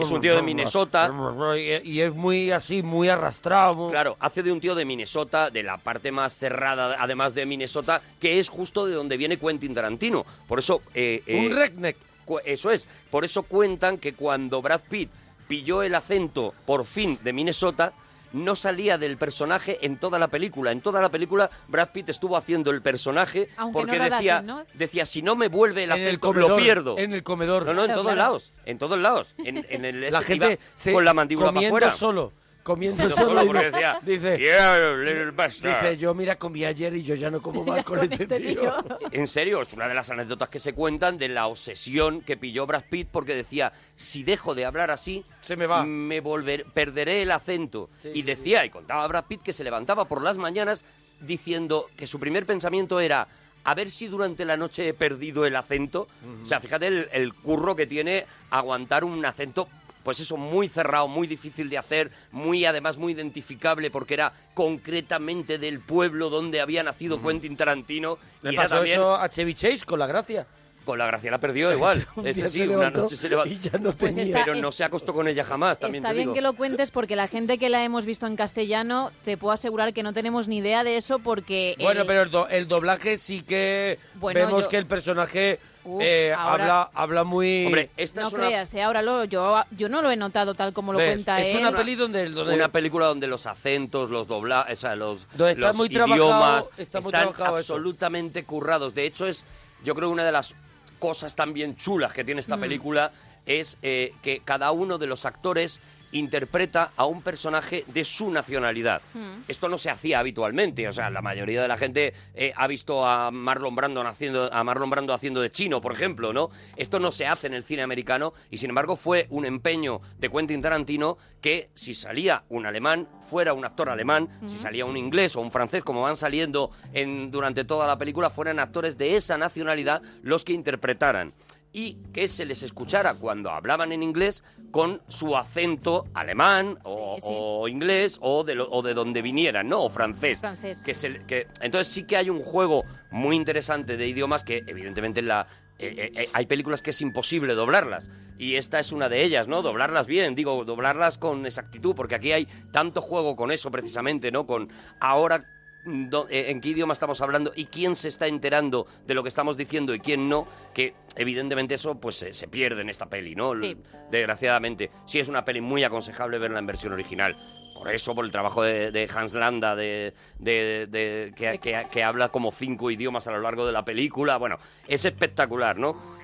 I: Es un tío de Minnesota.
F: Y, y es muy así, muy arrastrado. muy-
I: Claro, hace de un tío de Minnesota, de la parte más cerrada, además de Minnesota, que es justo de donde viene Quentin Tarantino. Por eso. eh, eh,
F: Un redneck.
I: cu- Eso es. Por eso cuentan que cuando Brad Pitt pilló el acento, por fin, de Minnesota. No salía del personaje en toda la película. En toda la película, Brad Pitt estuvo haciendo el personaje
F: Aunque
I: porque
F: no lo
I: decía,
F: dasen, ¿no?
I: decía, si no me vuelve el
F: En el
I: acento,
F: comedor,
I: lo pierdo.
F: en el comedor.
I: No, no, en
F: Claro,
I: todos
F: claro.
I: lados. En todos lados. En, en el
F: La
I: este que
F: gente
I: iba
F: se
I: con la mandíbula para
F: comiendo
I: afuera.
F: solo. comiendo
I: Yo
F: solo.
I: solo
F: y
I: porque
F: dice-
I: decía,
F: dice,
I: "Yeah, little bastard".
F: dice, yo mira, comí ayer y yo ya no como más con, este tío.
I: En serio, es una de las anécdotas que se cuentan de la obsesión que pilló Brad Pitt porque decía, si dejo de hablar así, se me va. Me volver, perderé el acento.
F: Sí, sí,
I: y decía, y contaba Brad Pitt que se levantaba por las mañanas diciendo que su primer pensamiento era a ver si durante la noche he perdido el acento. O sea, fíjate el, el curro que tiene aguantar un acento pues eso, muy cerrado, muy difícil de hacer, muy además muy identificable porque era concretamente del pueblo donde había nacido Quentin Tarantino.
F: Le
I: y era
F: pasó
I: también-
F: eso a Chevy Chase con la gracia.
I: Con la gracia la perdió igual.
F: Un día
I: Ese sí,
F: se
I: una
F: levantó
I: noche se levantó.
F: y ya no
H: Pues tenía. está-
I: pero no se acostó con ella jamás, también
H: Está
I: te
H: bien
I: digo.
H: que lo cuentes porque la gente que la hemos visto en castellano, te puedo asegurar que no tenemos ni idea de eso porque...
F: Bueno,
H: el-
F: pero el, do- el doblaje sí que
H: Eh, Bueno,
F: vemos
H: yo-
F: que el personaje
H: Uf,
F: eh,
H: ahora-
F: habla, habla muy...
I: Hombre, esta
H: No
I: es una-
H: creas, ¿eh? ahora lo, yo, yo no lo he notado tal como lo
I: ¿Ves?
H: cuenta
I: Es
H: él.
I: una peli
F: donde,
I: Una película donde los acentos, los doblajes, o sea, los,
F: Donde está
I: los
F: muy trabajado-
I: idiomas
F: está muy
I: están
F: trabajado eso.
I: absolutamente currados. De hecho, es yo creo una de las cosas también chulas que tiene esta
F: Mm.
I: película es eh, que cada uno de los actores interpreta a un personaje de su nacionalidad. Esto no se hacía habitualmente, o sea, la mayoría de la gente eh, ha visto a Marlon Brando haciendo a Marlon Brando haciendo de chino, por ejemplo, ¿no? Esto no se hace en el cine americano y sin embargo fue un empeño de Quentin Tarantino que si salía un alemán fuera un actor alemán, si salía un inglés o un francés como van saliendo en- durante toda la película fueran actores de esa nacionalidad los que interpretaran y que se les escuchara cuando hablaban en inglés con su acento alemán o, o inglés o de, lo- o de donde vinieran, ¿no? O francés.
H: Francés.
I: Que se le- que- entonces sí que hay un juego muy interesante de idiomas que evidentemente en la, eh, eh, eh, hay películas que es imposible doblarlas. Y esta es una de ellas, ¿no? Doblarlas bien, digo, doblarlas con exactitud, porque aquí hay tanto juego con eso precisamente, ¿no? Con ahora do- eh, en qué idioma estamos hablando y quién se está enterando de lo que estamos diciendo y quién no, que evidentemente eso pues se, se pierde en esta peli, ¿no?
G: Sí.
I: Desgraciadamente. Sí es una peli muy aconsejable verla en versión original. Por eso, por el trabajo de, de Hans Landa, de, de- de- que, que- que habla como cinco idiomas a lo largo de la película. Bueno, es espectacular, ¿no?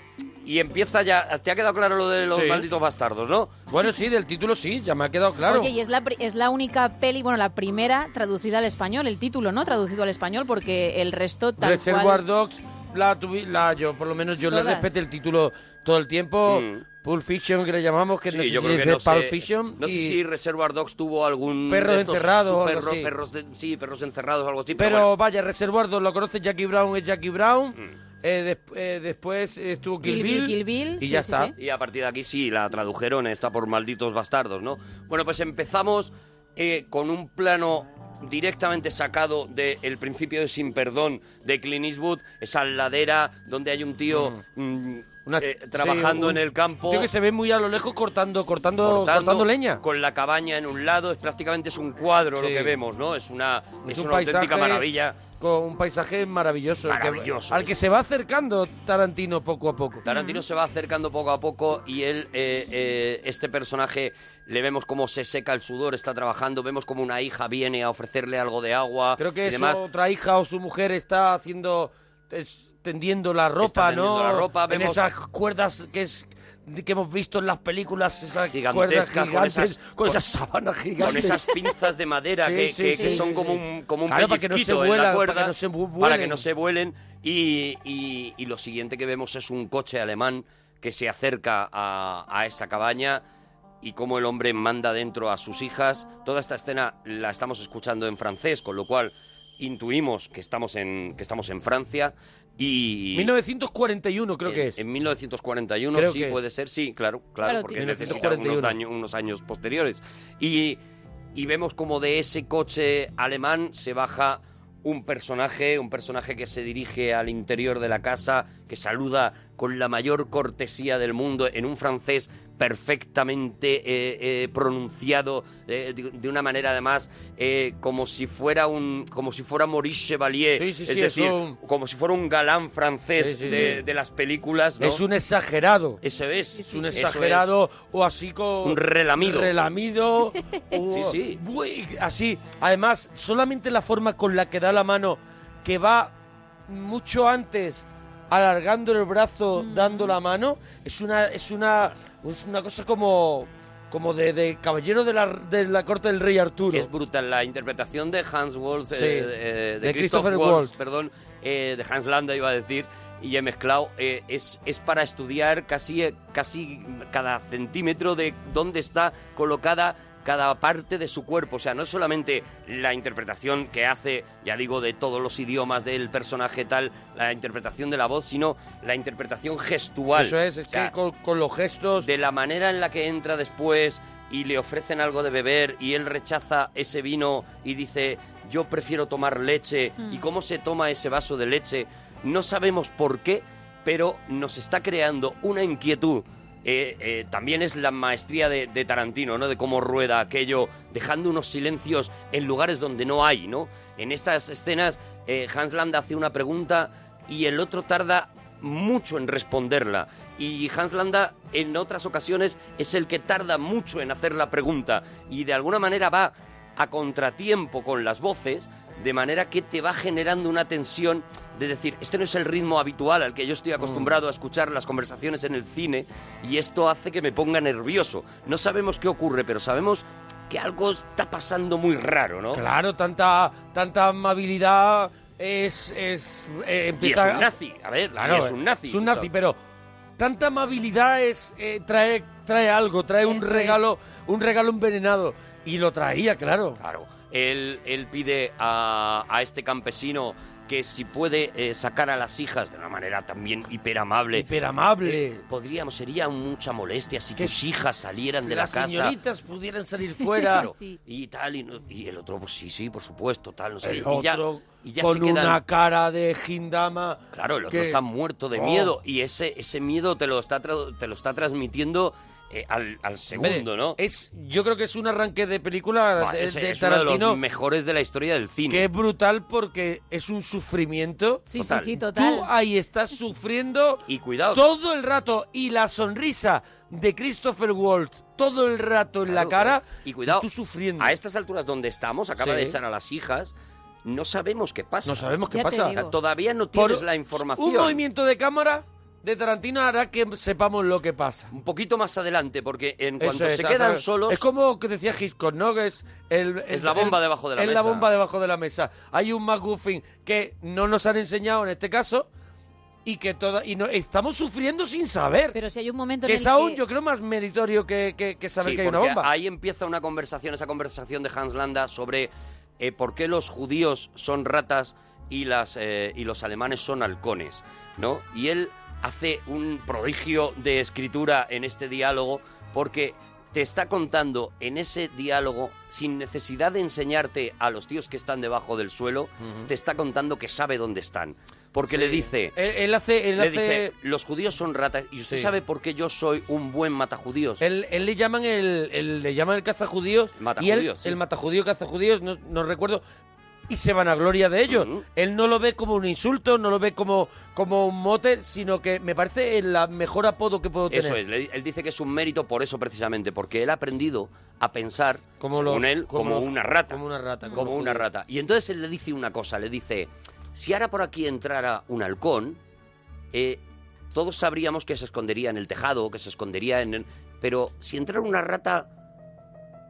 I: Y empieza ya... ¿Te ha quedado claro lo de los
F: Sí.
I: malditos bastardos, no?
F: Bueno, sí, del título sí, ya me ha quedado claro.
H: Oye, y es la, pri- es la única peli, bueno, la primera traducida al español, el título, ¿no? Traducido al español, porque el resto tal
F: Reservoir
H: cual...
F: Dogs, la, tuvi- la- yo por lo menos yo le
H: Todas.
F: respeto el título todo el tiempo. Pulp Fiction que le llamamos, que no sé
I: Mm. Sí, yo
F: si
I: creo que
F: dice
I: no
F: Pulp
I: sé,
F: Fiction.
I: no sé
F: y-
I: si Reservoir Dogs tuvo algún
F: Perros
I: de estos
F: encerrados o algo
I: perro-
F: así.
I: perros de- sí, perros encerrados o algo así,
F: pero
I: pero, bueno,
F: vaya, Reservoir Dogs lo conoce Jackie Brown, es Jackie Brown.
I: Mm.
F: Eh, des- eh, después estuvo Kill, Bill, y ya está.
I: Y a partir de aquí sí, la tradujeron, está por malditos bastardos, ¿no? Bueno, pues empezamos eh, con un plano directamente sacado del principio de Sin Perdón de Clint Eastwood, esa ladera donde hay un tío mm, eh, trabajando
F: Sí,
I: en
F: un
I: el campo.
F: tío que se ve muy a lo lejos cortando, cortando, cortando, leña.
I: Con la cabaña en un lado, es prácticamente es un cuadro lo
F: Sí.
I: que vemos, ¿no? Es una,
F: Es
I: es
F: un
I: una auténtica
F: paisaje
I: maravilla.
F: Con un paisaje maravilloso. el que-
I: Maravilloso,
F: al que
I: es.
F: se va acercando Tarantino poco a poco.
I: Tarantino se va acercando poco a poco y él, eh, eh, este personaje, le vemos cómo se seca el sudor, está trabajando, vemos como una hija viene a ofrecerle algo de agua.
F: Creo que
I: y
F: su
I: demás.
F: otra hija o su mujer está haciendo. es- tendiendo la ropa,
I: tendiendo
F: ¿no?
I: la ropa,
F: en
I: vemos-
F: esas cuerdas que es que hemos visto en las películas, esas cuerdas
I: Gigantesca,
F: gigantes,
I: con esas,
F: con esas sábanas gigantes.
I: con esas pinzas de madera
F: Sí,
I: que,
F: sí,
I: que-
F: sí,
I: que
F: sí,
I: son
F: sí,
I: como
F: sí.
I: un, como un
F: Claro, para que no se
I: pellizquito en la
F: vuelan,
I: cuerda,
F: para que no se vu-
I: para que
F: vuelen.
I: no se vuelen. Y, y- y lo siguiente que vemos es un coche alemán que se acerca a, a esa cabaña y cómo el hombre manda dentro a sus hijas. Toda esta escena la estamos escuchando en francés, con lo cual intuimos que estamos en, que estamos en Francia y...
F: 1941 creo que es.
I: En 1941,
F: Creo
I: sí,
F: que es.
I: puede ser, sí, claro, claro,
F: Claro,
I: porque
F: tiene-
I: necesita unos
F: 1941.
I: daño- unos años posteriores. Y, y vemos como de ese coche alemán se baja un personaje, un personaje que se dirige al interior de la casa, que saluda con la mayor cortesía del mundo en un francés perfectamente eh, eh, pronunciado eh, de, de una manera además eh, como si fuera un como si fuera Maurice Chevalier
F: Sí, sí,
I: es
F: sí, es
I: decir
F: un-
I: como si fuera un galán francés
F: Sí, sí,
I: de,
F: sí.
I: de las películas ¿no?
F: Es un exagerado.
I: Eso es.
F: Es un
I: Eso
F: exagerado o así con...
I: Un relamido.
F: Relamido. o-
I: Sí, sí.
F: Uy, Así. Además, solamente la forma con la que da la mano, que va mucho antes alargando el brazo, dando la mano, es una, es una, es una cosa como... como de, de caballero de la, de la corte del rey Arturo.
I: Es brutal. La interpretación de Hans Wolf, eh,
F: Sí,
I: eh, de,
F: de
I: Christopher
F: Christopher
I: Waltz,
F: Waltz.
I: perdón, eh, de Hans Landa iba a decir, y he mezclado, eh, es, es para estudiar casi, eh, casi cada centímetro de dónde está colocada cada parte de su cuerpo, o sea, no es solamente la interpretación que hace, ya digo, de todos los idiomas del personaje tal, la interpretación de la voz, sino la interpretación gestual.
F: Eso es, es
I: O sea,
F: que con, con los gestos...
I: de la manera en la que entra después y le ofrecen algo de beber y él rechaza ese vino y dice yo prefiero tomar leche
F: Mm.
I: y cómo se toma ese vaso de leche no sabemos por qué pero nos está creando una inquietud Eh, eh, también es la maestría de, de Tarantino no de cómo rueda aquello dejando unos silencios en lugares donde no hay no en estas escenas eh, Hans Land hace una pregunta y el otro tarda mucho en responderla. Y Hans Landa en otras ocasiones es el que tarda mucho en hacer la pregunta y de alguna manera va a contratiempo con las voces, de manera que te va generando una tensión de decir, este no es el ritmo habitual al que yo estoy acostumbrado a escuchar las conversaciones en el cine y esto hace que me ponga nervioso. No sabemos qué ocurre, pero sabemos que algo está pasando muy raro, ¿no?
F: Claro, tanta, tanta amabilidad es... es eh,
I: Y
F: empieza
I: es un nazi, a ver, y es un nazi,
F: Es un
I: tú
F: nazi,
I: sabes.
F: pero tanta amabilidad es eh, trae, trae algo, trae un
I: Eso
F: regalo, un regalo envenenado. Y lo traía, claro.
I: Claro. Él, él pide a, a este campesino que si puede eh, sacar a las hijas de una manera también hiperamable.
F: Hiperamable.
I: Eh, podríamos, sería mucha molestia si tus hijas salieran de la
F: Las
I: casa.
F: señoritas pudieran salir fuera.
I: Claro. Y tal, y, no- y el otro, pues sí, sí, por supuesto, tal, no sé.
F: El
I: qué. y ya-
F: otro
I: y ya
F: con
I: se quedan-
F: una cara de Gindama.
I: Claro, el otro
F: que-
I: está muerto de
F: Oh.
I: miedo y ese, ese miedo te lo está, tra- te lo está transmitiendo eh, al, al segundo, ¿no?
F: Es, yo creo que es un arranque de película
I: Buah,
F: de,
I: ese
F: de
I: es uno de
F: Tarantino.
I: los mejores de la historia del cine.
F: Que es brutal porque es un sufrimiento.
I: Sí, sí, Total. sí, total.
F: Tú ahí estás sufriendo
I: y cuidado.
F: todo el rato y la sonrisa de Christopher Waltz todo el rato en la cara
I: eh, Y cuidado,
F: tú sufriendo.
I: a estas alturas donde estamos, acaba
F: Sí.
I: de echar a las hijas, no sabemos qué pasa.
F: No sabemos qué Ya te pasa. digo.
I: O sea, todavía no tienes
F: Por
I: la información.
F: Un movimiento de cámara de Tarantino hará que sepamos lo que pasa.
I: Un poquito más adelante, porque en
F: Eso
I: cuanto
F: es,
I: se
F: a
I: quedan
F: saber.
I: solos,
F: Es como que decía Hitchcock, ¿no? Que es, el,
I: Es
F: el-
I: la bomba
F: el-
I: debajo de la
F: Es
I: mesa.
F: la bomba debajo de la mesa. Hay un McGuffin que no nos han enseñado en este caso y que toda, y no, estamos sufriendo sin saber.
H: Pero si hay un momento
F: que
H: en el
F: es aún,
H: que...
F: yo creo, más meritorio que, que- que saber
I: Sí,
F: que hay una
I: porque
F: bomba.
I: Ahí empieza una conversación, esa conversación de Hans Landa sobre eh, por qué los judíos son ratas y, las, eh, y los alemanes son halcones, ¿no? Y él hace un prodigio de escritura en este diálogo porque te está contando en ese diálogo, sin necesidad de enseñarte a los tíos que están debajo del suelo,
F: Ujú.
I: te está contando que sabe dónde están. Porque le dice...
F: Él, él hace... Él
I: le
F: hace-
I: dice, los judíos son ratas y usted
F: Sí.
I: sabe por qué yo soy un buen matajudíos.
F: Él, él le llaman el, el- le llaman el cazajudíos y él,
I: matajudíos, sí.
F: el matajudío cazajudíos, no, no recuerdo y se van a gloria de ellos. Él no lo ve como un insulto, no lo ve como, como un mote, sino que me parece el la mejor apodo que puedo tener.
I: Eso es, le- él dice que es un mérito por eso precisamente, porque él ha aprendido a pensar,
F: Como
I: según
F: los-
I: él, como,
F: como los-
I: una rata.
F: como una rata, como
I: Como
F: los
I: una
F: judíos.
I: rata. Y entonces él le dice una cosa, le dice, si ahora por aquí entrara un halcón, eh, todos sabríamos que se escondería en el tejado, que se escondería en... el- Pero si entrara una rata...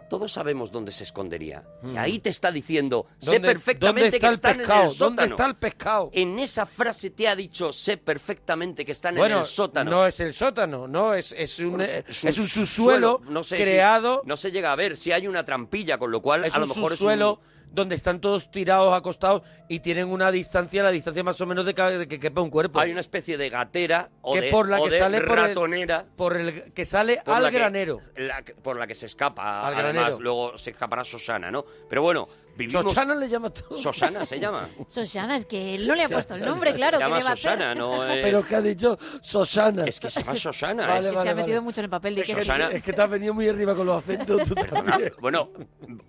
I: Todos sabemos dónde se escondería. Y
F: Mm.
I: ahí te está diciendo, sé
F: ¿Dónde-
I: perfectamente
F: dónde está
I: que
F: el
I: están
F: pescado?
I: en el
F: ¿Dónde
I: sótano.
F: está el pescado?
I: En esa frase te ha dicho, sé perfectamente que están en el sótano.
F: no es el sótano, no es, es un,
I: Bueno,
F: eh, es un subsuelo
I: no sé si-
F: creado,
I: no se llega a ver si hay una trampilla, con lo cual
F: es
I: a lo
F: un
I: mejor
F: subsuelo donde están todos tirados, acostados y tienen una distancia, la distancia más o menos de que, de que quepa un cuerpo.
I: Hay una especie de gatera o
F: que
I: de,
F: por la
I: o
F: que
I: de
F: sale por el-
I: ratonera
F: por el que sale
I: por
F: al
I: la que-
F: granero.
I: la que- por la que se escapa.
F: Al
I: además,
F: granero.
I: luego se escapará Sosana, ¿no? Pero bueno, vivimos.
F: Sosana le llama tú.
I: Sosana se llama.
H: Sosana, es que él no le ha puesto el
I: Sosana.
H: nombre, claro.
I: Se
H: ¿qué
I: llama
H: le va a hacer?
I: Sosana, no es-
F: Pero que ha dicho Sosana.
I: Es que se llama Sosana. eh.
H: Es que se ha metido mucho en el papel de que...
I: Sosana-
F: Es que te has venido muy arriba con los acentos. tú también.
I: Bueno,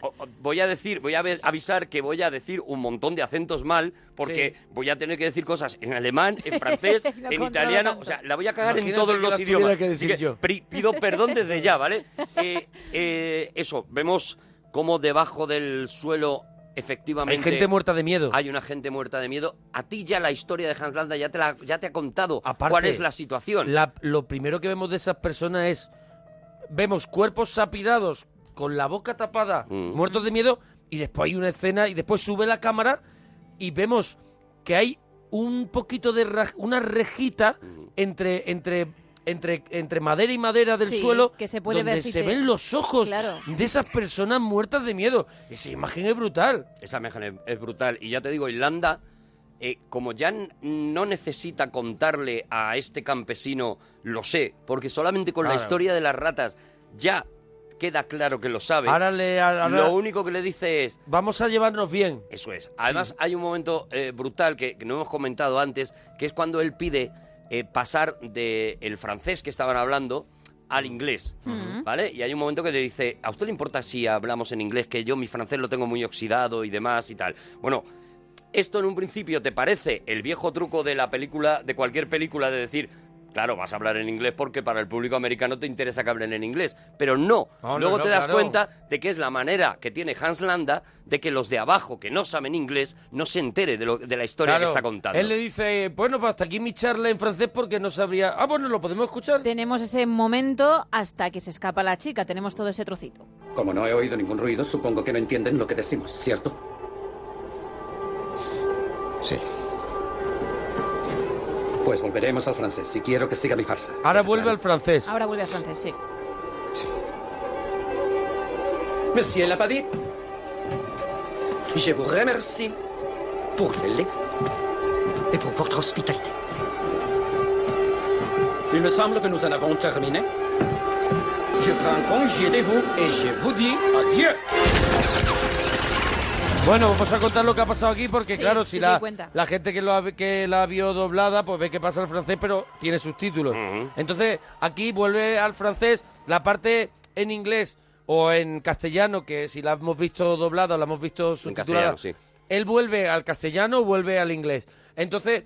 I: o- o- voy a decir, voy a ve- avisar que voy a decir un montón de acentos mal, porque voy a tener que decir cosas en alemán, en francés,
F: No
I: en
F: controlo
I: italiano,
F: tanto.
I: o sea, la voy a cagar en
F: Imagínate
I: todos
F: que
I: los
F: las
I: idiomas.
F: tuviera que
I: Así
F: decir yo.
I: pri- Pido perdón desde ya, ¿vale? Eh, eh, eso, vemos cómo debajo del suelo
F: Hay
I: efectivamente
F: gente muerta de miedo.
I: hay una gente muerta de miedo. A ti ya la historia de Hans Landa ya te, la- ya te ha contado
F: Aparte,
I: cuál es la situación.
F: la- lo primero que vemos de esas personas es vemos cuerpos sapirados con la boca tapada,
I: Mm.
F: muertos de miedo, y después hay una escena y después sube la cámara y vemos que hay un poquito de raj- una rejita
I: Mm.
F: entre entre entre entre madera y madera del
H: Sí,
F: suelo
H: que se puede
F: donde
H: ver si
F: se
H: te-
F: ven los ojos
H: Claro.
F: de esas personas muertas de miedo. Esa imagen es brutal.
I: Esa imagen es, es brutal. Y ya te digo, Irlanda, eh, como ya n- no necesita contarle a este campesino, lo sé, porque solamente con la
F: Claro.
I: historia de las ratas ya queda claro que lo sabe.
F: Ahora le ahora-
I: Lo único que le dice es...
F: Vamos a llevarnos bien.
I: Eso es. Además, hay un momento eh, brutal que, que no hemos comentado antes, que es cuando él pide eh, pasar del francés que estaban hablando al inglés,
E: Ujú.
I: ¿vale? Y hay un momento que le dice, ¿a usted le importa si hablamos en inglés? Que yo mi francés lo tengo muy oxidado y demás y tal. Bueno, esto en un principio te parece el viejo truco de la película, de cualquier película, de decir, claro, vas a hablar en inglés porque para el público americano te interesa que hablen en inglés, pero no.
F: No, no,
I: Luego
F: no,
I: te das
F: claro.
I: cuenta de que es la manera que tiene Hans Landa de que los de abajo que no saben inglés no se entere de, lo- de la historia
F: Claro.
I: que está contando.
F: Él le dice, bueno, pues hasta aquí mi charla en francés porque no sabría. Ah, bueno, lo podemos escuchar.
H: Tenemos ese momento hasta que se escapa la chica, tenemos todo ese trocito.
G: Como no he oído ningún ruido, supongo que no entienden lo que decimos, ¿cierto? Sí. Pues volveremos al francés y quiero que siga mi farsa.
I: Pues
F: Ahora vuelve al francés.
H: Ahora vuelve a francés, sí.
G: Monsieur Lapadit, je vous remercie pour le lait et pour votre hospitalité. Il me semble que nous en avons terminé. Je prends congé de vous et je vous dis adieu.
F: Bueno, vamos a contar lo que ha pasado aquí porque,
H: Sí,
F: claro,
H: sí,
F: si
H: sí,
F: la,
H: cuenta.
F: la gente que, lo ha- que la vio doblada, pues ve que pasa al francés, pero tiene subtítulos. Entonces, aquí vuelve al francés la parte en inglés o en castellano, que si la hemos visto doblada o la hemos visto subtitulada,
I: castellano, sí.
F: él vuelve al castellano, vuelve al inglés. Entonces,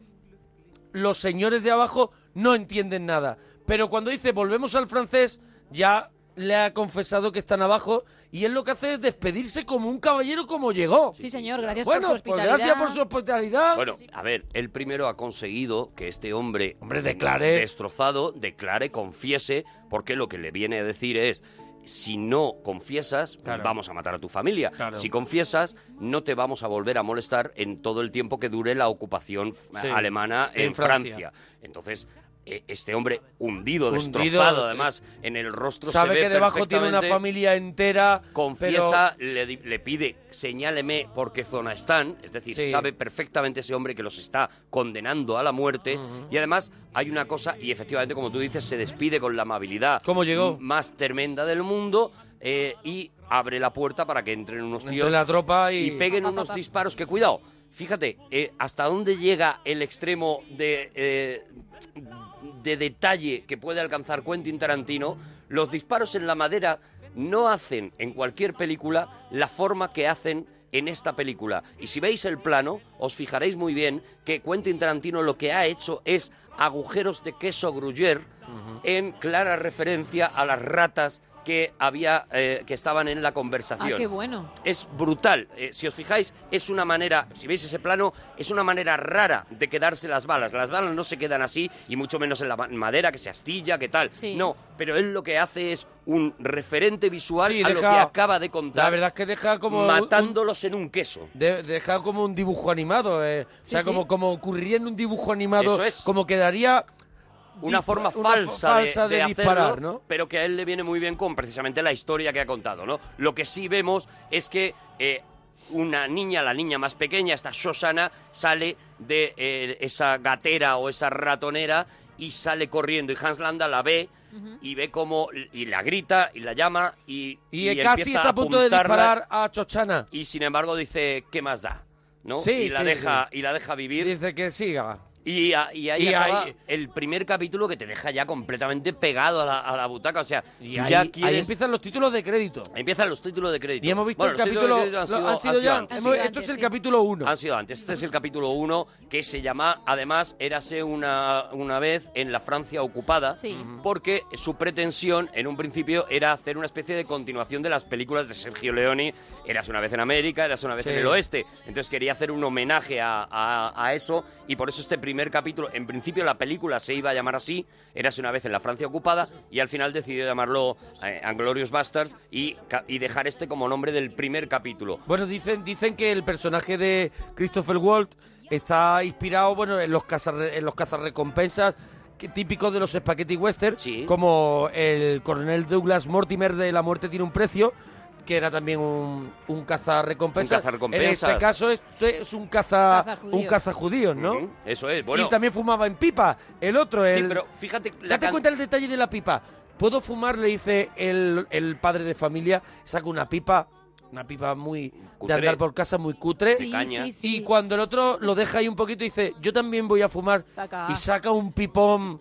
F: los señores de abajo no entienden nada. Pero cuando dice volvemos al francés, ya le ha confesado que están abajo y él lo que hace es despedirse como un caballero como llegó.
H: Sí, señor, gracias
F: bueno,
H: por su
F: pues
H: hospitalidad.
F: gracias por su hospitalidad.
I: Bueno, a ver, él primero ha conseguido que este hombre,
F: Hombre, declare.
I: destrozado, declare, confiese, porque lo que le viene a decir es, si no confiesas,
F: Claro.
I: vamos a matar a tu familia.
F: Claro.
I: Si confiesas, no te vamos a volver a molestar en todo el tiempo que dure la ocupación eh,
F: Sí.
I: alemana en,
F: En Francia.
I: Francia. Entonces, eh, este hombre hundido,
F: Hundido,
I: destrozado,
F: eh,
I: además, en el rostro se
F: Sabe
I: ve
F: que debajo tiene una
I: perfectamente
F: familia entera.
I: confiesa, le, di- le pide, señáleme por qué zona están, es decir,
F: Sí.
I: sabe perfectamente ese hombre que los está condenando a la muerte y además hay una cosa, y efectivamente como tú dices, se despide con la amabilidad
F: llegó?
I: m- más tremenda del mundo eh, y abre la puerta para que entren unos
F: Entre
I: tíos
F: la tropa y-
I: peguen
F: Pa, pa,
I: unos
F: pa.
I: disparos, que cuidado, fíjate, eh, hasta dónde llega el extremo de... eh, de detalle que puede alcanzar Quentin Tarantino, los disparos en la madera no hacen en cualquier película la forma que hacen en esta película. Y si veis el plano, os fijaréis muy bien que Quentin Tarantino lo que ha hecho es agujeros de queso gruyer
H: Ah,
I: en clara referencia a las ratas que había eh, que estaban en la
H: Ah,
I: conversación
H: qué bueno.
I: es brutal. Eh, si os fijáis, es una manera, si veis ese plano, es una manera rara de quedarse las balas. Las balas no se quedan así, y mucho menos en la ma- madera que se astilla, que tal.
F: Sí.
I: No, pero él lo que hace es un referente visual
F: Sí,
I: a lo que
F: deja-
I: acaba de contar.
F: La verdad es que deja como. un-
I: matándolos en un queso.
F: De, deja como un dibujo animado. eh. o
I: Sí,
F: sea,
I: sí.
F: Como, como ocurriría en un dibujo animado.
I: Eso es.
F: Como quedaría.
I: Una
F: di-
I: forma
F: una
I: falsa,
F: falsa de
I: de, de hacerlo,
F: disparar, ¿no?
I: pero que a él le viene muy bien con precisamente la historia que ha contado, ¿no? Lo que sí vemos es que eh, una niña, la niña más pequeña, esta Shosana, sale de eh, esa gatera o esa ratonera y sale corriendo. Y Hans Landa la ve y ve cómo... y la grita y la llama y...
F: Y,
I: y
F: casi
I: empieza
F: está a punto de
I: apuntarla
F: disparar a Chochana.
I: Y sin embargo dice, ¿qué más da? ¿no?
F: Sí,
I: y, la
F: sí,
I: deja, y la deja vivir.
F: Dice que siga.
I: Y, a- y ahí
F: Y
I: acaba
F: ahí-
I: el primer capítulo que te deja ya completamente pegado a la, a la butaca. O sea,
F: Y
I: tú
F: ahí,
I: ya
F: ahí
I: quieres-
F: empiezan los títulos de crédito.
I: empiezan los títulos de crédito.
F: Y hemos visto
I: Bueno,
F: el
I: los títulos de
F: capítulo.
I: crédito han
F: lo-
I: sido-
F: han sido ya.
I: antes.
F: hemos- esto Este es el capítulo 1.
I: Han sido antes. Este es el capítulo 1, que se llama, además, Érase una, una vez en la Francia ocupada,
F: Sí. Ujú.
I: porque su pretensión, en un principio, era hacer una especie de continuación de las películas de Sergio Leone, Érase una vez en América, Érase una vez
F: Sí.
I: en el Oeste. Entonces quería hacer un homenaje a, a- a eso, y por eso este primer capítulo, en principio la película se iba a llamar así, érase una vez en la Francia ocupada, y al final decidió llamarlo eh, Anglorious Bastards y, ca- y dejar este como nombre del primer capítulo.
F: Bueno, dicen, dicen que el personaje de Christopher Walt está inspirado bueno, en los, cazarre- en los cazarrecompensas que- típicos de los Spaghetti Western, como el coronel Douglas Mortimer de La Muerte tiene un precio, que era también un, un cazarrecompensas.
I: Un cazarrecompensas.
F: En este caso esto es un caza,
I: Cazajudíos.
F: un cazajudíos, ¿no?
I: Ujú, Eso es, bueno.
F: Y también fumaba en pipa. El otro, el...
I: pero fíjate...
F: Date cuenta el detalle de la pipa. ¿Puedo fumar? Le dice el, el padre de familia. Saca una pipa, una pipa muy...
I: Cutre.
F: De andar por casa, muy cutre.
I: De Sí, caña. sí, sí.
F: Y cuando el otro lo deja ahí un poquito, dice, yo también voy a fumar.
I: Saca.
F: Y saca un pipón.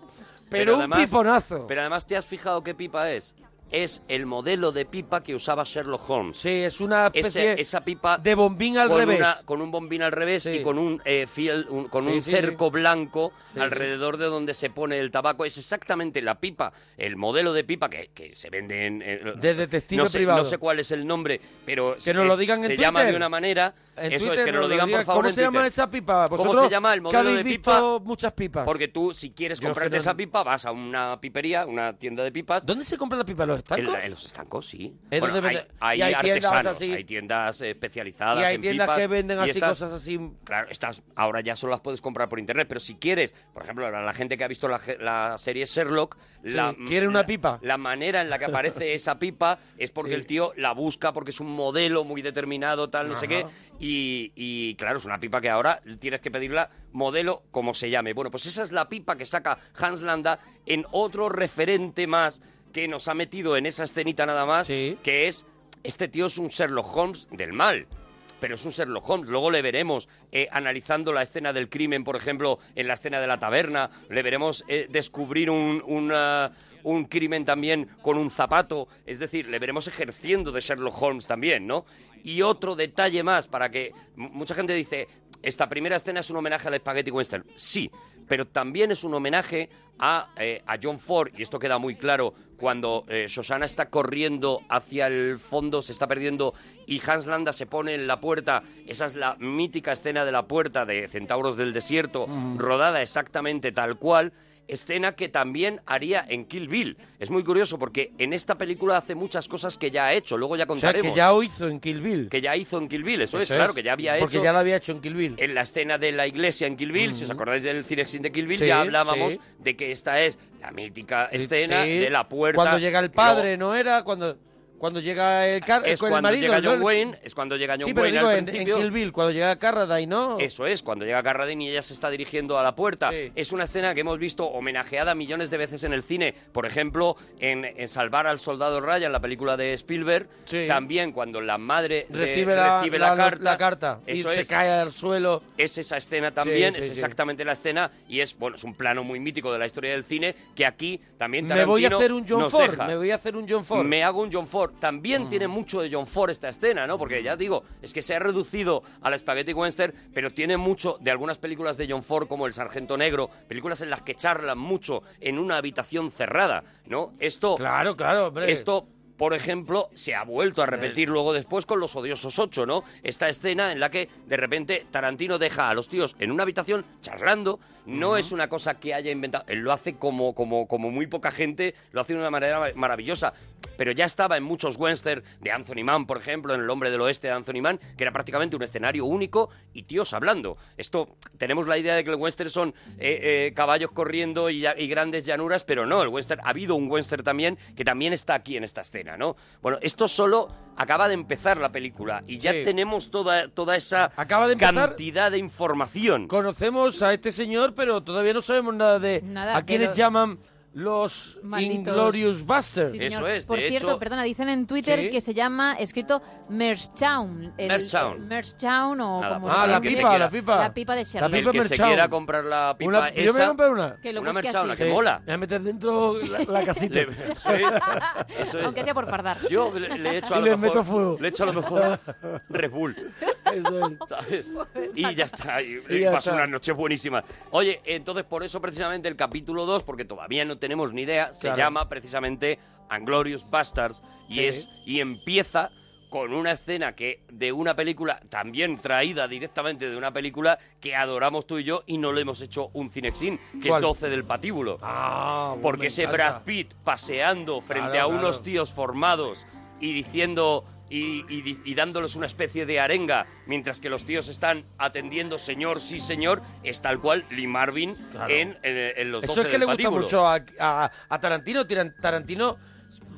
F: Pero, un
I: además-
F: piponazo.
I: Pero además te has fijado qué pipa es. Es el modelo de pipa que usaba Sherlock Holmes.
F: Sí, es una especie
I: Ese- esa pipa
F: de bombín al
I: con
F: revés.
I: una- con un bombín al revés y con un eh, fiel, un- con
F: Sí,
I: un
F: sí,
I: cerco blanco
F: Sí,
I: alrededor de donde se pone el tabaco. Es exactamente la pipa, el modelo de pipa que, que se vende en... eh,
F: De detective
I: no sé,
F: privado.
I: No sé cuál es el nombre, pero...
F: Que nos
I: es-
F: lo digan en
I: Se llama de
F: Twitter.
I: una manera...
F: En
I: eso es,
F: Twitter
I: que nos lo digan, por favor
F: ¿Cómo
I: en
F: se llama
I: Twitter.
F: esa pipa?
I: ¿Cómo
F: Vosotros,
I: se llama el
F: que
I: modelo
F: habéis
I: de
F: visto
I: pipa?
F: muchas pipas.
I: Porque tú, si quieres
F: Yo es que no-
I: comprarte esa pipa, vas a una pipería, una tienda de pipas.
F: ¿Dónde se compra la pipa? ¿Los estancos?
I: En, los estancos, sí.
F: Es
I: Bueno,
F: donde
I: hay,
F: venden-
I: hay
F: y hay tiendas
I: artesanos,
F: así.
I: hay tiendas eh, especializadas
F: Y hay
I: en
F: tiendas
I: pipas,
F: que venden
I: y
F: así
I: estas-
F: cosas así.
I: Claro, estas ahora ya solo las puedes comprar por internet, pero si quieres, por ejemplo, ahora la gente que ha visto la, ge- la serie Sherlock,
F: Sí,
I: la,
F: ¿quiere una
I: la-
F: pipa?
I: La manera en la que aparece esa pipa es porque
F: Sí.
I: el tío la busca, porque es un modelo muy determinado, tal, no sé qué,
F: Ajá.
I: y, y, claro, es una pipa que ahora tienes que pedirla modelo como se llame. Bueno, pues esa es la pipa que saca Hans Landa en otro referente más que nos ha metido en esa escenita nada más, que es, este tío es un Sherlock Holmes del mal. Pero es un Sherlock Holmes. Luego le veremos eh, analizando la escena del crimen, por ejemplo, en la escena de la taberna. Le veremos eh, descubrir un, una- un crimen también con un zapato. Es decir, le veremos ejerciendo de Sherlock Holmes también, ¿no? Y otro detalle más para que m- mucha gente dice, esta primera escena es un homenaje al Spaghetti Western. Sí, pero también es un homenaje a, eh, a John Ford, y esto queda muy claro cuando eh, Shoshana está corriendo hacia el fondo, se está perdiendo, y Hans Landa se pone en la puerta. Esa es la mítica escena de la puerta de Centauros del Desierto,
F: Ujú.
I: rodada exactamente tal cual. Escena que también haría en Kill Bill. Es muy curioso porque en esta película hace muchas cosas que ya ha hecho, luego ya
F: O sea,
I: contaremos.
F: que ya hizo en Kill Bill.
I: Que ya hizo en Kill Bill, eso, es, claro, que ya había
F: Pues Porque
I: hecho.
F: ya lo había hecho en Kill Bill.
I: En la escena de la iglesia en Kill Bill, si os acordáis del Cinexin de Kill Bill,
F: Sí,
I: ya hablábamos
F: sí.
I: de que esta es la mítica escena
F: Sí.
I: de la puerta.
F: Cuando llega el
I: que luego-
F: padre, ¿no era? Cuando, cuando llega el, car
I: es
F: con el
I: cuando
F: marido,
I: llega
F: ¿no?
I: John Wayne, es cuando llega John
F: Sí, pero
I: Wayne
F: digo,
I: al
F: en, en
I: principio.
F: Kill Bill, cuando llega Carradine, ¿no?
I: Eso es, cuando llega Carradine y ella se está dirigiendo a la puerta. Es una escena que hemos visto homenajeada millones de veces en el cine. Por ejemplo, en, en Salvar al Soldado Ryan, la película de Spielberg. También cuando la madre de-
F: Recibe, la,
I: eh, recibe
F: la,
I: la carta.
F: la carta y
I: Eso
F: se
I: es.
F: cae al suelo.
I: Es esa escena también,
F: Sí, sí,
I: es
F: sí.
I: exactamente la escena y es bueno, es un plano muy mítico de la historia del cine que aquí también
F: Me voy a
I: Tarantino
F: hacer un John
I: nos
F: Ford,
I: deja.
F: me voy a hacer un John Ford. Ah.
I: Me hago un John Ford. También tiene mucho de John Ford esta escena, ¿no? Porque ya digo, es que se ha reducido a la Spaghetti Western, pero tiene mucho de algunas películas de John Ford como El Sargento Negro, películas en las que charlan mucho en una habitación cerrada, ¿no? Esto
F: Claro, claro, hombre.
I: esto, por ejemplo, se ha vuelto a repetir luego después con Los Odiosos 8, ¿no? Esta escena en la que de repente Tarantino deja a los tíos en una habitación charlando. No es una cosa que haya inventado. Él lo hace como, como, como muy poca gente, lo hace de una manera ma- maravillosa. Pero ya estaba en muchos western de Anthony Mann, por ejemplo, en El Hombre del Oeste de Anthony Mann, que era prácticamente un escenario único y tíos hablando. Esto, tenemos la idea de que el western son eh, eh, caballos corriendo y, ya- y grandes llanuras, pero no, el western, ha habido un western también que también está aquí en esta escena, ¿no? Bueno, esto solo acaba de empezar la película y ya
F: Sí.
I: tenemos toda, toda esa
F: Acaba de empezar.
I: cantidad de información.
F: Conocemos a este señor, pero todavía no sabemos nada de
H: Nada,
F: a
H: que
F: quienes
H: lo-
F: llaman los
H: Malditos.
F: Inglorious Busters.
H: Sí, señor.
I: Pues,
H: Por cierto, perdona, dicen en Twitter
F: Sí.
H: que se llama, escrito Merchtown. el-
I: Merchtown.
H: Merchtown o
I: Nada,
H: como
I: pues,
H: se
I: Ah, la
H: pronuncie.
I: pipa, la
F: pipa.
H: La pipa de Sherlock.
I: el que se
F: Merchtown.
I: quiera comprar la pipa
F: Una-
I: esa,
F: yo me voy a comprar una.
H: Que lo
I: una
H: busque
I: Merchtown,
H: así.
I: que
F: Sí.
I: mola.
F: Me voy a meter dentro la, la casita.
I: Le- sí, eso es.
H: Aunque sea por fardar.
I: Yo le, le echo
F: Y
I: a lo
F: les
I: mejor.
F: meto fuego.
I: Le echo a lo mejor Red Bull. ¿sabes? Y ya está. Y,
F: Y ya
I: pasó
F: está.
I: unas noches buenísimas. Oye, entonces por eso precisamente el capítulo 2, porque todavía no tenemos ni idea, se
F: Claro.
I: llama precisamente Anglorious Bastards. Y
F: Sí.
I: es. Y empieza con una escena que de una película, también traída directamente de una película que adoramos tú y yo y no le hemos hecho un cinexin, que
F: ¿Cuál? Ah,
I: es 12 del patíbulo. Porque
F: me
I: ese
F: encanta.
I: Brad Pitt paseando frente
F: Claro,
I: a unos
F: claro.
I: tíos formados y diciendo... Y, y di- y dándoles una especie de arenga, mientras que los tíos están atendiendo señor, sí señor, es tal cual Lee Marvin
F: Claro.
I: en, en- en los 12
F: Eso es que
I: del
F: le gusta
I: patíbulo.
F: mucho a, a- a Tarantino. Tiran- Tarantino,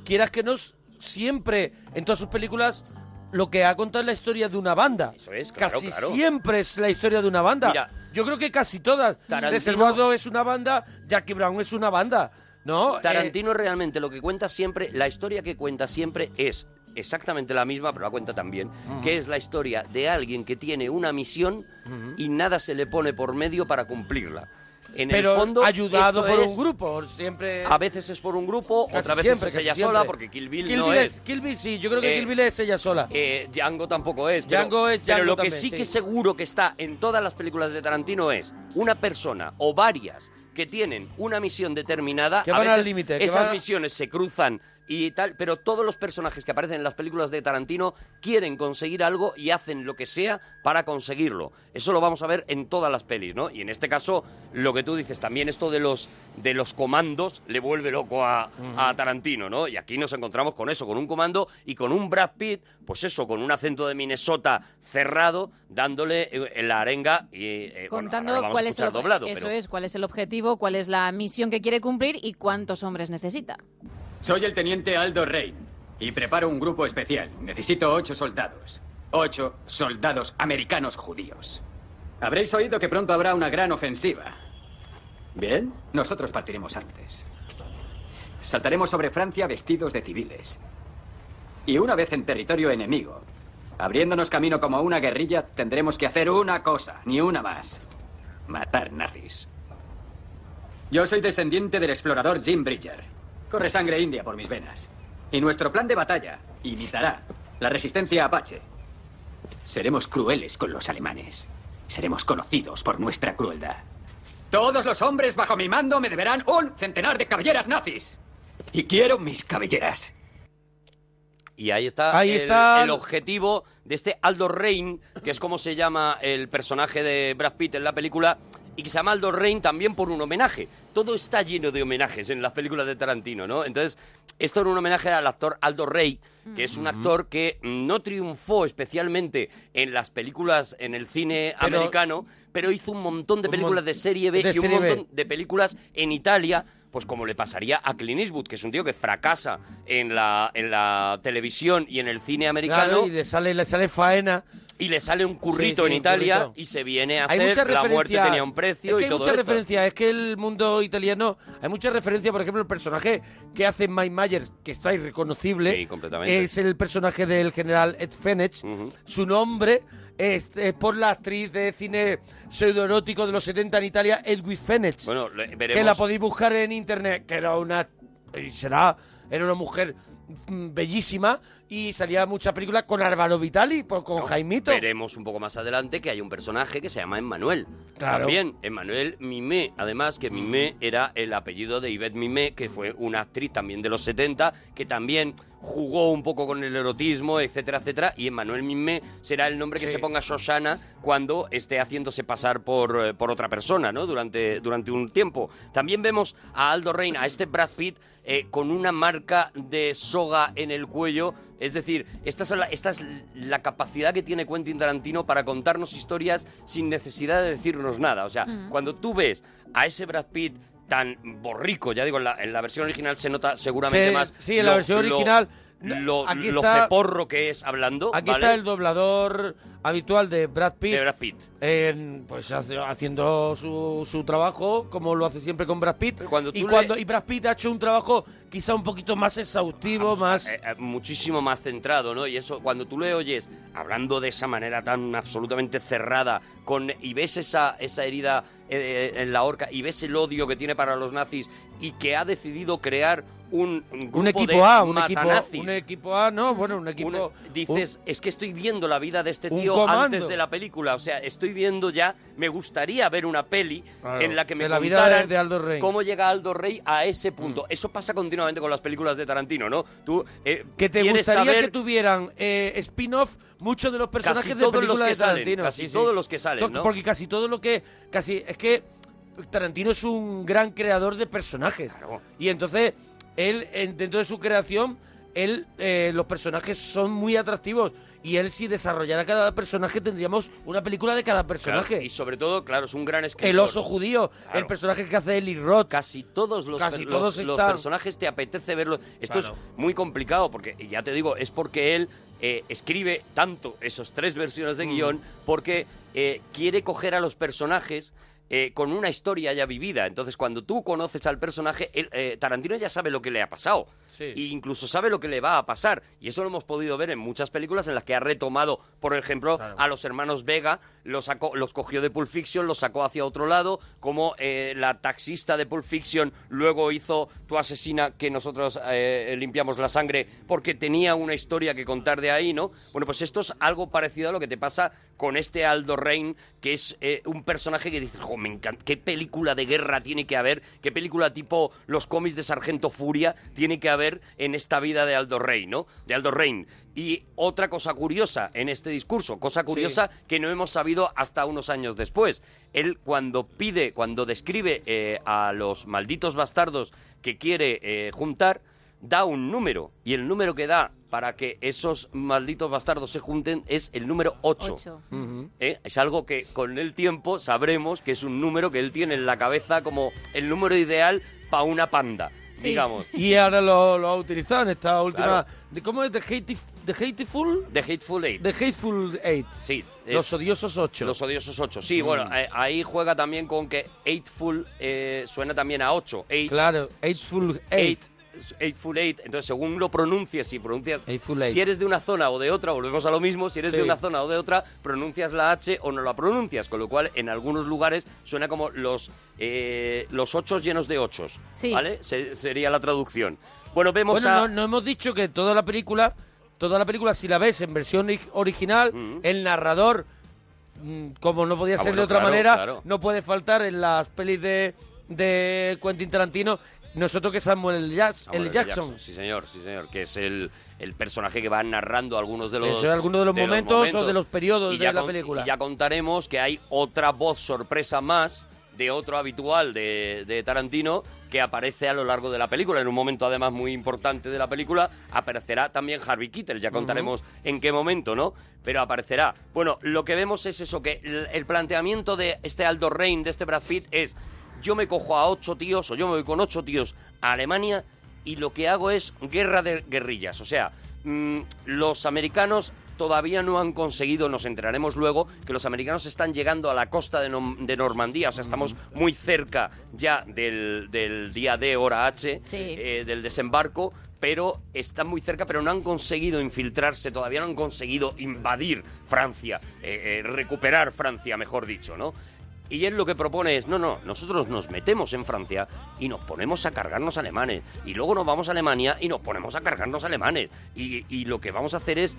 F: quieras que no, siempre en todas sus películas lo que ha contado es la historia de una banda. Eso
I: es, claro,
F: Casi
I: claro.
F: siempre es la historia de una banda.
I: Mira,
F: Yo creo que casi todas.
I: Tarantino-
F: Reservado es una banda, Jackie Brown es una banda. ¿No? Eh,
I: Tarantino realmente lo que cuenta siempre, la historia que cuenta siempre es exactamente la misma, pero la cuenta también, que es la historia de alguien que tiene una misión
F: Ujú.
I: y nada se le pone por medio para cumplirla. En
F: pero
I: el fondo,
F: ayudado
I: esto
F: por
I: es-
F: un grupo, siempre.
I: A veces es por un grupo,
F: Casi
I: otras veces
F: siempre,
I: es
F: casi
I: ella
F: siempre.
I: sola, porque Kill Bill no
F: Bill
I: es.
F: Kill Bill sí, yo creo que
I: Eh,
F: Kill Bill es ella sola.
I: Eh, Django tampoco es. pero-
F: Django es
I: Pero
F: Django
I: lo que
F: también,
I: sí,
F: sí.
I: que seguro que está en todas las películas de Tarantino es una persona o varias que tienen una misión determinada.
F: Que
I: a
F: van al
I: veces
F: límite, que
I: Esas
F: van a-
I: misiones se cruzan y tal, pero todos los personajes que aparecen en las películas de Tarantino quieren conseguir algo y hacen lo que sea para conseguirlo. Eso lo vamos a ver en todas las pelis, ¿no? Y en este caso, lo que tú dices, también esto de los, de los comandos le vuelve loco a, a Tarantino, ¿no? Y aquí nos encontramos con eso, con un comando y con un Brad Pitt, pues eso, con un acento de Minnesota cerrado, dándole eh, la arenga y... eh, bueno,
H: Contando
I: ahora lo vamos a
H: cuál es el
I: escuchar doblado,
H: eso
I: pero-
H: es, cuál es el objetivo, cuál es la misión que quiere cumplir y cuántos hombres necesita.
G: Soy el teniente Aldo Rein y preparo un grupo especial. Necesito ocho soldados. Ocho soldados americanos judíos. Habréis oído que pronto habrá una gran ofensiva. Bien, nosotros partiremos antes. Saltaremos sobre Francia vestidos de civiles. Y una vez en territorio enemigo, abriéndonos camino como una guerrilla, tendremos que hacer una cosa, ni una más. Matar nazis. Yo soy descendiente del explorador Jim Bridger. Corre sangre india por mis venas. Y nuestro plan de batalla imitará la resistencia apache. Seremos crueles con los alemanes. Seremos conocidos por nuestra crueldad. Todos los hombres bajo mi mando me deberán un centenar de cabelleras nazis. Y quiero mis cabelleras.
I: Y ahí está,
G: Ahí
I: el,
G: está.
I: el objetivo de este Aldo Rain, que es como se llama el personaje de Brad Pitt en la película, y que se llama Aldo Rain también por un homenaje. Todo está lleno de homenajes en las películas de Tarantino, ¿no? Entonces, esto era un homenaje al actor Aldo Rey, que es un actor que no triunfó especialmente en las películas, en el cine
F: Pero-
I: americano, pero hizo un montón de
F: Un mon-
I: películas de serie B
F: de
I: y un
F: serie B.
I: montón de películas en Italia, pues como le pasaría a Clint Eastwood, que es un tío que fracasa en la, en la televisión y en el cine americano
F: Claro, y le sale, le sale faena.
I: y le sale un
F: Sí, sí,
I: currito
F: un
I: en Italia
F: currito.
I: y se viene a
F: Hay mucha
I: hacer La muerte
F: referencia-
I: tenía un
F: es
I: precio
F: que
I: y
F: hay
I: todo
F: mucha
I: esto.
F: referencia, es que el mundo italiano hay mucha referencia, por ejemplo, el personaje que hace Mike Myers, que está irreconocible,
I: completamente.
F: es el personaje del general Ed Fenech. Su nombre es, es por la actriz de cine pseudoerótico de los 70 en Italia, Edwin Fenech,
I: Bueno, le-
F: que la
I: veremos.
F: podéis buscar en internet, que era una y será era una mujer mm, bellísima y salía en muchas películas con Álvaro Vitali, por- con Jaimito.
I: Veremos un poco más adelante que hay un personaje que se llama Emmanuel.
F: Claro.
I: También, Emmanuel Mimé. Además, que Mimé era el apellido de Yvette Mimé, que fue una actriz también de los 70, que también jugó un poco con el erotismo, etcétera, etcétera. Y Emmanuel Mimé será el nombre que
F: Sí.
I: se ponga Shoshana cuando esté haciéndose pasar por, eh, por otra persona, ¿no? Durante, durante un tiempo. También vemos a Aldo Rein, a este Brad Pitt, eh, con una marca de soga en el cuello. Es decir, esta es, la, esta es la capacidad que tiene Quentin Tarantino para contarnos historias sin necesidad de decirnos nada. O sea,
F: Ujú.
I: cuando tú ves a ese Brad Pitt tan borrico, ya digo, en la, en la versión original se nota seguramente
F: Se-
I: más.
F: sí, en la versión original,
I: Lo,
F: aquí
I: lo
F: está-
I: ceporro que es hablando.
F: Aquí
I: ¿vale?
F: está el doblador habitual de Brad Pitt.
I: De Brad Pitt.
F: En, pues hace- haciendo su, su trabajo, como lo hace siempre con Brad Pitt.
I: cuando
F: y,
I: tú le-
F: cuando, y Brad Pitt ha hecho un trabajo quizá un poquito más exhaustivo, más...
I: eh, eh, muchísimo más centrado, ¿no? Y eso, cuando tú le oyes hablando de esa manera tan absolutamente cerrada, con y ves esa, esa eh, herida eh, en la horca, y ves el odio que tiene para los nazis, y que ha decidido crear un, grupo
F: Un
I: de
F: equipo A, un equipo,
I: matanazis.
F: un equipo A, no, bueno, un equipo...
I: Una- dices, es que estoy viendo la vida de este
F: un
I: tío
F: comando.
I: antes de la película. O sea, estoy viendo ya. Me gustaría ver una peli
F: Claro,
I: en la que me
F: de la vida
I: contaran
F: de- de Aldo Rey.
I: cómo llega Aldo Rey a ese
F: Mm.
I: punto. Eso pasa continuamente con las películas de Tarantino, ¿no? Tú eh,
F: que te
I: quieres
F: gustaría
I: saber
F: que tuvieran eh, spin-off muchos de los personajes
I: Casi
F: de
I: todos los
F: películas
I: que
F: de
I: salen,
F: Tarantino.
I: casi todos los que salen,
F: To-
I: ¿no?
F: Porque casi todo lo que... casi Es que Tarantino es un gran creador de personajes. Y entonces, él, en- dentro de su creación, él eh, los personajes son muy atractivos. Y él, si desarrollara cada personaje, tendríamos una película de cada
I: Claro,
F: personaje.
I: y sobre todo, claro, es un gran escritor.
F: el oso judío, el personaje que hace Eli Roth.
I: Casi todos los,
F: Casi
I: per-
F: todos
I: los- los
F: están-
I: personajes te apetece verlos. Esto
F: Claro.
I: es muy complicado porque, y ya te digo, es porque él eh, escribe tanto esas tres versiones de
F: Mm.
I: guión porque eh, quiere coger a los personajes eh, con una historia ya vivida. Entonces, cuando tú conoces al personaje, él, eh, Tarantino ya sabe lo que le ha pasado.
F: Sí.
I: E incluso sabe lo que le va a pasar. Y eso lo hemos podido ver en muchas películas en las que ha retomado, por ejemplo, a los hermanos Vega, los, sacó- los cogió de Pulp Fiction, los sacó hacia otro lado, como eh, la taxista de Pulp Fiction luego hizo Tu asesina que nosotros eh, limpiamos la sangre porque tenía una historia que contar de ahí, ¿no? Bueno, pues esto es algo parecido a lo que te pasa con este Aldo Rain, que es eh, un personaje que dices, "Jo, me encanta, qué película de guerra tiene que haber, qué película tipo los cómics de Sargento Furia tiene que haber en esta vida de Aldo Rain, ¿no? De Aldo Rain. Y otra cosa curiosa en este discurso, cosa curiosa que no hemos sabido hasta unos años después. Él cuando pide, cuando describe eh, a los malditos bastardos que quiere eh, juntar, da un número. Y el número que da para que esos malditos bastardos se junten es el número 8.
H: Ocho.
I: ¿eh? Es algo que con el tiempo sabremos que es un número que él tiene en la cabeza como el número ideal para una panda, digamos.
F: Y ahora lo, lo ha utilizado en esta última...
I: Claro.
F: de ¿Cómo es? The, Hatif- The Hateful...
I: The Hateful Eight.
F: The Hateful Eight.
I: Sí.
F: Los odiosos 8.
I: Los odiosos 8. Sí,
F: Mm.
I: bueno, eh, ahí juega también con que Eightful eh, suena también a 8. Eight,
F: Claro, Hateful Eight.
I: eight, Eightful Eight. Entonces, según lo pronuncias, si pronuncias...
F: Hateful Eight.
I: Si eres de una zona o de otra, volvemos a lo mismo, si eres
F: Sí.
I: de una zona o de otra, pronuncias la H o no la pronuncias, con lo cual en algunos lugares suena como los, eh, los ochos llenos de ochos,
F: Sí.
I: ¿vale? Se- sería la traducción. Bueno, vemos
F: Bueno,
I: a...
F: no, no hemos dicho que toda la película, toda la película, si la ves en versión ori- original, el narrador, mm, como no podía
I: Ah,
F: ser
I: bueno,
F: de otra
I: claro,
F: manera,
I: claro.
F: no puede faltar en las pelis de, de Quentin Tarantino. Nosotros que Samuel L. Jack-
I: Samuel
F: L.
I: L.
F: Jackson.
I: Sí, señor, sí, señor. Que es el, el personaje que va narrando algunos de los,
F: Eso es alguno de los momentos o de los periodos
I: Y
F: de
I: ya
F: la
I: con-
F: película.
I: y ya contaremos que hay otra voz sorpresa más de otro habitual de, de Tarantino que aparece a lo largo de la película. En un momento, además, muy importante de la película, aparecerá también Harvey Keitel. Ya contaremos en qué momento, ¿no? Pero aparecerá. Bueno, lo que vemos es eso, que el, el planteamiento de este Aldo Rain, de este Brad Pitt, es yo me cojo a ocho tíos, o yo me voy con ocho tíos a Alemania y lo que hago es guerra de guerrillas. O sea, mm, los americanos todavía no han conseguido, nos enteraremos luego, que los americanos están llegando a la costa de, Nom- de Normandía, o sea, estamos muy cerca ya del, del día D, hora H, eh, del desembarco, pero están muy cerca, pero no han conseguido infiltrarse, todavía no han conseguido invadir Francia, eh, eh, recuperar Francia, mejor dicho, ¿no? Y él lo que propone es, no, no, nosotros nos metemos en Francia y nos ponemos a cargarnos alemanes. Y luego nos vamos a Alemania y nos ponemos a cargarnos alemanes. Y, y lo que vamos a hacer es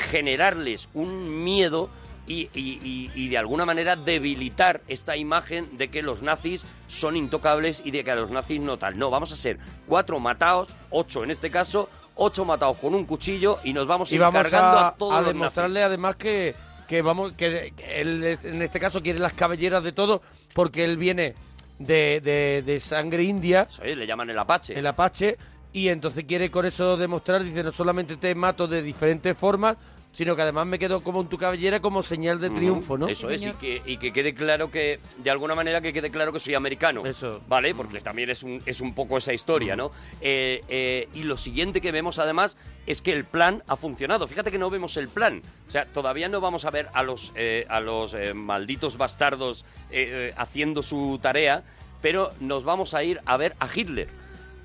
I: generarles un miedo y, y- y- y de alguna manera debilitar esta imagen de que los nazis son intocables y de que a los nazis no tal. No, vamos a ser cuatro matados, ocho en este caso, ocho matados con un cuchillo y nos vamos a
F: y
I: ir
F: vamos
I: cargando
F: a,
I: a, todos
F: a
I: los nazis.
F: demostrarle además que, que vamos que, que él es- en este caso quiere las cabelleras de todo porque él viene de, de- de sangre india
I: Eh, Le llaman el Apache.
F: el apache y entonces quiere con eso demostrar dice no solamente te mato de diferentes formas sino que además me quedo como en tu cabellera como señal de triunfo no
I: Eso es, y que, y que quede claro que, de alguna manera, que quede claro que soy americano. Eso. ¿Vale? Porque también es un, es un poco esa historia, ¿no? Eh, eh, y lo siguiente que vemos, además, es que el plan ha funcionado. Fíjate que no vemos el plan. O sea, todavía no vamos a ver a los, eh, a los eh, malditos bastardos eh, eh, haciendo su tarea, pero nos vamos a ir a ver a Hitler.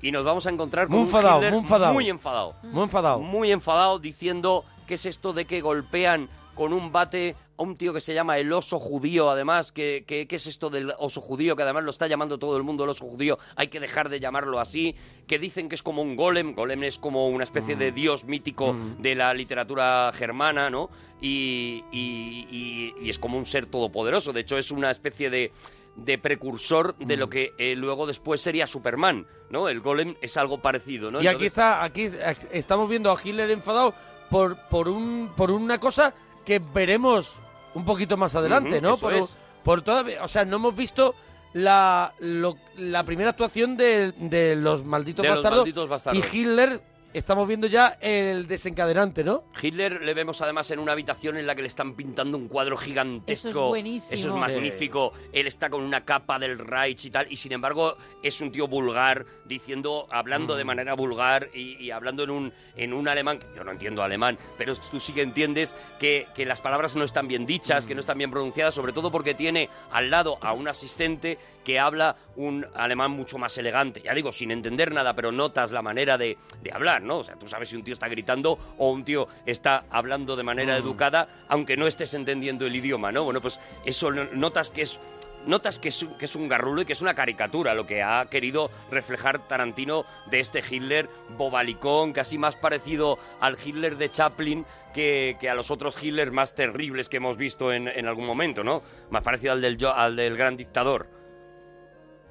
I: Y nos vamos a encontrar con
F: Muy
I: un
F: enfadado,
I: Hitler
F: muy enfadado.
I: muy enfadado
F: muy enfadado
I: muy enfadado diciendo qué es esto de que golpean con un bate a un tío que se llama el oso judío, además, que, que- que es esto del oso judío, que además lo está llamando todo el mundo el oso judío, hay que dejar de llamarlo así, que dicen que es como un golem, golem es como una especie
F: Mm.
I: de dios mítico de la literatura germana, ¿no? Y, y- y- y es como un ser todopoderoso, de hecho es una especie de de precursor de
F: Mm.
I: lo que eh, luego después sería Superman, ¿no? El golem es algo parecido, ¿no?
F: Y aquí
I: Entonces-
F: está, aquí aquí estamos viendo a Hitler enfadado por, por, un, por una cosa que veremos un poquito más adelante,
I: Ujú,
F: ¿no?
I: eso
F: Por,
I: es.
F: por toda- o sea, no hemos visto la, lo- la primera actuación de, de los malditos
I: De los
F: bastardos.
I: malditos bastardos.
F: Y Hitler, estamos viendo ya el desencadenante, ¿no?
I: Hitler le vemos además en una habitación en la que le están pintando un cuadro gigantesco.
F: Eso es buenísimo.
I: Eso es
F: Sí.
I: magnífico. Él está con una capa del Reich y tal. Y sin embargo, es un tío vulgar, diciendo, hablando de manera vulgar y, y hablando en un, en un alemán. que Yo no entiendo alemán, pero tú sí que entiendes que, que las palabras no están bien dichas, que no están bien pronunciadas, sobre todo porque tiene al lado a un asistente que habla un alemán mucho más elegante. Ya digo, sin entender nada, pero notas la manera de, de hablar, ¿no? O sea, tú sabes si un tío está gritando o un tío está hablando de manera
F: Mm.
I: educada, aunque no estés entendiendo el idioma, ¿no? Bueno, pues eso lo- notas que es. Notas que es, un- que es un garrulo y que es una caricatura lo que ha querido reflejar Tarantino de este Hitler bobalicón, casi más parecido al Hitler de Chaplin que, que a los otros Hitlers más terribles que hemos visto en, en algún momento, ¿no? Más parecido al del, yo- al del gran dictador.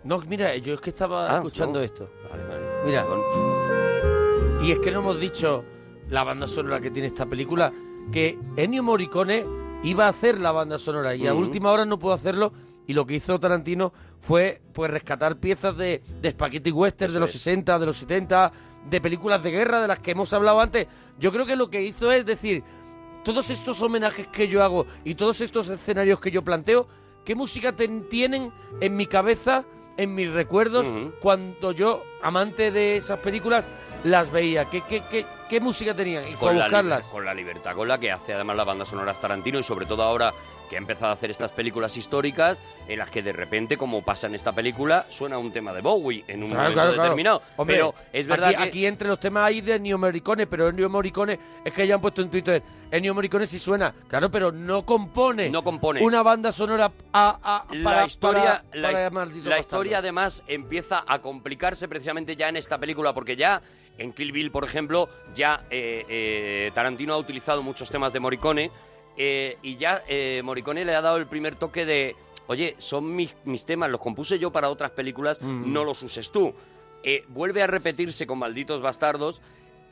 F: No, mira, yo es que estaba
I: Ah,
F: escuchando
I: no.
F: esto.
I: Vale,
F: Mira. Y es que no hemos dicho la banda sonora que tiene esta película, que Ennio Morricone iba a hacer la banda sonora y a
I: Ujú.
F: última hora no pudo hacerlo y lo que hizo Tarantino fue pues rescatar piezas de, de Spaghetti Western de
I: Eso
F: los
I: es.
F: 60, de los 70, de películas de guerra de las que hemos hablado antes. Yo creo que lo que hizo es decir, todos estos homenajes que yo hago y todos estos escenarios que yo planteo, ¿qué música ten- tienen en mi cabeza, en mis recuerdos, cuando yo, amante de esas películas, las veía? ¿Qué, qué, qué, qué música tenían? Y fue a
I: la,
F: buscarlas.
I: liber- con la libertad con la que hace además la banda sonora Tarantino y sobre todo ahora que ha empezado a hacer estas películas históricas en las que de repente, como pasa en esta película, suena un tema de Bowie en un
F: Claro, claro,
I: momento
F: claro.
I: determinado.
F: Hombre,
I: Pero es verdad
F: aquí,
I: que...
F: aquí entre los temas hay de Ennio Morricone, pero Ennio Morricone es que ya han puesto en Twitter, Ennio Morricone sí suena, claro, pero no compone, no compone. una banda sonora a, a- para-
I: la historia,
F: para-
I: la,
F: para
I: his-
F: Malditos
I: la
F: Bastardos.
I: historia además empieza a complicarse precisamente ya en esta película, porque ya en Kill Bill, por ejemplo, ya eh, eh, Tarantino ha utilizado muchos temas de Morricone eh, y ya eh, Morricone le ha dado el primer toque de, oye, son mis, mis temas, los compuse yo para otras películas,
F: Mm.
I: no los uses tú. Eh, vuelve a repetirse con Malditos Bastardos.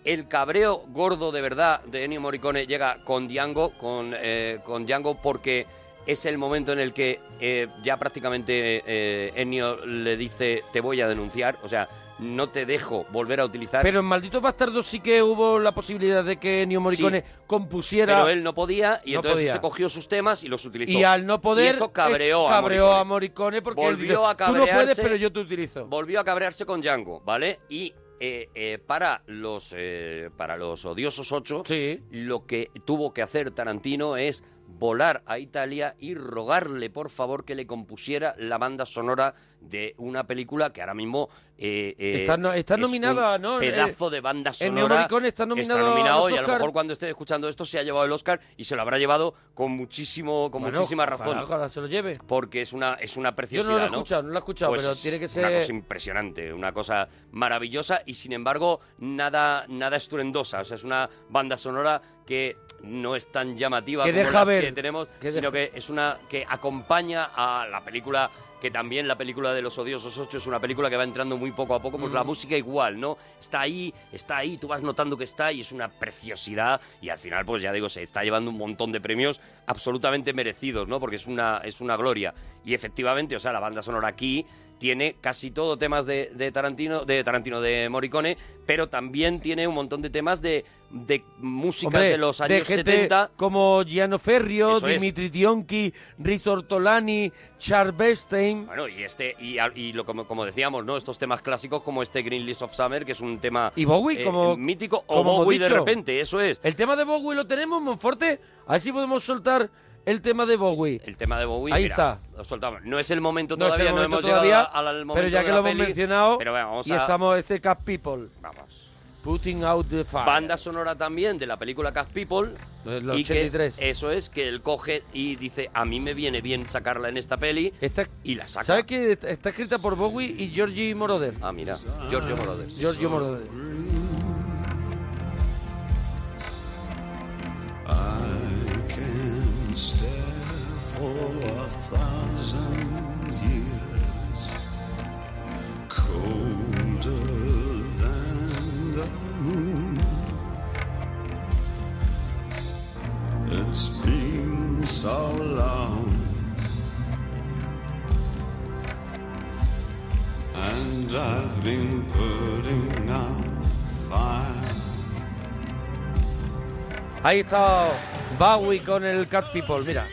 I: El cabreo gordo de verdad de Ennio Morricone llega con Django, con, eh, con Django porque es el momento en el que eh, ya prácticamente eh, Ennio le dice te voy a denunciar, o sea, no te dejo volver a utilizar.
F: Pero en Malditos Bastardos sí que hubo la posibilidad de que Ennio Morricone
I: Sí.
F: compusiera...
I: Pero él no podía y
F: No
I: entonces
F: podía.
I: este cogió sus temas y los utilizó.
F: Y al no poder,
I: Y esto cabreó,
F: eh,
I: a
F: cabreó
I: Morricone.
F: a Morricone porque él dice,
I: volvió a
F: tú
I: cabrearse,
F: no puedes, pero yo te utilizo.
I: Volvió a cabrearse con Django, ¿vale? Y eh, eh, para los eh, para los odiosos ocho, lo que tuvo que hacer Tarantino es volar a Italia y rogarle por favor que le compusiera la banda sonora de una película que ahora mismo eh, eh,
F: Está no- está
I: es un
F: nominada, ¿no?
I: pedazo
F: Eh,
I: de banda
F: Ennio
I: sonora
F: Morricone está nominado a los
I: y a lo
F: Oscar.
I: mejor cuando esté escuchando esto se ha llevado el Oscar y se lo habrá llevado con muchísimo con
F: Bueno,
I: muchísima
F: ojalá-
I: razón
F: ojalá se lo lleve
I: porque es una es una
F: Yo
I: preciosidad
F: no lo he escuchado, no lo he escuchado,
I: Pues
F: pero
I: es
F: tiene que
I: una
F: ser...
I: cosa impresionante una cosa maravillosa y sin embargo nada nada estruendosa o sea es una banda sonora que no es tan llamativa
F: Que
I: como
F: deja
I: las
F: ver,
I: que tenemos
F: que
I: sino
F: deja-
I: que es una que acompaña a la película que también la película de los odiosos 8 es una película que va entrando muy poco a poco, pues
F: Mm.
I: la música igual, ¿no? Está ahí, está ahí, tú vas notando que está y es una preciosidad y al final pues ya digo, se está llevando un montón de premios absolutamente merecidos, ¿no? Porque es una es una gloria y efectivamente, o sea, la banda sonora aquí tiene casi todo temas de, de Tarantino, de Tarantino de Morricone, pero también tiene un montón de temas de, de músicas
F: Hombre,
I: de los años
F: gente
I: 70
F: como Giano Ferrio,
I: Eso es.
F: Dimitri Dionchi, Riz Ortolani, Charles Bestein.
I: Bueno, y este y, al- y lo como, como decíamos, ¿no? Estos temas clásicos como este Green Leaves of Summer, que es un tema
F: Y Bowie,
I: eh,
F: como-
I: mítico o
F: como hemos
I: Bowie de
F: dicho.
I: repente, eso es.
F: El tema de Bowie lo tenemos, Monforte. A ver si podemos soltar el tema de Bowie.
I: El tema de Bowie,
F: Ahí
I: mira,
F: está.
I: Lo soltamos. No es el momento
F: No es el
I: todavía,
F: momento
I: no hemos
F: todavía,
I: llegado al, al momento
F: pero ya
I: de
F: que
I: la
F: lo hemos
I: peli,
F: mencionado
I: pero bueno, vamos
F: y
I: a
F: estamos este Cat People.
I: vamos. Putting Out the Fire. Banda sonora también de la película Cat People.
F: Del
I: y que
F: 83.
I: eso es, que él coge y dice, a mí me viene bien sacarla en esta peli, y la saca.
F: ¿Sabes que está está escrita por Bowie y Georgie Moroder?
I: Ah, mira, Giorgio Moroder.
F: Giorgio Moroder.
E: I can stare for a thousand years, colder than the moon. It's been so long, and I've been putting out fire.
F: Ahí está Bowie con el Cat People, mira.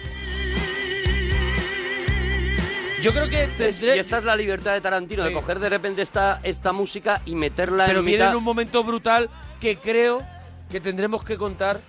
F: Yo creo que
I: Y esta es la libertad de Tarantino, de coger de repente esta, esta música y meterla
F: Pero
I: en
F: viene
I: mitad.
F: en un momento brutal que creo que tendremos que contar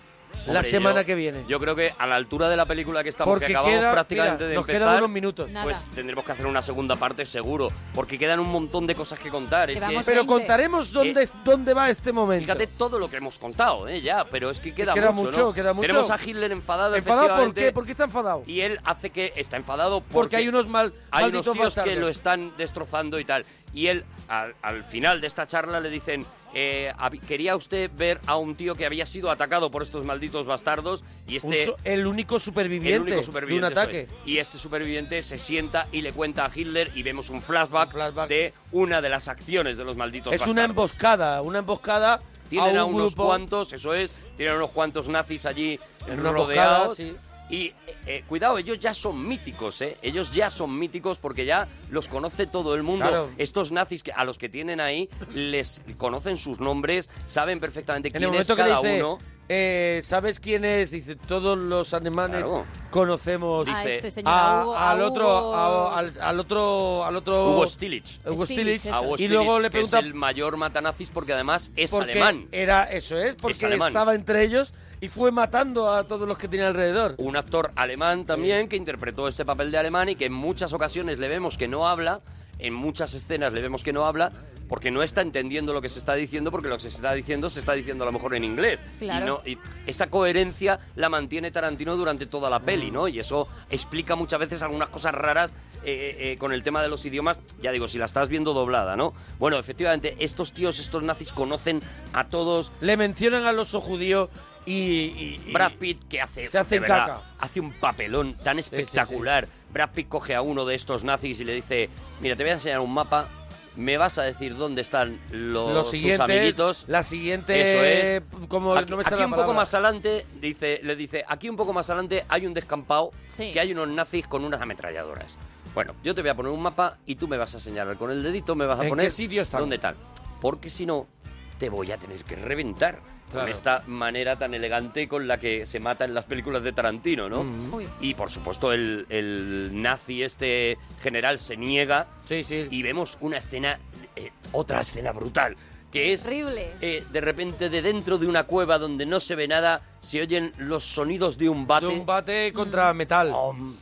F: la
I: Hombre,
F: semana
I: yo-
F: que viene.
I: Yo creo que a la altura de la película que estamos,
F: Porque
I: que acabamos
F: queda-
I: prácticamente
F: mira,
I: de
F: nos
I: empezar.
F: quedan unos minutos. Nada.
I: Pues tendremos que hacer una segunda parte seguro, porque quedan un montón de cosas que contar. Es que-
F: Pero contaremos dónde, dónde va este momento.
I: Eh, Fíjate todo lo que hemos contado, ¿eh? Ya, pero es que queda,
F: queda
I: mucho,
F: mucho,
I: ¿no?
F: queda mucho.
I: Tenemos a Hitler enfadado,
F: ¿Enfadado por
I: efectivamente,
F: qué? ¿Por qué está enfadado?
I: Y él hace que está enfadado porque,
F: Porque hay unos mal-
I: hay unos
F: malditos
I: tíos
F: bastardos.
I: que lo están destrozando y tal. Y él, al, al final de esta charla, le dicen... eh, hab- quería usted ver a un tío que había sido atacado por estos malditos bastardos y
F: Un
I: este
F: so- el único superviviente,
I: el único superviviente
F: de un ataque.
I: soy. Y este superviviente se sienta y le cuenta a Hitler y vemos un flashback, de una de las acciones de los malditos
F: Es una
I: bastardos.
F: emboscada, una emboscada
I: Tienen
F: a
I: a,
F: un
I: unos
F: grupo.
I: cuantos, eso es, tienen a unos cuantos nazis allí
F: En una emboscada,
I: rodeados.
F: sí.
I: Y eh, eh, cuidado, ellos ya son míticos, ¿eh? Ellos ya son míticos porque ya los conoce todo el mundo.
F: Claro.
I: Estos nazis que, a los que tienen ahí les conocen sus nombres, saben perfectamente
F: En
I: quién
F: el
I: es
F: momento que le
I: cada
F: dice,
I: uno.
F: eh, ¿sabes quién es? Dice, todos los alemanes
I: Claro.
F: conocemos
I: A Dice, este
H: señor,
F: a-
H: a Hugo-
F: al
H: a
F: otro,
H: Hugo-
F: a- al, al otro, al otro
I: Hugo Stilich.
F: Hugo Stilich.
I: A Hugo
F: y luego
I: Stilich,
F: le
I: que
F: pregunta
I: es el mayor matanazis porque además es
F: porque
I: alemán.
F: era eso es, porque
I: alemán.
F: estaba entre ellos y fue matando a todos los que tenía alrededor.
I: Un actor alemán también que interpretó este papel de alemán y que en muchas ocasiones le vemos que no habla, en muchas escenas le vemos que no habla porque no está entendiendo lo que se está diciendo porque lo que se está diciendo se está diciendo a lo mejor en inglés.
J: Claro.
I: Y, no- y esa coherencia la mantiene Tarantino durante toda la peli, ¿no? Y eso explica muchas veces algunas cosas raras eh, eh, eh, con el tema de los idiomas, ya digo, si la estás viendo doblada, ¿no? Bueno, efectivamente, estos tíos, estos nazis conocen a todos.
F: Le mencionan al oso judío y, y- y-
I: Brad Pitt que hace
F: Se hace
I: de verdad,
F: caca.
I: hace un papelón tan espectacular. Brad Pitt coge a uno de estos nazis y le dice, mira, te voy a enseñar un mapa, me vas a decir dónde están los,
F: lo
I: tus
F: siguiente,
I: amiguitos.
F: la siguiente,
I: Eso
F: como
I: Aquí,
F: no me sale
I: aquí
F: la
I: un poco
F: palabra.
I: más adelante dice, le dice, aquí un poco más adelante hay un descampado que hay unos nazis con unas ametralladoras. Bueno, yo te voy a poner un mapa y tú me vas a señalar con el dedito, me vas a
F: ¿En
I: poner
F: qué sitio están?
I: dónde tal. Porque si no, te voy a tener que reventar.
F: Claro.
I: Con esta manera tan elegante con la que se mata en las películas de Tarantino, ¿no?
F: Mm. Uy.
I: Y por supuesto el, el nazi, este general, se niega. Y vemos una escena, eh, otra escena brutal, que es
H: Horrible.
I: eh, de repente, de dentro de una cueva donde no se ve nada, se oyen los sonidos de un bate.
F: De un bate contra metal.
I: Pom,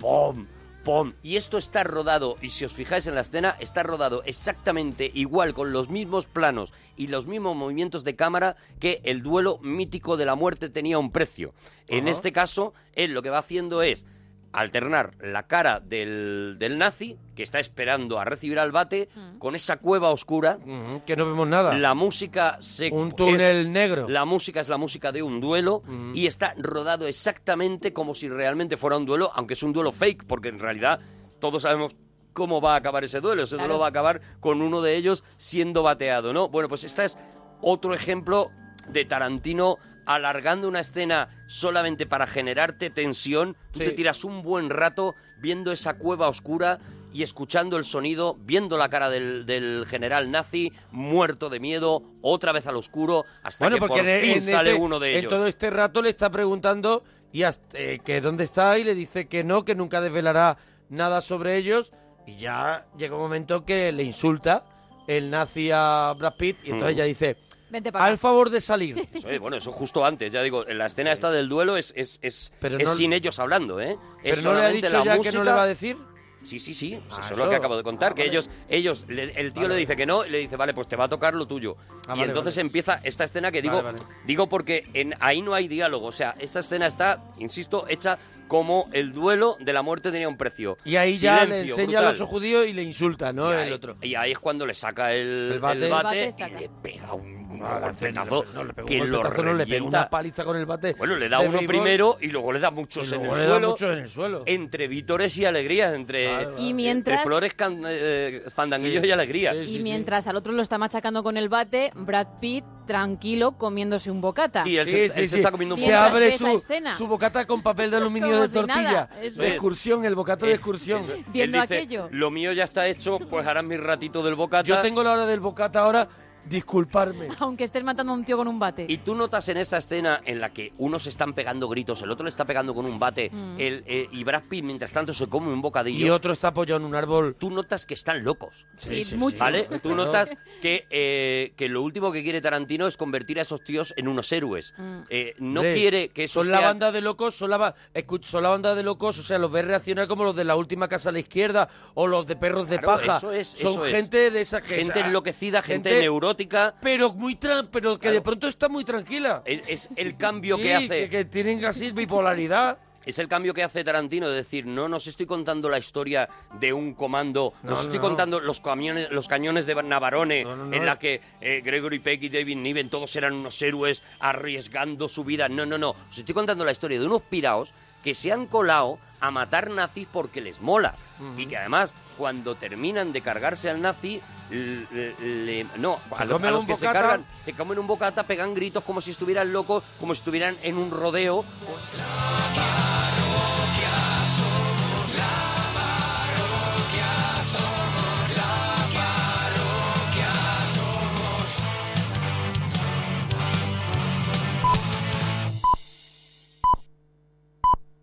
I: pom, pom. Y esto está rodado, y si os fijáis en la escena, está rodado exactamente igual, con los mismos planos y los mismos movimientos de cámara que el duelo mítico de la muerte tenía un precio. En
F: Ajá.
I: este caso, él lo que va haciendo es alternar la cara del, del nazi, que está esperando a recibir al bate, con esa cueva oscura.
F: Mm, que no vemos nada.
I: La música se...
F: Un túnel negro. Mm.
I: La música es la música de un duelo y está rodado exactamente como si realmente fuera un duelo, aunque es un duelo fake, porque en realidad todos sabemos cómo va a acabar ese duelo. Ese duelo
F: Claro.
I: va a acabar con uno de ellos siendo bateado, ¿no? Bueno, pues esta es otro ejemplo de Tarantino alargando una escena solamente para generarte tensión. Tú
F: Sí.
I: te tiras un buen rato viendo esa cueva oscura y escuchando el sonido, viendo la cara del, del general nazi, muerto de miedo, otra vez al oscuro, hasta
F: Bueno,
I: que
F: porque
I: por
F: en-
I: fin
F: en
I: sale
F: este-
I: uno de
F: en
I: ellos.
F: todo este rato le está preguntando y hasta, eh, que dónde está y le dice que no, que nunca desvelará nada sobre ellos y ya llega un momento que le insulta el nazi a Brad Pitt y entonces
I: Mm.
F: ella dice,
H: Vente para
F: al favor de salir.
I: Eso es, bueno, eso justo antes, ya digo, en la escena esta del duelo es, es, es,
F: Pero
I: es
F: no-
I: sin ellos hablando, ¿eh?
F: Pero no
I: Es
F: le ha
I: solamente
F: dicho
I: la
F: ya que
I: música-
F: no le va a decir.
I: Sí, sí, sí.
F: Ah,
I: eso es lo
F: eso.
I: que acabo de contar.
F: Ah,
I: que
F: vale.
I: ellos, ellos, le- el tío
F: Vale,
I: le dice que no, y le dice, vale, pues te va a tocar lo tuyo.
F: Ah,
I: y
F: vale,
I: entonces
F: vale.
I: empieza esta escena que
F: Vale,
I: digo,
F: vale.
I: digo porque en, ahí no hay diálogo. O sea, esta escena está, insisto, hecha como el duelo de la muerte tenía un precio.
F: Y ahí ya le
I: Silencio,
F: enseña
I: brutal.
F: los judíos y le insulta, ¿no?
I: Y ahí-
F: el otro.
I: Y ahí es cuando le saca el,
F: El bate.
I: el bate
F: El bate
I: y le pega un
F: No, le pegó-
I: golpetazo
F: no, le pegó un
I: que lo
F: golpetazo, no, le pegó
I: revienta.
F: una paliza con el bate.
I: Bueno, le da
F: de
I: uno
F: béisbol.
I: primero y luego le da muchos
F: Y
I: en el
F: luego le da
I: suelo.
F: muchos en el suelo.
I: Entre vítores y alegrías, entre, eh, entre
H: mientras-
I: flores, can- eh, fandanguillos
F: Sí,
I: y alegrías.
H: y mientras al otro lo está machacando con el bate, Brad Pitt tranquilo comiéndose un bocata.
I: Sí, él se- él se está comiendo un
F: Se
H: Mientras ve
F: abre
H: esa
F: su,
H: escena.
F: su bocata con papel de aluminio
H: Como
F: de
H: si
F: tortilla.
H: nada, eso
F: de
H: es.
F: excursión, el bocato de excursión.
I: Eh, Él dice, Lo mío ya está hecho, pues harás mi ratito del bocata.
F: Yo tengo la hora del bocata ahora, disculparme.
H: Aunque estés matando a un tío con un bate.
I: Y tú notas en esta escena en la que unos están pegando gritos, el otro le está pegando con un bate,
H: Mm.
I: el, eh, y Brad Pitt mientras tanto se come un bocadillo.
F: Y otro está apoyado en un árbol.
I: Tú notas que están locos.
F: Sí, Sí, sí, mucho. sí.
I: ¿Vale?
F: Claro.
I: Tú notas que, eh, que lo último que quiere Tarantino es convertir a esos tíos en unos héroes.
F: Mm.
I: Eh, no
F: Hombre,
I: quiere que esos
F: son la
I: sean-
F: banda de locos son la, ba- escucha, son la banda de locos o sea los ves reaccionar como los de la última casa a la izquierda o los de perros de
I: Claro,
F: paja
I: eso es,
F: son
I: eso es.
F: gente de esa que
I: Gente
F: esa-
I: enloquecida, gente neurótica
F: pero muy tran- pero que de pronto está muy tranquila
I: es, es el cambio
F: Sí,
I: que hace.
F: que- que tienen casi bipolaridad
I: Es el cambio que hace Tarantino de decir, no nos estoy contando la historia de un comando,
F: No,
I: nos
F: no,
I: estoy
F: no.
I: contando los camiones, los cañones de Navarone,
F: no.
I: en la que eh, Gregory Peck y David Niven todos eran unos héroes arriesgando su vida. No, no, no. Os estoy contando la historia de unos piraos que se han colado a matar nazis porque les mola. Y que además, cuando terminan de cargarse al nazi, l- le- le- no,
F: Se
I: a, lo- a
F: comen
I: los
F: un
I: que se
F: bocata.
I: cargan, se comen un bocata, pegan gritos como si estuvieran locos, como si estuvieran en un rodeo.